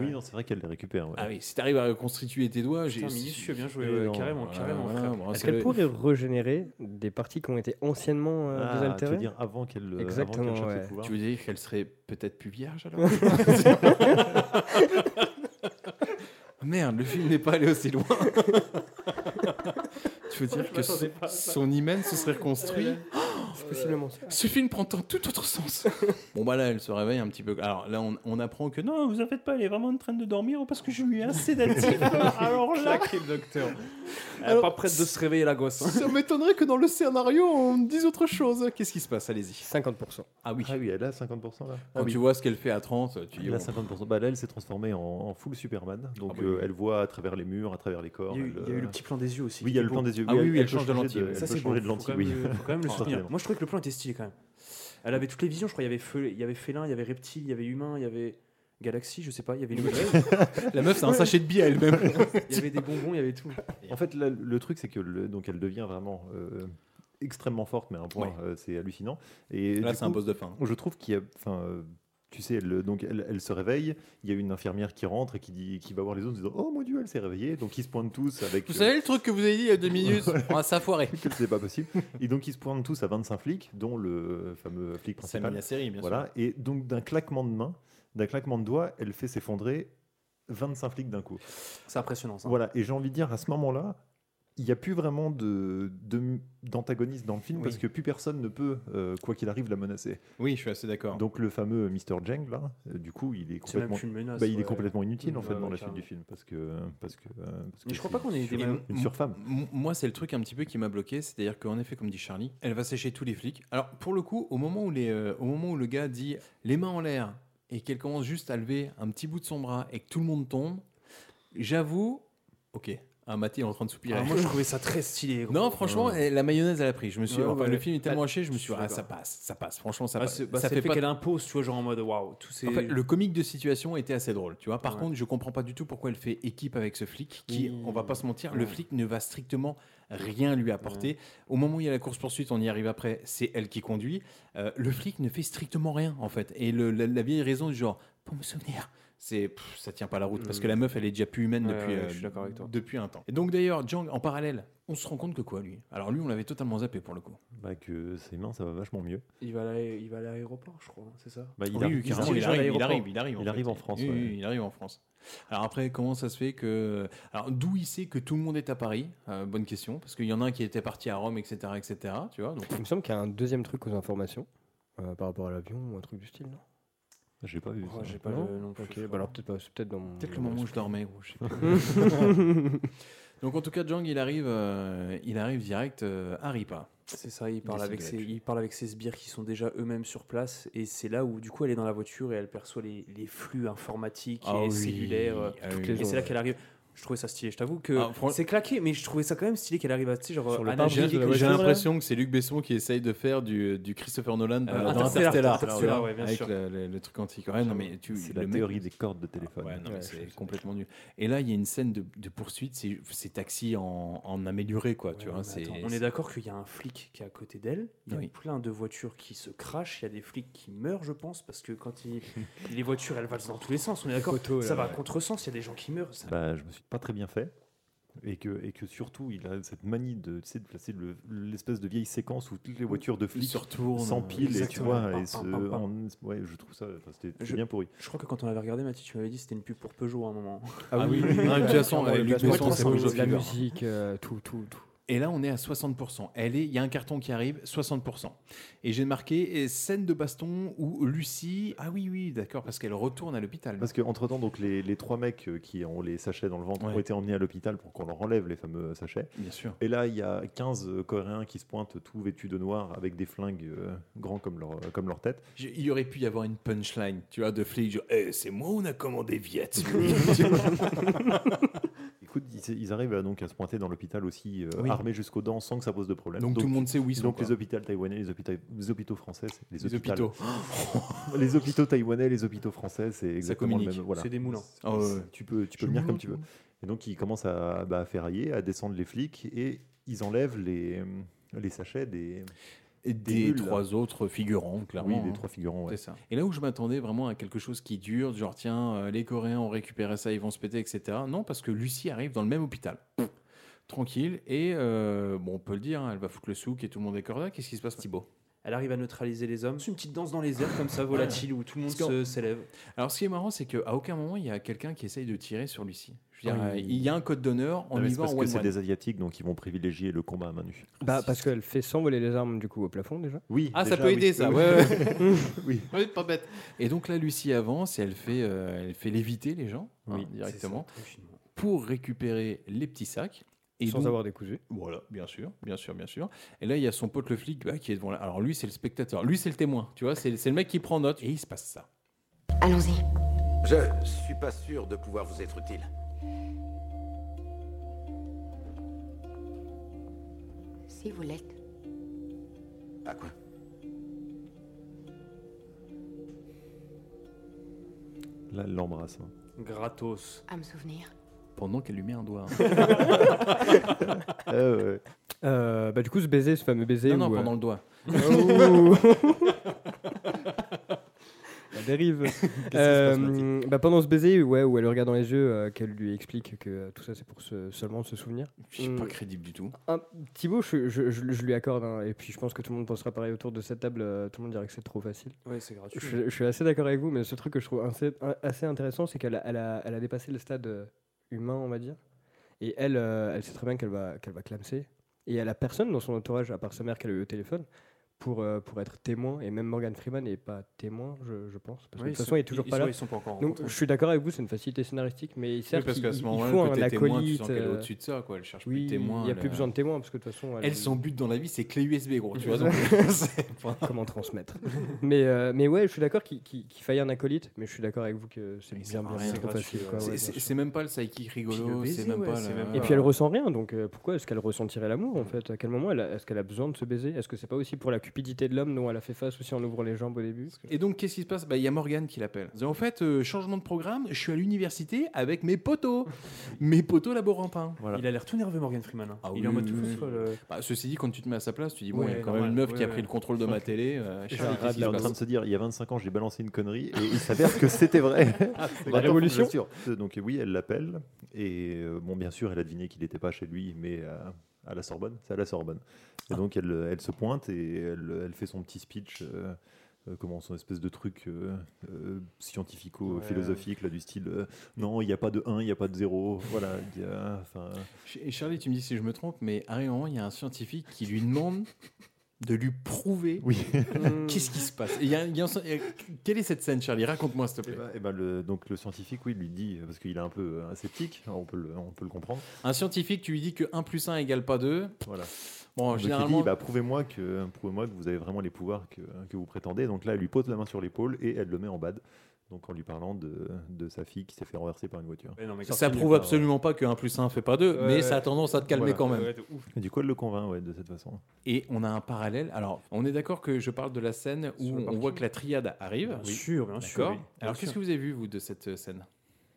[SPEAKER 9] Oui, non, c'est vrai qu'elle les récupère. ouais.
[SPEAKER 2] Ah oui, si t'arrives à reconstituer tes doigts, j'ai.
[SPEAKER 8] Putain, minutieux, bien joué,
[SPEAKER 2] Eh
[SPEAKER 8] ouais,
[SPEAKER 2] non,
[SPEAKER 8] carrément,
[SPEAKER 2] voilà,
[SPEAKER 8] carrément,
[SPEAKER 2] voilà,
[SPEAKER 8] frère.
[SPEAKER 2] bon,
[SPEAKER 10] Est-ce
[SPEAKER 2] c'est
[SPEAKER 10] qu'elle
[SPEAKER 2] le-
[SPEAKER 10] pourrait régénérer des parties qui ont été anciennement euh,
[SPEAKER 9] Ah,
[SPEAKER 10] désaltérées
[SPEAKER 9] tu veux dire avant qu'elle, euh, avant qu'elle
[SPEAKER 10] Exactement,
[SPEAKER 9] chope ses
[SPEAKER 10] ouais.
[SPEAKER 9] pouvoirs
[SPEAKER 2] Tu veux dire qu'elle serait peut-être plus vierge alors Ah, Merde, le film n'est pas allé aussi loin. tu veux dire
[SPEAKER 10] je
[SPEAKER 2] que
[SPEAKER 10] m'attendais
[SPEAKER 2] son,
[SPEAKER 10] pas à ça.
[SPEAKER 2] son hymen se serait reconstruit Ah,
[SPEAKER 10] C'est possiblement ça.
[SPEAKER 2] Ce film prend un tout autre sens. Bon bah là, elle se réveille un petit peu. Alors là, on, on apprend que non, vous en faites pas, elle est vraiment en train de dormir oh, parce que je lui ai un sédatif. Alors là,
[SPEAKER 8] Claquer le docteur. Elle est
[SPEAKER 2] Alors,
[SPEAKER 8] pas prête de se réveiller, la gosse. hein.
[SPEAKER 2] ça m'étonnerait que dans le scénario, on me dise autre chose. Qu'est-ce qui se passe Allez-y.
[SPEAKER 10] 50%.
[SPEAKER 2] Ah oui.
[SPEAKER 9] Ah oui, elle a 50%
[SPEAKER 8] Oh,
[SPEAKER 9] là. Ah
[SPEAKER 2] Quand tu vois ce qu'elle fait à 30, tu dis
[SPEAKER 9] Elle a
[SPEAKER 2] bon.
[SPEAKER 9] 50%. Bah, là, elle s'est transformée en, en full Superman. Donc,
[SPEAKER 2] Ah oui.
[SPEAKER 9] euh, elle voit à travers les murs, à travers les corps.
[SPEAKER 8] Il y a eu-
[SPEAKER 9] elle,
[SPEAKER 8] il y a eu
[SPEAKER 9] euh,
[SPEAKER 8] le petit plan des yeux aussi,
[SPEAKER 9] Oui,
[SPEAKER 8] qui
[SPEAKER 9] il y a
[SPEAKER 8] était
[SPEAKER 9] le plan
[SPEAKER 8] beau.
[SPEAKER 9] des yeux.
[SPEAKER 8] Ah
[SPEAKER 9] oui,
[SPEAKER 8] oui, oui, elle
[SPEAKER 9] peut
[SPEAKER 8] change de
[SPEAKER 9] changer
[SPEAKER 8] lentille, ouais.
[SPEAKER 9] elle
[SPEAKER 8] Ça,
[SPEAKER 9] peut
[SPEAKER 8] c'est
[SPEAKER 9] changer de
[SPEAKER 8] beau, faut
[SPEAKER 9] lentille,
[SPEAKER 8] quand
[SPEAKER 9] oui.
[SPEAKER 8] même, euh, faut quand même le
[SPEAKER 9] Ah,
[SPEAKER 8] soutenir.
[SPEAKER 9] carrément.
[SPEAKER 8] Moi, je trouvais que le plan était stylé quand même. Elle avait toutes les visions, je crois. Il y avait, feu- il y avait félin, il y avait reptile, il y avait humain, il y avait galaxie, je sais pas. Il y avait une
[SPEAKER 2] La meuf, c'est un sachet de bière elle-même.
[SPEAKER 8] Il y avait des bonbons, il y avait tout.
[SPEAKER 9] En fait, là, le truc, c'est que le- donc elle devient vraiment euh, extrêmement forte, mais à un point,
[SPEAKER 2] Ouais.
[SPEAKER 9] euh, c'est hallucinant. Et
[SPEAKER 2] Là,
[SPEAKER 9] du
[SPEAKER 2] c'est un
[SPEAKER 9] coup,
[SPEAKER 2] boss de fin.
[SPEAKER 9] Je trouve qu'il y a. Enfin, euh, tu sais, elle, donc elle, elle se réveille. Il y a une infirmière qui rentre et qui, dit, qui va voir les autres en disant Oh mon dieu, elle s'est réveillée. Donc ils se pointent tous avec.
[SPEAKER 2] Vous savez le truc que vous avez dit il y a deux minutes On va s'affoirer.
[SPEAKER 9] que c'est pas possible. Et donc ils se pointent tous à 25 flics, dont le fameux flic
[SPEAKER 2] Samy
[SPEAKER 9] principal.
[SPEAKER 2] Nasseri, bien
[SPEAKER 9] voilà.
[SPEAKER 2] sûr.
[SPEAKER 9] Et donc d'un claquement de main, d'un claquement de doigts, elle fait s'effondrer 25 flics d'un coup.
[SPEAKER 8] C'est impressionnant ça.
[SPEAKER 9] Voilà. Et j'ai envie de dire à ce moment-là, il n'y a plus vraiment de de- d'antagoniste dans le film
[SPEAKER 2] Oui.
[SPEAKER 9] parce que plus personne ne peut, euh, quoi qu'il arrive, la menacer.
[SPEAKER 2] Oui, je suis assez d'accord.
[SPEAKER 9] Donc le fameux Mr. Jeng là, euh, du coup, il est
[SPEAKER 8] Ah, C'est même
[SPEAKER 9] complètement,
[SPEAKER 8] plus une menace,
[SPEAKER 9] bah, il
[SPEAKER 8] ouais.
[SPEAKER 9] est complètement inutile en
[SPEAKER 8] Ouais,
[SPEAKER 9] fait dans la
[SPEAKER 8] ouais,
[SPEAKER 9] suite
[SPEAKER 8] carrément.
[SPEAKER 9] du film parce que parce que euh, parce
[SPEAKER 8] Mais
[SPEAKER 9] que
[SPEAKER 8] je crois
[SPEAKER 9] c'est
[SPEAKER 8] pas qu'on ait des
[SPEAKER 9] une-
[SPEAKER 8] menaces.
[SPEAKER 9] une surfemme.
[SPEAKER 2] M- Moi, c'est le truc un petit peu qui m'a bloqué, c'est-à-dire qu'en effet, comme dit Charlie, elle va sécher tous les flics. Alors, pour le coup, au moment où, les, euh, au moment où le gars dit les mains en l'air et qu'elle commence juste à lever un petit bout de son bras et que tout le monde tombe, j'avoue, ok. Ah, Mathé est en train de soupirer.
[SPEAKER 8] Ah, moi, je trouvais ça très stylé, gros.
[SPEAKER 2] Non, franchement,
[SPEAKER 8] Ouais.
[SPEAKER 2] eh, la mayonnaise, elle a pris. Je me suis,
[SPEAKER 8] Ouais,
[SPEAKER 2] enfin,
[SPEAKER 8] ouais.
[SPEAKER 2] Le film est tellement
[SPEAKER 8] Bah,
[SPEAKER 2] haché, je me
[SPEAKER 8] je
[SPEAKER 2] suis
[SPEAKER 8] suis
[SPEAKER 2] dit, ah, ça
[SPEAKER 8] d'accord.
[SPEAKER 2] passe, ça passe. Franchement, ça
[SPEAKER 8] Ah,
[SPEAKER 2] passe.
[SPEAKER 8] c'est- bah,
[SPEAKER 2] ça
[SPEAKER 8] c'est
[SPEAKER 2] fait
[SPEAKER 8] fait
[SPEAKER 2] pas
[SPEAKER 8] qu'elle impose, tu vois, genre en mode waouh, tout c'est.
[SPEAKER 2] En fait, le comique de situation était assez drôle, tu vois. Par
[SPEAKER 8] Ouais.
[SPEAKER 2] contre, je comprends pas du tout pourquoi elle fait équipe avec ce flic qui,
[SPEAKER 8] Oui.
[SPEAKER 2] on va pas se mentir, le
[SPEAKER 8] Ouais.
[SPEAKER 2] flic ne va strictement rien lui apporter. Au moment où il y a la course-poursuite, on y arrive après, c'est elle qui conduit. Euh, le flic ne fait strictement rien, en fait. Et le- la, la vieille raison du genre, pour me souvenir, c'est pff, ça tient pas la route parce que la meuf, elle est déjà plus humaine
[SPEAKER 8] Mmh. Ouais,
[SPEAKER 2] depuis,
[SPEAKER 8] ouais,
[SPEAKER 2] euh,
[SPEAKER 8] je suis d'accord avec toi.
[SPEAKER 2] depuis un temps. Et donc, d'ailleurs, Jang, en parallèle, on se rend compte que quoi, lui Alors, lui, on l'avait totalement zappé pour le coup.
[SPEAKER 9] Bah que ses mains, ça va vachement mieux.
[SPEAKER 8] Il va à l'aé- il va à l'aéroport, je crois, c'est ça
[SPEAKER 9] Bah, il
[SPEAKER 2] Oui,
[SPEAKER 9] arrive-
[SPEAKER 2] Ah oui,
[SPEAKER 9] il
[SPEAKER 2] carrément,
[SPEAKER 9] se
[SPEAKER 2] il,
[SPEAKER 9] dirige à
[SPEAKER 2] arrive, il
[SPEAKER 9] l'aéroport.
[SPEAKER 2] arrive, il arrive.
[SPEAKER 9] Il arrive
[SPEAKER 2] fait.
[SPEAKER 9] en France,
[SPEAKER 2] Oui,
[SPEAKER 9] ouais.
[SPEAKER 2] oui, il arrive en France. Alors après, comment ça se fait que. Alors d'où il sait que tout le monde est à Paris Euh, Bonne question, parce qu'il y en a un qui était parti à Rome, etc., etc. Tu vois. Donc
[SPEAKER 10] Il me semble qu'il y a un deuxième truc aux informations euh, par rapport à l'avion ou un truc du style, non
[SPEAKER 9] J'ai pas vu.
[SPEAKER 8] Oh,
[SPEAKER 9] ça.
[SPEAKER 8] j'ai pas
[SPEAKER 10] Non
[SPEAKER 8] le nom plus,
[SPEAKER 10] Ok,
[SPEAKER 8] je
[SPEAKER 10] bah
[SPEAKER 8] crois.
[SPEAKER 10] alors peut-être pas, c'est peut-être dans mon.
[SPEAKER 2] Peut-être le
[SPEAKER 10] dans mon
[SPEAKER 2] moment où euh, je
[SPEAKER 10] esprit.
[SPEAKER 2] dormais. ou je sais pas. Donc en tout cas, Jang, il arrive, euh, il arrive direct euh, à Ripa.
[SPEAKER 8] C'est ça, il parle,
[SPEAKER 2] Décide
[SPEAKER 8] avec
[SPEAKER 2] de
[SPEAKER 8] ses,
[SPEAKER 2] là-dessus.
[SPEAKER 8] il parle avec ses sbires qui sont déjà eux-mêmes sur place. Et c'est là où, du coup, elle est dans la voiture et elle perçoit les, les flux informatiques
[SPEAKER 2] Ah
[SPEAKER 8] et
[SPEAKER 2] oui,
[SPEAKER 8] cellulaires. euh,
[SPEAKER 2] ah
[SPEAKER 8] toutes
[SPEAKER 2] oui.
[SPEAKER 8] les- et c'est là
[SPEAKER 2] Ouais.
[SPEAKER 8] qu'elle arrive. Je trouvais ça stylé. Je t'avoue que
[SPEAKER 2] Ah, fran-
[SPEAKER 8] c'est claqué, mais je trouvais ça quand même stylé qu'elle arrive à, tu sais, genre,
[SPEAKER 2] J'ai-
[SPEAKER 8] analyser
[SPEAKER 2] J'ai
[SPEAKER 8] Ah, quelque
[SPEAKER 2] j'ai
[SPEAKER 8] chose, là.
[SPEAKER 2] l'impression que c'est Luc Besson qui essaye de faire du, du Christopher Nolan dans,
[SPEAKER 8] Euh,
[SPEAKER 2] dans
[SPEAKER 8] Interstellar,
[SPEAKER 2] Interstellar,
[SPEAKER 8] Interstellar,
[SPEAKER 2] tu vois,
[SPEAKER 8] ouais, bien
[SPEAKER 2] avec
[SPEAKER 8] sûr.
[SPEAKER 2] le, le- le truc antique. Ouais, non, mais tu,
[SPEAKER 9] C'est la
[SPEAKER 2] le mec-
[SPEAKER 9] théorie des cordes de téléphone.
[SPEAKER 2] Ouais, non, mais c'est complètement nul. Et là, il y a une scène de, de poursuite, c'est- c'est taxi en, en amélioré, quoi. tu vois,
[SPEAKER 8] Mais
[SPEAKER 2] c'est-
[SPEAKER 8] attends, on est d'accord qu'il y a un flic qui est à côté d'elle. Il y a
[SPEAKER 2] Oui.
[SPEAKER 8] plein de voitures qui se crachent. Il y a des flics qui meurent, je pense, parce que quand il- les voitures, elles valent dans tous les sens. On est d'accord.
[SPEAKER 10] photos, là,
[SPEAKER 8] Ça va à
[SPEAKER 10] ouais.
[SPEAKER 8] contresens. Il y a des gens qui meurent. ça-
[SPEAKER 9] Bah, je me suis pas très bien fait. Et que, et que surtout, il a cette manie de, tu sais, de placer le- l'espèce de vieille séquence où toutes les voitures de flics
[SPEAKER 2] se retournent,
[SPEAKER 9] s'empilent et tu
[SPEAKER 8] exactement.
[SPEAKER 9] vois,
[SPEAKER 8] Pam,
[SPEAKER 9] et se-
[SPEAKER 8] pam, pam, pam.
[SPEAKER 9] en- ouais, je trouve ça, enfin, c'était c'était
[SPEAKER 8] Je-
[SPEAKER 9] bien pourri.
[SPEAKER 8] Je crois que quand on l'avait regardé, Mathieu, tu m'avais dit que c'était une pub pour Peugeot à un moment.
[SPEAKER 2] Ah oui, oui, oui. Ah, de toute façon,
[SPEAKER 8] Clairement,
[SPEAKER 2] euh,
[SPEAKER 8] le
[SPEAKER 2] Luc
[SPEAKER 8] placement
[SPEAKER 2] Besson,
[SPEAKER 8] de
[SPEAKER 2] c'est
[SPEAKER 8] Peugeot,
[SPEAKER 2] Peugeot
[SPEAKER 10] La
[SPEAKER 2] Fever.
[SPEAKER 10] musique, euh, tout, tout, tout.
[SPEAKER 2] Et là, on est à 60%. Elle est, il y a un carton qui arrive, 60%. Et j'ai marqué eh, scène de baston où Lucie. Ah oui, oui, d'accord, parce qu'elle retourne à l'hôpital.
[SPEAKER 9] Parce qu'entre temps, donc les, les trois mecs euh, qui ont les sachets dans le ventre ont
[SPEAKER 2] Ouais.
[SPEAKER 9] été emmenés à l'hôpital pour qu'on leur enlève les fameux sachets.
[SPEAKER 2] Bien sûr.
[SPEAKER 9] Et là, il y a 15 Coréens qui se pointent tout vêtus de noir avec des flingues euh, grands comme leur, comme leur tête.
[SPEAKER 2] J'ai- Il y aurait pu y avoir une punchline, tu vois, de flic, genre, Eh, c'est moi, on a commandé Viet.
[SPEAKER 9] Écoute, ils, ils arrivent à, donc à se pointer dans l'hôpital aussi euh,
[SPEAKER 2] Oui.
[SPEAKER 9] armés jusqu'aux dents sans que ça pose de problème.
[SPEAKER 2] Donc, tout le monde sait où ils sont,
[SPEAKER 9] Donc
[SPEAKER 2] quoi.
[SPEAKER 9] les hôpitaux taïwanais, les hôpitaux, les hôpitaux français, c'est- les,
[SPEAKER 2] Les
[SPEAKER 9] hôpitaux.
[SPEAKER 2] hôpitaux.
[SPEAKER 9] les hôpitaux taïwanais, les hôpitaux français, c'est exactement le
[SPEAKER 2] communique.
[SPEAKER 9] même. Voilà.
[SPEAKER 8] C'est des moulins.
[SPEAKER 9] C'est-
[SPEAKER 2] Ah ouais,
[SPEAKER 9] c'est-
[SPEAKER 2] ouais.
[SPEAKER 9] Tu peux,
[SPEAKER 2] Je
[SPEAKER 9] tu peux venir
[SPEAKER 2] moulin,
[SPEAKER 9] comme tu
[SPEAKER 2] je
[SPEAKER 9] veux. Et donc ils commencent à, bah, à ferrailler, à descendre les flics et ils enlèvent les, euh, les sachets des.
[SPEAKER 2] Et des
[SPEAKER 9] bulles, là.
[SPEAKER 2] trois autres figurants, clairement.
[SPEAKER 9] Oui, des
[SPEAKER 2] hein.
[SPEAKER 9] trois figurants. ouais.
[SPEAKER 2] C'est ça. Et là où je m'attendais vraiment à quelque chose qui dure, genre tiens, euh, les Coréens ont récupéré ça, ils vont se péter, etc. Non, parce que Lucie arrive dans le même hôpital. Pff, Tranquille, et euh, bon, on peut le dire, hein, elle va foutre le souk et tout le monde est corda. Qu'est-ce qui se passe, Thibaut
[SPEAKER 8] Elle arrive à neutraliser les hommes. C'est une petite danse dans les airs comme ça, volatile, où tout le monde se- s'élève.
[SPEAKER 2] Alors, ce qui est marrant, c'est qu'à aucun moment il y a quelqu'un qui essaye de tirer sur Lucie. Je veux dire,
[SPEAKER 9] Ah,
[SPEAKER 2] euh,
[SPEAKER 9] il-
[SPEAKER 2] il y a un code d'honneur, on
[SPEAKER 9] Non, mais
[SPEAKER 2] y
[SPEAKER 9] c'est
[SPEAKER 2] va en
[SPEAKER 9] parce que c'est
[SPEAKER 2] one-one.
[SPEAKER 9] des asiatiques, donc ils vont privilégier le combat à main nue.
[SPEAKER 10] Bah, parce qu'elle fait s'envoler les armes du coup au plafond déjà.
[SPEAKER 9] Oui.
[SPEAKER 2] Ah, ça
[SPEAKER 9] déjà,
[SPEAKER 2] peut
[SPEAKER 9] oui.
[SPEAKER 2] aider, ça.
[SPEAKER 9] Oui.
[SPEAKER 2] Ouais, ouais.
[SPEAKER 9] oui.
[SPEAKER 2] Ouais, pas bête. Et donc là, Lucie avance et elle fait, euh, elle fait léviter les gens hein,
[SPEAKER 8] Ah,
[SPEAKER 9] Oui,
[SPEAKER 2] directement pour récupérer les petits sacs. Et
[SPEAKER 10] Sans
[SPEAKER 2] donc-
[SPEAKER 10] avoir décousu.
[SPEAKER 2] Voilà, bien sûr, bien sûr, bien sûr. Et là, il y a son pote le flic bah, qui est devant là. Alors lui, c'est le spectateur. Lui, c'est le témoin. Tu vois, c'est c'est le mec qui prend note. Et il se passe ça.
[SPEAKER 14] Allons-y.
[SPEAKER 15] Je suis pas sûr de pouvoir vous être utile.
[SPEAKER 14] Si vous l'êtes.
[SPEAKER 15] À quoi
[SPEAKER 9] Là, elle l'embrasse. hein.
[SPEAKER 8] Gratos.
[SPEAKER 14] À me souvenir.
[SPEAKER 2] Pendant qu'elle lui met un doigt.
[SPEAKER 9] Ah ouais.
[SPEAKER 10] Euh, bah, du coup, ce baiser, ce fameux baiser.
[SPEAKER 2] Non, non,
[SPEAKER 10] où, euh,
[SPEAKER 2] pendant le doigt.
[SPEAKER 10] Oh. La dérive.
[SPEAKER 2] se
[SPEAKER 10] Euh,
[SPEAKER 2] passe,
[SPEAKER 10] bah, pendant ce baiser, ouais, où elle le regarde dans les yeux, euh, qu'elle lui explique que euh, tout ça, c'est pour se- seulement se souvenir.
[SPEAKER 2] Je suis pas crédible du tout.
[SPEAKER 10] Un, Thibaut, je, je- je- je lui accorde, hein, et puis je pense que tout le monde pensera pareil autour de cette table, euh, tout le monde dirait que c'est trop facile.
[SPEAKER 8] Ouais, c'est gratuit.
[SPEAKER 10] Je, je suis assez d'accord avec vous, mais ce truc que je trouve assez, un- assez intéressant, c'est qu'elle a, elle a, elle a dépassé le stade euh, humain, on va dire, et elle, euh, elle sait très bien qu'elle va, qu'elle va clamser, et elle a personne dans son entourage, à part sa mère qu'elle a eu au téléphone. Pour, euh, pour être témoin, et même Morgan Freeman n'est pas témoin, je, je pense. Parce que de
[SPEAKER 8] Oui, ils
[SPEAKER 10] toute
[SPEAKER 8] sont-
[SPEAKER 10] façon, il est toujours
[SPEAKER 8] ils-
[SPEAKER 10] pas
[SPEAKER 8] ils
[SPEAKER 10] là.
[SPEAKER 8] sont- ils sont pas encore
[SPEAKER 10] Donc,
[SPEAKER 8] rencontrés.
[SPEAKER 10] je suis d'accord avec vous, c'est une facilité scénaristique, mais il sert
[SPEAKER 2] parce qu'à ce moment-là,
[SPEAKER 10] faut
[SPEAKER 2] le
[SPEAKER 10] un
[SPEAKER 2] côté témoin, tu sens
[SPEAKER 10] acolyte,
[SPEAKER 2] qu'elle est
[SPEAKER 10] euh,
[SPEAKER 2] au-dessus de ça, quoi. Elle cherche plus de
[SPEAKER 10] oui,
[SPEAKER 2] témoin,
[SPEAKER 10] Il n'y a
[SPEAKER 2] elle,
[SPEAKER 10] plus besoin de témoin, parce que de toute façon.
[SPEAKER 2] Elle, son but dans la vie, c'est clé USB, gros. Tu vois, donc, c'est pas-
[SPEAKER 10] Comment transmettre mais, euh, mais ouais, je suis d'accord qu'il qu'il- qu'il faille un acolyte, mais je suis d'accord avec vous que c'est bien, bien,
[SPEAKER 2] rien,
[SPEAKER 10] c'est trop
[SPEAKER 2] gratuit,
[SPEAKER 10] facile.
[SPEAKER 2] ouais.
[SPEAKER 10] quoi,
[SPEAKER 2] C'est-
[SPEAKER 10] ouais,
[SPEAKER 2] c'est-
[SPEAKER 10] bien sûr.
[SPEAKER 2] c'est même pas le psychique rigolo,
[SPEAKER 10] Puis le
[SPEAKER 2] c'est
[SPEAKER 10] baiser,
[SPEAKER 2] même
[SPEAKER 10] ouais,
[SPEAKER 2] pas
[SPEAKER 10] c'est
[SPEAKER 2] le-
[SPEAKER 10] même
[SPEAKER 2] Ouais.
[SPEAKER 10] Et puis elle ressent rien, donc euh, pourquoi est-ce qu'elle ressentirait l'amour en fait À quel moment elle a- est-ce qu'elle a besoin de se baiser Est-ce que c'est pas aussi pour la cupidité de l'homme dont elle a fait face aussi en ouvrant les jambes au début
[SPEAKER 2] Et donc, qu'est-ce qui se passe Bah, Il y a Morgane qui l'appelle. En fait, euh, changement de programme, je suis à l'université avec mes potos. mes potos laborantins.
[SPEAKER 8] Il a l'air tout nerveux, Morgan Freeman.
[SPEAKER 2] Ah
[SPEAKER 8] hein. il est en mode tout folle. euh.
[SPEAKER 2] Bah, ceci dit, quand tu te mets à sa place, tu dis, bon, il y a
[SPEAKER 8] Ouais,
[SPEAKER 2] quand même une
[SPEAKER 8] normal.
[SPEAKER 2] meuf qui a
[SPEAKER 8] Ouais,
[SPEAKER 2] pris le
[SPEAKER 8] ouais.
[SPEAKER 2] contrôle de ma télé. euh, je sais pas qu'est-ce
[SPEAKER 9] il
[SPEAKER 2] qui
[SPEAKER 9] est
[SPEAKER 2] se
[SPEAKER 9] en train de
[SPEAKER 2] passe.
[SPEAKER 9] se dire, il y a 25 ans, j'ai balancé une connerie et il s'avère que c'était vrai.
[SPEAKER 2] Ah, c'est
[SPEAKER 9] Bah,
[SPEAKER 2] la
[SPEAKER 9] attends,
[SPEAKER 2] révolution.
[SPEAKER 9] bien sûr. Euh, Donc oui, elle l'appelle et euh, bon, bien sûr, elle a deviné qu'il n'était pas chez lui, mais à, à la Sorbonne. C'est à la Sorbonne. Et donc elle, elle se pointe et elle, elle fait son petit speech. euh, euh, comment son espèce de truc euh, euh, scientifico-philosophique là du style euh, non il n'y a pas de 1 il n'y a pas de 0 voilà il y a- enfin
[SPEAKER 2] Ch- Et Charlie, tu me dis si je me trompe, mais à un moment, il y a un scientifique qui lui demande de lui prouver qu'est-ce qui se passe. Et il y a- il y a un- il y a- quelle est cette scène, Charlie Raconte-moi, s'il te plaît.
[SPEAKER 9] Eh ben- eh ben, le- donc le scientifique, oui, lui dit, parce qu'il est un peu euh, sceptique, on peut, le, on peut le comprendre.
[SPEAKER 2] Un scientifique, tu lui dis que 1 plus 1 égale pas 2.
[SPEAKER 9] Voilà.
[SPEAKER 2] Bon,
[SPEAKER 9] Donc il
[SPEAKER 2] généralement.
[SPEAKER 9] dit, bah, prouvez-moi que, prouvez que vous avez vraiment les pouvoirs que, que vous prétendez. Donc là, elle lui pose la main sur l'épaule et elle le met en bad. Donc en lui parlant de, de sa fille qui s'est fait renverser par une voiture.
[SPEAKER 8] Mais non, mais
[SPEAKER 2] ça prouve absolument pas que 1 plus 1 fait pas 2, mais ça a tendance à te calmer
[SPEAKER 9] Voilà.
[SPEAKER 2] quand même.
[SPEAKER 9] Et du coup, elle le convainc ouais, de cette façon.
[SPEAKER 2] Et on a un parallèle. Alors, on est d'accord que je parle de la scène où on voit que la triade arrive.
[SPEAKER 8] Bien sûr, bien sûr,
[SPEAKER 2] D'accord.
[SPEAKER 8] oui. Bien
[SPEAKER 2] Alors, qu'est-ce
[SPEAKER 8] sûr.
[SPEAKER 2] que vous avez vu, vous, de cette euh, scène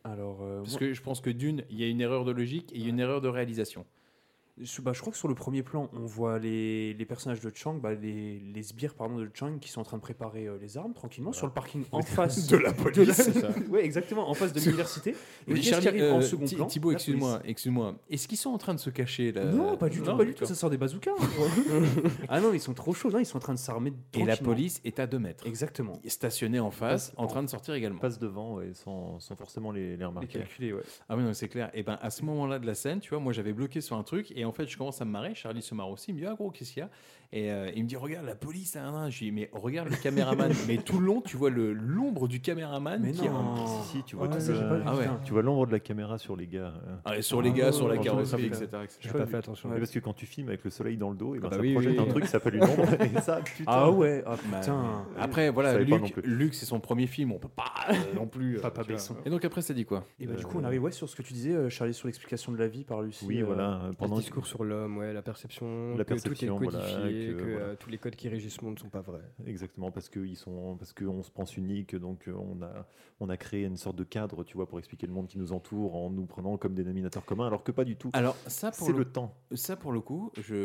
[SPEAKER 8] Alors, euh,
[SPEAKER 2] Parce
[SPEAKER 8] moi-
[SPEAKER 2] que je pense que d'une, il y a une erreur de logique et il y a une erreur de réalisation.
[SPEAKER 8] Je, bah, je crois que sur le premier plan, on voit les, les personnages de Chang, bah, les, les sbires pardon, de Chang qui sont en train de préparer euh, les armes tranquillement sur le parking en face
[SPEAKER 2] De la police. C'est ça.
[SPEAKER 8] ouais, exactement, en face de l'université. Et
[SPEAKER 2] Et
[SPEAKER 8] qu'est-ce qui arrive en second
[SPEAKER 2] Thi-
[SPEAKER 8] plan
[SPEAKER 2] euh, Thibaut,
[SPEAKER 8] La
[SPEAKER 2] excuse-moi,
[SPEAKER 8] police.
[SPEAKER 2] excuse-moi. Est-ce qu'ils sont en train de se cacher là
[SPEAKER 8] Euh, Non, pas du tout, pas du tout,
[SPEAKER 2] d'accord.
[SPEAKER 8] ça sort des bazookas. ah non, ils sont trop chauds, non, ils sont en train de s'armer.
[SPEAKER 2] Et la
[SPEAKER 8] tranquillement.
[SPEAKER 2] police est à 2 mètres.
[SPEAKER 8] Exactement.
[SPEAKER 2] Stationnée en face, en train de sortir également.
[SPEAKER 9] Passe devant ouais, sans, sans forcément les, les remarquer.
[SPEAKER 2] Ah oui, non, c'est clair. Et ben à ce moment-là de la scène, tu vois, moi j'avais bloqué sur un truc et en fait je commence à me marrer. Charlie se marre aussi. Il me dit ah gros qu'est-ce qu'il y a Et euh, il me dit regarde la police. Ah, ah. Je lui dis mais regarde le caméraman. mais tout le long tu vois le l'ombre du caméraman.
[SPEAKER 8] Mais
[SPEAKER 2] qui est
[SPEAKER 8] non.
[SPEAKER 2] en-
[SPEAKER 9] Si, si, tu vois,
[SPEAKER 2] Ah
[SPEAKER 9] tout
[SPEAKER 2] ouais,
[SPEAKER 9] le-
[SPEAKER 2] j'ai pas vu,
[SPEAKER 9] ah ouais.
[SPEAKER 2] putain.
[SPEAKER 9] tu vois l'ombre de la caméra sur les gars. hein.
[SPEAKER 2] Ah, et sur les gars, sur la carrosserie,
[SPEAKER 9] sur les gars.
[SPEAKER 2] etc., etc. J'ai pas fait attention.
[SPEAKER 9] Mais parce que quand tu filmes avec le soleil dans le dos, et ben
[SPEAKER 2] Ah bah
[SPEAKER 9] ça
[SPEAKER 2] oui,
[SPEAKER 9] projette
[SPEAKER 2] oui,
[SPEAKER 9] un
[SPEAKER 2] oui.
[SPEAKER 9] truc qui s'appelle une ombre. et ça, putain.
[SPEAKER 8] Ah ouais, ah
[SPEAKER 2] Bah,
[SPEAKER 8] putain.
[SPEAKER 2] Après
[SPEAKER 9] Je
[SPEAKER 2] voilà,
[SPEAKER 9] savais pas non
[SPEAKER 2] Luc,
[SPEAKER 9] plus.
[SPEAKER 2] Luc, c'est son premier film, on peut pas euh, non plus. euh,
[SPEAKER 8] Papa
[SPEAKER 2] tu vois.
[SPEAKER 8] Besson.
[SPEAKER 2] Et donc après ça dit quoi
[SPEAKER 8] Et bah, du coup, on arrive ouais, sur ce que tu disais, euh, Charlie, sur l'explication de la vie par Lucie.
[SPEAKER 9] euh, Oui,
[SPEAKER 8] euh,
[SPEAKER 9] voilà, pendant
[SPEAKER 10] le discours sur l'homme, ouais, la perception,
[SPEAKER 9] La
[SPEAKER 10] que
[SPEAKER 9] perception,
[SPEAKER 10] tout est
[SPEAKER 9] voilà,
[SPEAKER 10] codifié,
[SPEAKER 9] que,
[SPEAKER 10] que,
[SPEAKER 9] voilà.
[SPEAKER 10] euh, tous les codes qui régissent le monde ne sont pas vrais.
[SPEAKER 9] Exactement, parce que ils sont, parce qu'on se pense unique, donc euh, on a, on a créé une sorte de cadre, tu vois, pour expliquer le monde qui nous entoure en nous prenant comme dénominateur commun, alors que pas du tout.
[SPEAKER 2] Alors ça Ah, pour
[SPEAKER 9] c'est le... temps.
[SPEAKER 2] Ça pour le coup, je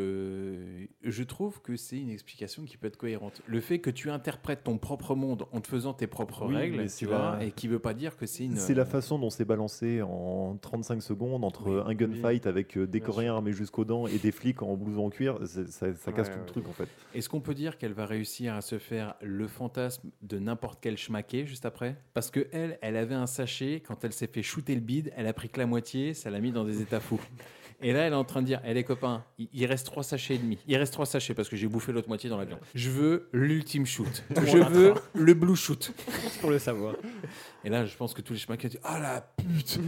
[SPEAKER 2] je trouve que c'est une explication qui peut être cohérente. Le fait que tu interprètes ton propre monde en te faisant tes propres
[SPEAKER 9] Oui, mais
[SPEAKER 2] règles,
[SPEAKER 9] c'est
[SPEAKER 2] tu vois,
[SPEAKER 9] la-
[SPEAKER 2] et qui veut pas dire que c'est une.
[SPEAKER 9] C'est la façon dont c'est balancé en 35 secondes entre euh, un gunfight avec euh, des Coréens armés jusqu'aux dents et des flics en blouson en cuir, c'est- ça, ça casse
[SPEAKER 2] Ouais,
[SPEAKER 9] tout le
[SPEAKER 2] ouais.
[SPEAKER 9] truc en fait.
[SPEAKER 2] Est-ce qu'on peut dire qu'elle va réussir à se faire le fantasme de n'importe quel schmaqué juste après Parce que elle, elle avait un sachet quand elle s'est fait shooter le bide, elle a pris que la moitié, ça l'a mis dans des états fous. Et là, elle est en train de dire, elle est copain, il il reste trois sachets et demi. Il reste trois sachets parce que j'ai bouffé l'autre moitié dans l'avion. Je veux l'ultime shoot. Je veux le blue shoot.
[SPEAKER 10] Pour le savoir.
[SPEAKER 2] Et là, je pense que tous les schmaqués disent Ah la pute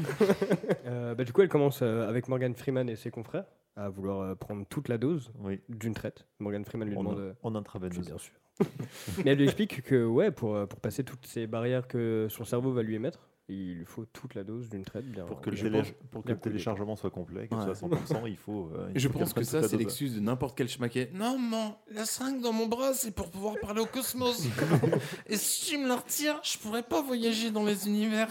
[SPEAKER 10] Euh, bah, du coup, elle commence euh, avec Morgan Freeman et ses confrères à vouloir euh, prendre toute la dose d'une traite. Morgan Freeman lui
[SPEAKER 9] En-
[SPEAKER 10] demande. euh,
[SPEAKER 9] en intraveineuse.
[SPEAKER 10] bien sûr. Mais elle lui explique que ouais, pour, euh, pour passer toutes ces barrières que son cerveau va lui émettre, il faut toute la dose d'une traite bien.
[SPEAKER 9] Pour que le,
[SPEAKER 10] je
[SPEAKER 9] télé-
[SPEAKER 10] pense,
[SPEAKER 9] pour que
[SPEAKER 10] bien
[SPEAKER 9] le
[SPEAKER 10] coulée.
[SPEAKER 9] téléchargement soit complet, qu'il
[SPEAKER 10] Ouais.
[SPEAKER 9] soit à 100%, il faut. euh, il
[SPEAKER 2] Je
[SPEAKER 9] faut qu'elle
[SPEAKER 2] pense que
[SPEAKER 9] prenne toute
[SPEAKER 2] ça,
[SPEAKER 9] la
[SPEAKER 2] c'est
[SPEAKER 9] dose.
[SPEAKER 2] l'excuse de n'importe quel schmaqué. Non, maman, la seringue dans mon bras, c'est pour pouvoir parler au cosmos. Et si tu me la retires, je pourrais pas voyager dans les univers.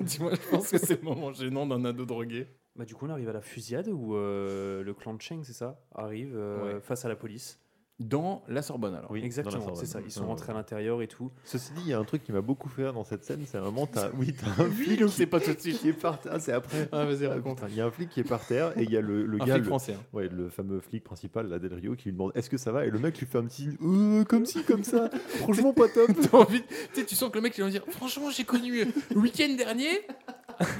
[SPEAKER 2] Dis-moi, je pense que c'est le moment gênant d'un ado drogué.
[SPEAKER 8] Bah, du coup, on arrive à la fusillade où euh, le clan de Cheng, c'est ça, arrive euh,
[SPEAKER 2] Ouais.
[SPEAKER 8] face à la police.
[SPEAKER 2] Dans la Sorbonne, alors.
[SPEAKER 9] Oui, dans la
[SPEAKER 8] Exactement,
[SPEAKER 9] Sorbonne.
[SPEAKER 8] c'est ça. Ils sont
[SPEAKER 9] Ouais.
[SPEAKER 8] rentrés à l'intérieur et tout.
[SPEAKER 9] Ceci dit, il y a un truc qui m'a beaucoup fait rire dans cette scène, c'est un moment, t'as oui, t'as un flic qui-
[SPEAKER 2] c'est pas tout de suite.
[SPEAKER 9] qui est par terre, Ah, c'est après.
[SPEAKER 2] Ah, vas-y,
[SPEAKER 9] Ah,
[SPEAKER 2] raconte.
[SPEAKER 9] putain, Il y a un flic qui est par terre et il y a le, le
[SPEAKER 2] Un
[SPEAKER 9] gars,
[SPEAKER 2] flic
[SPEAKER 9] le,
[SPEAKER 2] français, hein.
[SPEAKER 9] ouais, le fameux flic principal, la Del Rio, qui lui demande est-ce que ça va et le mec lui fait un petit signe, Euh, comme si, comme ça. Franchement, pas top.
[SPEAKER 16] Tu sais, tu sens que le mec, il va me dire Franchement, j'ai connu mieux. Le week-end dernier,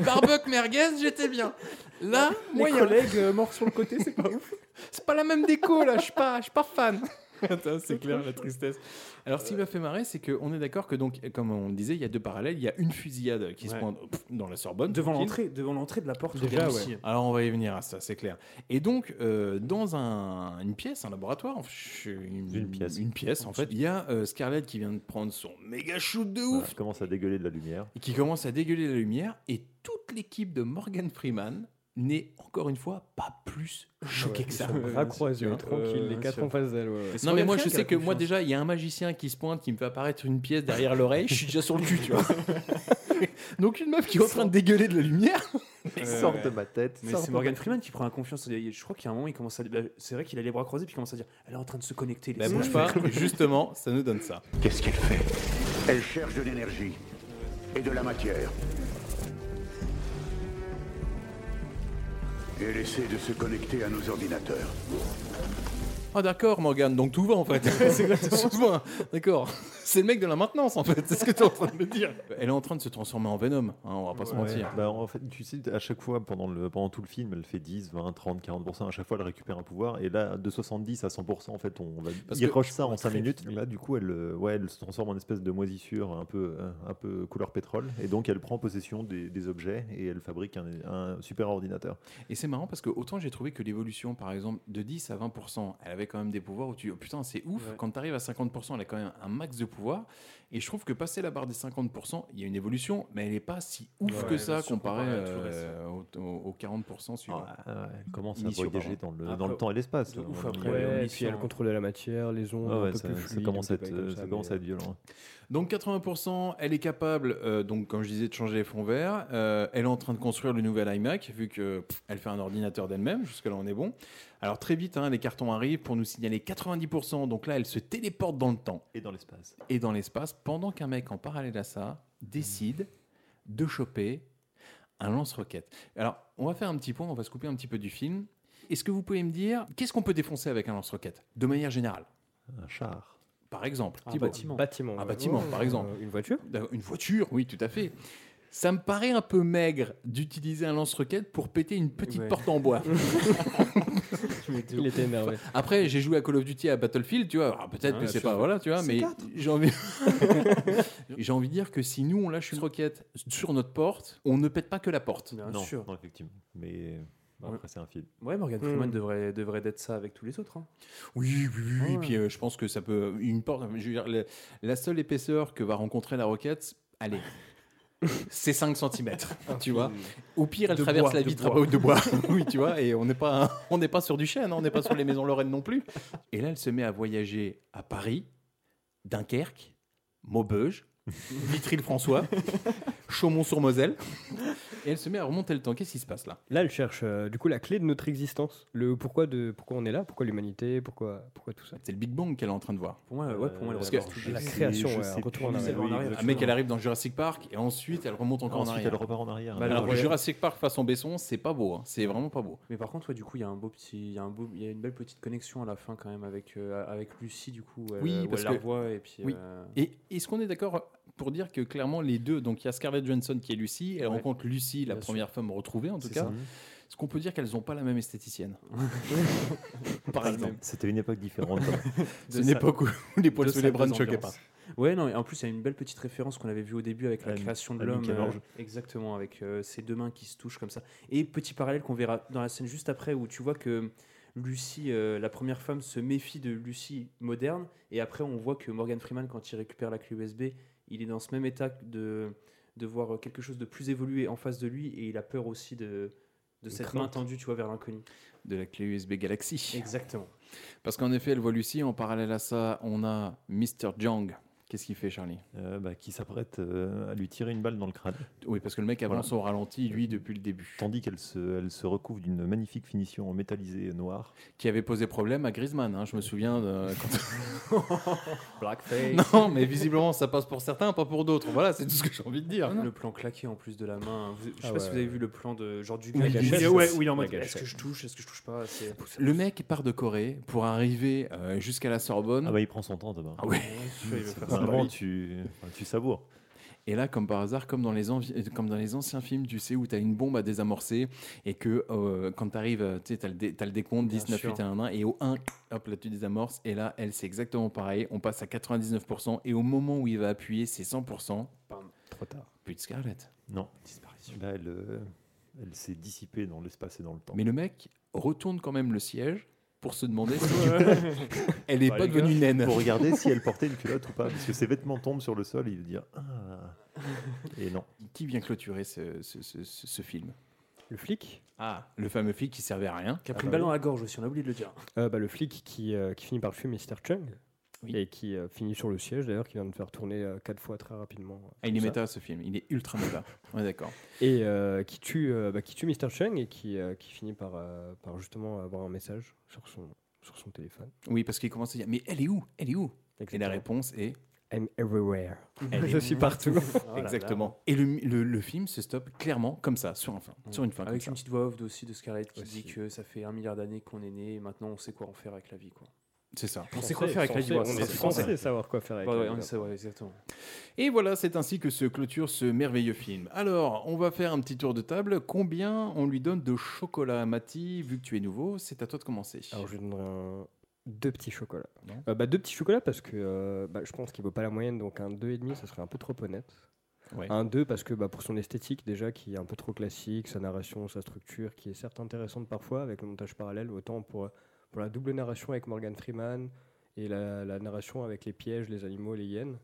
[SPEAKER 16] barbecue merguez, j'étais bien. Là,
[SPEAKER 8] Les
[SPEAKER 16] moyen.
[SPEAKER 8] collègues euh, morts sur le côté, c'est pas ouf.
[SPEAKER 16] C'est pas la même déco, là, je suis pas, je suis pas fan. Attends, c'est clair, la tristesse.
[SPEAKER 2] Alors, ce qui m'a fait marrer, c'est qu'on est d'accord que, donc, comme on le disait, il y a deux parallèles. Il y a une fusillade qui se
[SPEAKER 8] Ouais.
[SPEAKER 2] prend pff, dans la Sorbonne.
[SPEAKER 8] Devant
[SPEAKER 2] tranquille.
[SPEAKER 8] l'entrée, devant l'entrée de la porte.
[SPEAKER 2] Déjà,
[SPEAKER 8] de
[SPEAKER 2] ouais. Alors on va y venir à ça, c'est clair. Et donc, euh, dans un- une pièce, un laboratoire, enfin, je- une, pièce, une pièce en fait, il y a euh, Scarlett qui vient de prendre son méga shoot de ouf,
[SPEAKER 9] commence à dégueuler de la lumière.
[SPEAKER 2] qui commence à dégueuler la lumière, et toute l'équipe de Morgan Freeman n'est encore une fois pas plus choquée
[SPEAKER 10] Ouais,
[SPEAKER 2] que
[SPEAKER 10] ils
[SPEAKER 2] ça.
[SPEAKER 10] sont bras
[SPEAKER 2] Tu
[SPEAKER 10] croisés,
[SPEAKER 2] vois
[SPEAKER 10] tranquilles, les
[SPEAKER 2] bien
[SPEAKER 10] quatre
[SPEAKER 2] sûr.
[SPEAKER 10] en face d'elle, ouais, ouais. Mais c'est
[SPEAKER 2] Non mais moi
[SPEAKER 10] Morgan
[SPEAKER 2] je
[SPEAKER 10] Freeman
[SPEAKER 2] sais
[SPEAKER 10] qui
[SPEAKER 2] que
[SPEAKER 10] a
[SPEAKER 2] moi
[SPEAKER 10] confiance.
[SPEAKER 2] déjà il y a un magicien qui se pointe, qui me fait apparaître une pièce derrière l'oreille, je suis déjà sur le cul, tu vois. Donc une meuf qui est en train de dégueuler de la lumière,
[SPEAKER 8] Euh, ouais. Mais c'est Morgan Freeman qui prend la confiance. Je crois qu'il y a un moment, il commence à. bah, C'est vrai qu'il a les bras croisés, puis il commence à dire Elle est en train de se connecter.
[SPEAKER 2] La
[SPEAKER 8] laissez-la
[SPEAKER 2] Bah, bouge pas,
[SPEAKER 8] faire.
[SPEAKER 2] justement, ça nous donne ça.
[SPEAKER 12] Qu'est-ce qu'elle fait Elle cherche de l'énergie et de la matière. Et elle essaie de se connecter à nos ordinateurs.
[SPEAKER 2] Ah d'accord Morgan, donc tout va en fait. c'est exactement tout va. D'accord. C'est le mec de la maintenance en fait, c'est ce que tu es en train de me dire. Elle est en train de se transformer en Venom, hein, on va pas se
[SPEAKER 9] Ouais.
[SPEAKER 2] mentir.
[SPEAKER 9] Bah, en fait, tu sais, à chaque fois, pendant, le, pendant tout le film, elle fait 10, 20, 30, 40%. À chaque fois, elle récupère un pouvoir. Et là, de 70 à 100%, en fait, on va
[SPEAKER 2] Parce
[SPEAKER 9] il
[SPEAKER 2] que-
[SPEAKER 9] rush ça en 5
[SPEAKER 2] Très
[SPEAKER 9] minutes. Là, du coup, elle, euh, ouais, elle se transforme en espèce de moisissure un peu, euh, un peu couleur pétrole. Et donc, elle prend possession des, des objets et elle fabrique un, un super ordinateur.
[SPEAKER 2] Et c'est marrant parce que autant j'ai trouvé que l'évolution, par exemple, de 10 à 20%, elle avait quand même des pouvoirs où tu dis, oh, putain, c'est ouf.
[SPEAKER 8] Ouais.
[SPEAKER 2] Quand tu arrives à 50%, elle a quand même un max de pouvoir. Et je trouve que passer la barre des 50%, il y a une évolution, mais elle n'est pas si ouf
[SPEAKER 9] Ouais,
[SPEAKER 2] que ça
[SPEAKER 9] bien sûr,
[SPEAKER 2] comparé
[SPEAKER 9] comparé à tout le
[SPEAKER 2] euh, au- au- aux 40% suivants.
[SPEAKER 9] elle commence à
[SPEAKER 2] Initiaux,
[SPEAKER 9] voyager
[SPEAKER 2] pardon.
[SPEAKER 9] dans le- dans le temps et l'espace. De ouf, après,
[SPEAKER 10] Ouais,
[SPEAKER 9] on
[SPEAKER 10] et
[SPEAKER 9] y
[SPEAKER 10] puis
[SPEAKER 9] sent.
[SPEAKER 10] elle contrôlait la matière, les ondes,
[SPEAKER 9] Ah ouais,
[SPEAKER 10] un peu
[SPEAKER 9] ça-
[SPEAKER 10] plus
[SPEAKER 9] ça
[SPEAKER 10] fluides,
[SPEAKER 9] commence
[SPEAKER 10] un
[SPEAKER 9] à
[SPEAKER 10] peu
[SPEAKER 9] être,
[SPEAKER 10] comme
[SPEAKER 9] euh, ça commence à être violent, ouais.
[SPEAKER 2] Donc 80%, elle est capable, euh, donc comme je disais, de changer les fonds verts. Euh, elle est en train de construire le nouvel iMac, vu que pff, elle fait un ordinateur d'elle-même. Jusque-là, on est bon. Alors très vite, hein, les cartons arrivent pour nous signaler 90%. Donc là, elle se téléporte dans le temps
[SPEAKER 9] et dans l'espace.
[SPEAKER 2] Et dans l'espace, pendant qu'un mec en parallèle à ça décide de choper un lance-roquette. Alors, on va faire un petit point. On va se couper un petit peu du film. Est-ce que vous pouvez me dire qu'est-ce qu'on peut défoncer avec un lance-roquette, de manière générale
[SPEAKER 9] Un char.
[SPEAKER 2] Par exemple,
[SPEAKER 10] Un
[SPEAKER 2] Thibaut.
[SPEAKER 10] Ah, bâtiment. Bâtiment,
[SPEAKER 2] Un
[SPEAKER 9] Ah,
[SPEAKER 10] ouais.
[SPEAKER 2] bâtiment,
[SPEAKER 10] Ouais,
[SPEAKER 2] par
[SPEAKER 10] euh,
[SPEAKER 2] exemple.
[SPEAKER 10] Une voiture
[SPEAKER 2] D'accord, Une voiture, oui, tout à fait. Ça me paraît un peu maigre d'utiliser un lance-roquette pour péter une petite
[SPEAKER 10] Ouais.
[SPEAKER 2] porte en bois.
[SPEAKER 10] Il était énervé.
[SPEAKER 2] Enfin, Après, j'ai joué à Call of Duty à Battlefield, tu vois. alors Peut-être
[SPEAKER 10] Ah,
[SPEAKER 2] que c'est
[SPEAKER 10] je-
[SPEAKER 2] pas, voilà, tu vois,
[SPEAKER 10] c'est
[SPEAKER 2] mais
[SPEAKER 10] quatre.
[SPEAKER 2] j'ai envie. j'ai envie de dire que si nous on lâche une roquette sur notre porte, on ne pète pas que la porte.
[SPEAKER 9] non, non, effectivement. Mais bah, après, c'est un film.
[SPEAKER 8] Ouais, Morgan Freeman
[SPEAKER 2] Hmm.
[SPEAKER 8] devrait, devrait d'être ça avec tous les autres. hein.
[SPEAKER 2] Oui, oui, oui.
[SPEAKER 8] Ah
[SPEAKER 2] Et
[SPEAKER 8] ouais.
[SPEAKER 2] puis euh, je pense que ça peut. Une porte. Je veux dire, la, la seule épaisseur que va rencontrer la roquette, allez. C'est 5 cm, tu vois. Au pire, elle
[SPEAKER 8] De
[SPEAKER 2] traverse
[SPEAKER 8] bois,
[SPEAKER 2] la
[SPEAKER 8] de
[SPEAKER 2] vitre
[SPEAKER 8] bois.
[SPEAKER 2] à bout de bois. oui, tu vois, et on n'est pas, on n'est pas sur du chêne, hein, on n'est pas sur les maisons lorraines non plus. Et là, elle se met à voyager à Paris, Dunkerque, Maubeuge, Vitry-le-François, Chaumont-sur-Moselle. Et elle se met à remonter le temps. Qu'est-ce qui se passe là
[SPEAKER 10] Là, elle cherche euh, du coup la clé de notre existence, le pourquoi de pourquoi on est là, pourquoi l'humanité, pourquoi pourquoi tout ça.
[SPEAKER 2] C'est le Big Bang qu'elle est en train de voir.
[SPEAKER 8] Pour moi, Euh, ouais, pour moi, elle
[SPEAKER 2] Euh, Parce
[SPEAKER 8] regarde
[SPEAKER 2] que-
[SPEAKER 8] tout de
[SPEAKER 10] la
[SPEAKER 8] suite.
[SPEAKER 10] création,
[SPEAKER 8] Je
[SPEAKER 10] ouais,
[SPEAKER 8] sais
[SPEAKER 10] un retour
[SPEAKER 8] plus,
[SPEAKER 10] en
[SPEAKER 8] mais
[SPEAKER 10] arrière.
[SPEAKER 8] elle va en arrière.
[SPEAKER 2] Un mec, elle arrive dans Jurassic Park et ensuite elle remonte encore en
[SPEAKER 9] Ensuite,
[SPEAKER 2] arrière.
[SPEAKER 9] elle repart en arrière.
[SPEAKER 2] Bah,
[SPEAKER 9] Elle
[SPEAKER 2] alors,
[SPEAKER 9] revient.
[SPEAKER 2] Jurassic Park façon Besson, c'est pas beau, hein. c'est vraiment pas beau.
[SPEAKER 8] Mais par contre, ouais, du coup, il y a un beau petit, il y a un beau, il y a une belle petite connexion à la fin quand même avec euh, avec Lucie du coup. où elle- où
[SPEAKER 2] oui,
[SPEAKER 8] elle
[SPEAKER 2] parce
[SPEAKER 8] la
[SPEAKER 2] que
[SPEAKER 8] revoit et puis.
[SPEAKER 2] oui.
[SPEAKER 8] euh,
[SPEAKER 2] Et est-ce qu'on est d'accord pour dire que clairement les deux, donc il y a Scarlett Johansson qui est Lucie, elle
[SPEAKER 8] Ouais.
[SPEAKER 2] rencontre Lucie, la
[SPEAKER 8] Bien sûr.
[SPEAKER 2] première femme retrouvée en tout
[SPEAKER 8] C'est
[SPEAKER 2] cas.
[SPEAKER 8] ça.
[SPEAKER 2] Est-ce qu'on peut dire qu'elles n'ont pas la même esthéticienne
[SPEAKER 9] Par exemple. C'était une époque différente. hein.
[SPEAKER 2] C'est une époque où les poils
[SPEAKER 8] de
[SPEAKER 2] sous
[SPEAKER 8] sa-
[SPEAKER 2] les bras ne
[SPEAKER 8] des
[SPEAKER 2] choquaient pas.
[SPEAKER 8] ambiances. Ouais, non, et en plus, il y a une belle petite référence qu'on avait vue au début avec la
[SPEAKER 9] À-
[SPEAKER 8] création de
[SPEAKER 9] à
[SPEAKER 8] l'homme.
[SPEAKER 9] Michel-Ange.
[SPEAKER 8] euh, exactement, avec euh, ses deux mains qui se touchent comme ça. Et petit parallèle qu'on verra dans la scène juste après où tu vois que Lucie, euh, la première femme, se méfie de Lucie moderne. Et après, on voit que Morgan Freeman, quand il récupère la clé USB, il est dans ce même état de, de voir euh, quelque chose de plus évolué en face de lui et il a peur aussi de, de
[SPEAKER 2] Une
[SPEAKER 8] cette
[SPEAKER 2] crainte.
[SPEAKER 8] main tendue, tu vois, vers l'inconnu.
[SPEAKER 2] de la clé USB Galaxy.
[SPEAKER 8] Exactement.
[SPEAKER 2] Parce qu'en effet, elle voit Lucie. En parallèle à ça, on a Mr. Jang Qu'est-ce qu'il fait, Charlie
[SPEAKER 9] bah, Qui s'apprête euh, à lui tirer une balle dans le crâne.
[SPEAKER 2] Oui, parce que le mec avance au ralenti, lui, depuis le début.
[SPEAKER 9] Tandis qu'elle se, elle se recouvre d'une magnifique finition métallisée noire.
[SPEAKER 2] Qui avait posé problème à Griezmann, hein, je me souviens. de- quand-
[SPEAKER 8] Blackface.
[SPEAKER 2] Non, mais visiblement, ça passe pour certains, pas pour d'autres. Voilà, c'est tout ce que j'ai envie de dire.
[SPEAKER 8] Le plan claqué en plus de la main. Vous- je sais
[SPEAKER 2] Ah
[SPEAKER 8] pas si
[SPEAKER 2] ouais.
[SPEAKER 8] vous avez vu le plan de genre du
[SPEAKER 2] Oui,
[SPEAKER 8] gars qui-
[SPEAKER 2] il est-
[SPEAKER 8] ouais, où il est en
[SPEAKER 2] la
[SPEAKER 8] mode
[SPEAKER 2] gâchette.
[SPEAKER 8] est-ce que je touche, est-ce que je touche pas C'est-
[SPEAKER 2] Le mec part de Corée pour arriver euh, jusqu'à la Sorbonne. Ah
[SPEAKER 9] bah il prend son temps d'abord.
[SPEAKER 2] Ah oui.
[SPEAKER 9] Ouais, il veut faire ça. Vraiment, tu, tu savoures.
[SPEAKER 2] Et là, comme par hasard, comme dans les, envi- euh, comme dans les anciens films, tu sais où tu as une bombe à désamorcer et que euh, quand tu arrives, tu as, le décompte 19,
[SPEAKER 9] sûr.
[SPEAKER 2] 8, 1, 1, et au 1, hop, là tu désamorces. Et là, elle, c'est exactement pareil. On passe à 99% et au moment où il va appuyer, c'est 100%.
[SPEAKER 10] Trop tard.
[SPEAKER 2] Plus de Scarlett.
[SPEAKER 9] Non. Disparition. Là, elle, euh, elle s'est dissipée dans l'espace et dans le temps.
[SPEAKER 2] Mais le mec retourne quand même le siège pour se demander si elle
[SPEAKER 9] est
[SPEAKER 2] n'est pas devenue naine.
[SPEAKER 9] Pour regarder si elle portait une culotte ou pas, parce que ses vêtements tombent sur le sol, il veut dire ah. Et non.
[SPEAKER 2] Qui vient clôturer ce, ce- ce- ce- ce film
[SPEAKER 10] Le flic
[SPEAKER 2] Ah, le fameux flic qui servait à rien.
[SPEAKER 8] Qui a pris le ballon à la gorge aussi, on a oublié de le dire.
[SPEAKER 10] Euh, bah, le flic qui, euh, qui finit par tuer Mr. Chung et qui euh, finit sur le siège d'ailleurs, qui vient de faire tourner euh, quatre fois très rapidement. euh,
[SPEAKER 2] Ah, il est
[SPEAKER 10] comme ça.
[SPEAKER 2] méta ce film, il est ultra méta. On est d'accord.
[SPEAKER 10] Et euh, qui, tue, euh, bah, qui tue Mr. Chung et qui, euh, qui finit par, euh, par justement avoir un message sur son, sur son téléphone.
[SPEAKER 2] Oui, parce qu'il commence à dire Mais elle est où Elle est où Et la réponse est
[SPEAKER 10] I'm everywhere.
[SPEAKER 2] Elle
[SPEAKER 10] Je
[SPEAKER 2] est
[SPEAKER 10] suis partout.
[SPEAKER 2] Exactement. Et le, le- le film se stoppe clairement comme ça, sur, un fin, sur une fin.
[SPEAKER 8] Avec
[SPEAKER 2] comme
[SPEAKER 8] une
[SPEAKER 2] ça.
[SPEAKER 8] petite voix off aussi de Scarlett qui
[SPEAKER 2] Aussi.
[SPEAKER 8] dit que ça fait un milliard d'années qu'on est né et maintenant on sait quoi en faire avec la vie. Quoi.
[SPEAKER 2] C'est ça.
[SPEAKER 8] On sait quoi faire avec la vie. ouais,
[SPEAKER 10] On
[SPEAKER 8] c'est
[SPEAKER 10] est
[SPEAKER 8] ça.
[SPEAKER 10] censé savoir quoi faire avec
[SPEAKER 8] Ouais,
[SPEAKER 10] la
[SPEAKER 8] ouais,
[SPEAKER 10] vie,
[SPEAKER 8] on
[SPEAKER 10] là.
[SPEAKER 8] sait, ouais, exactement.
[SPEAKER 2] Et voilà, c'est ainsi que se clôture ce merveilleux film. Alors, on va faire un petit tour de table. Combien on lui donne de chocolat à Mati Vu que tu es nouveau, c'est à toi de commencer.
[SPEAKER 10] Alors, je lui donnerai un- deux petits chocolats. Euh, bah, deux petits chocolats parce que euh, bah, je pense qu'il vaut pas la moyenne, donc un 2,5, ça serait un peu trop honnête.
[SPEAKER 2] Ouais.
[SPEAKER 10] Un 2 parce que bah, pour son esthétique déjà qui est un peu trop classique, sa narration, sa structure qui est certes intéressante parfois avec le montage parallèle, autant pour, pour la double narration avec Morgan Freeman et la, la narration avec les pièges, les animaux, les hyènes.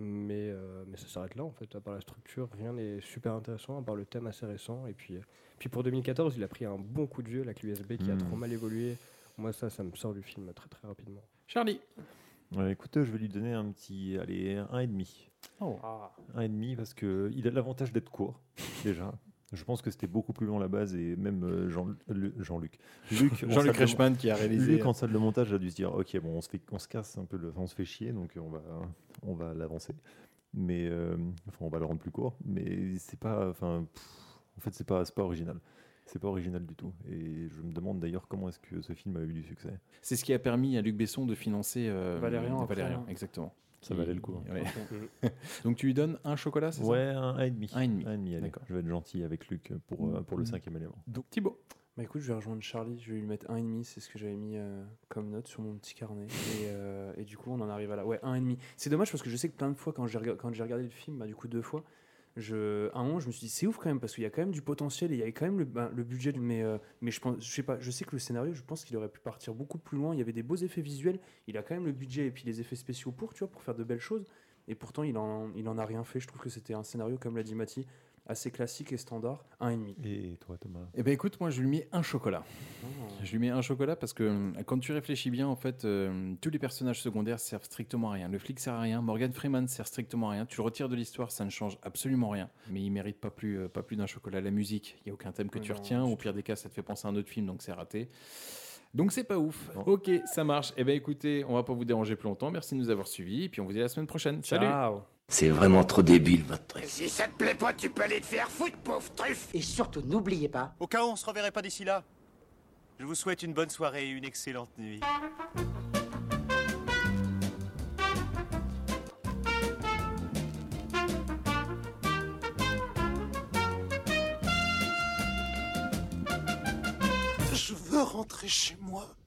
[SPEAKER 10] Mais, euh, mais ça s'arrête là en fait, à part la structure, rien n'est super intéressant, à part le thème assez récent. Et puis, euh, puis pour 2014, il a pris un bon coup de vieux, la QSB qui a
[SPEAKER 9] Mm.
[SPEAKER 10] trop mal évolué. Moi ça, ça me sort du film très très rapidement.
[SPEAKER 2] Charlie.
[SPEAKER 9] Ouais, Euh, écoute, je vais lui donner un petit, allez, un et demi.
[SPEAKER 2] Oh.
[SPEAKER 8] Ah.
[SPEAKER 9] Un et demi parce que il a l'avantage d'être court déjà. Je pense que c'était beaucoup plus long à la base et même euh, Jean, le- Jean-Luc. Luc, en
[SPEAKER 2] Jean-Luc
[SPEAKER 9] salle de-
[SPEAKER 2] Reichmann qui a réalisé- euh,
[SPEAKER 9] Luc en salle de montage a dû se dire ok bon on se fait, on se casse un peu, le- on se fait chier donc on va on va l'avancer. Mais euh, enfin on va le rendre plus court. Mais c'est pas enfin pff, en fait c'est pas c'est pas original. C'est pas original du tout. Et je me demande d'ailleurs comment est-ce que ce film a eu du succès.
[SPEAKER 2] C'est ce qui a permis à Luc Besson de financer euh,
[SPEAKER 9] Valérian après,
[SPEAKER 2] Valérian,
[SPEAKER 9] hein.
[SPEAKER 2] exactement.
[SPEAKER 9] Ça
[SPEAKER 2] Qui-
[SPEAKER 9] valait le coup, hein.
[SPEAKER 2] Ouais.
[SPEAKER 10] Mm.
[SPEAKER 9] Ok.
[SPEAKER 2] Donc tu lui donnes un chocolat, c'est ça
[SPEAKER 9] Ouais, un, un et demi.
[SPEAKER 2] Un et demi.
[SPEAKER 9] allez.
[SPEAKER 2] D'accord.
[SPEAKER 9] Je vais être gentil avec Luc pour, euh, pour le cinquième élément.
[SPEAKER 2] Donc Thibaut.
[SPEAKER 8] Bah écoute, je vais rejoindre Charlie, je vais lui mettre un et demi, c'est ce que j'avais mis euh, comme note sur mon petit carnet. Et, euh, et du coup, on en arrive à là. Ouais, un et demi. C'est dommage parce que je sais que plein de fois, quand j'ai rega- quand j'ai regardé le film, bah, du coup deux fois, je, à 11, je me suis dit c'est ouf quand même parce qu'il y a quand même du potentiel et il y avait quand même le, ben, le budget. Mais, euh, mais je, pense, je sais pas, je sais que le scénario, je pense qu'il aurait pu partir beaucoup plus loin. Il y avait des beaux effets visuels, il a quand même le budget et puis les effets spéciaux pour, tu vois, pour faire de belles choses. Et pourtant, il en, il en a rien fait. Je trouve que c'était un scénario, comme l'a dit Mati, assez classique et standard. Un et demi.
[SPEAKER 9] Et toi, Thomas
[SPEAKER 2] Eh ben écoute, moi je lui mets un chocolat. Je lui mets un chocolat parce que hum, quand tu réfléchis bien, en fait, euh, tous les personnages secondaires servent strictement à rien. Le flic sert à rien, Morgan Freeman sert strictement à rien. Tu le retires de l'histoire, ça ne change absolument rien. Mais il mérite pas plus, euh, pas plus d'un chocolat. La musique, il y a aucun thème que
[SPEAKER 8] Oui,
[SPEAKER 2] tu
[SPEAKER 8] non,
[SPEAKER 2] retiens. Au pire des cas, ça te fait penser à un autre film, donc c'est raté. Donc c'est pas ouf. Ok, ça marche. Eh ben écoutez, on va pas vous déranger plus longtemps. Merci de nous avoir suivis et puis on vous dit à la semaine prochaine. Salut.
[SPEAKER 8] Ciao.
[SPEAKER 6] C'est vraiment trop débile votre truc.
[SPEAKER 5] Si ça te plaît pas, tu peux aller te faire foutre, pauvre truffe
[SPEAKER 17] Et surtout, n'oubliez pas.
[SPEAKER 18] Au cas où on se reverrait pas d'ici là, je vous souhaite une bonne soirée et une excellente nuit.
[SPEAKER 5] Je veux rentrer chez moi.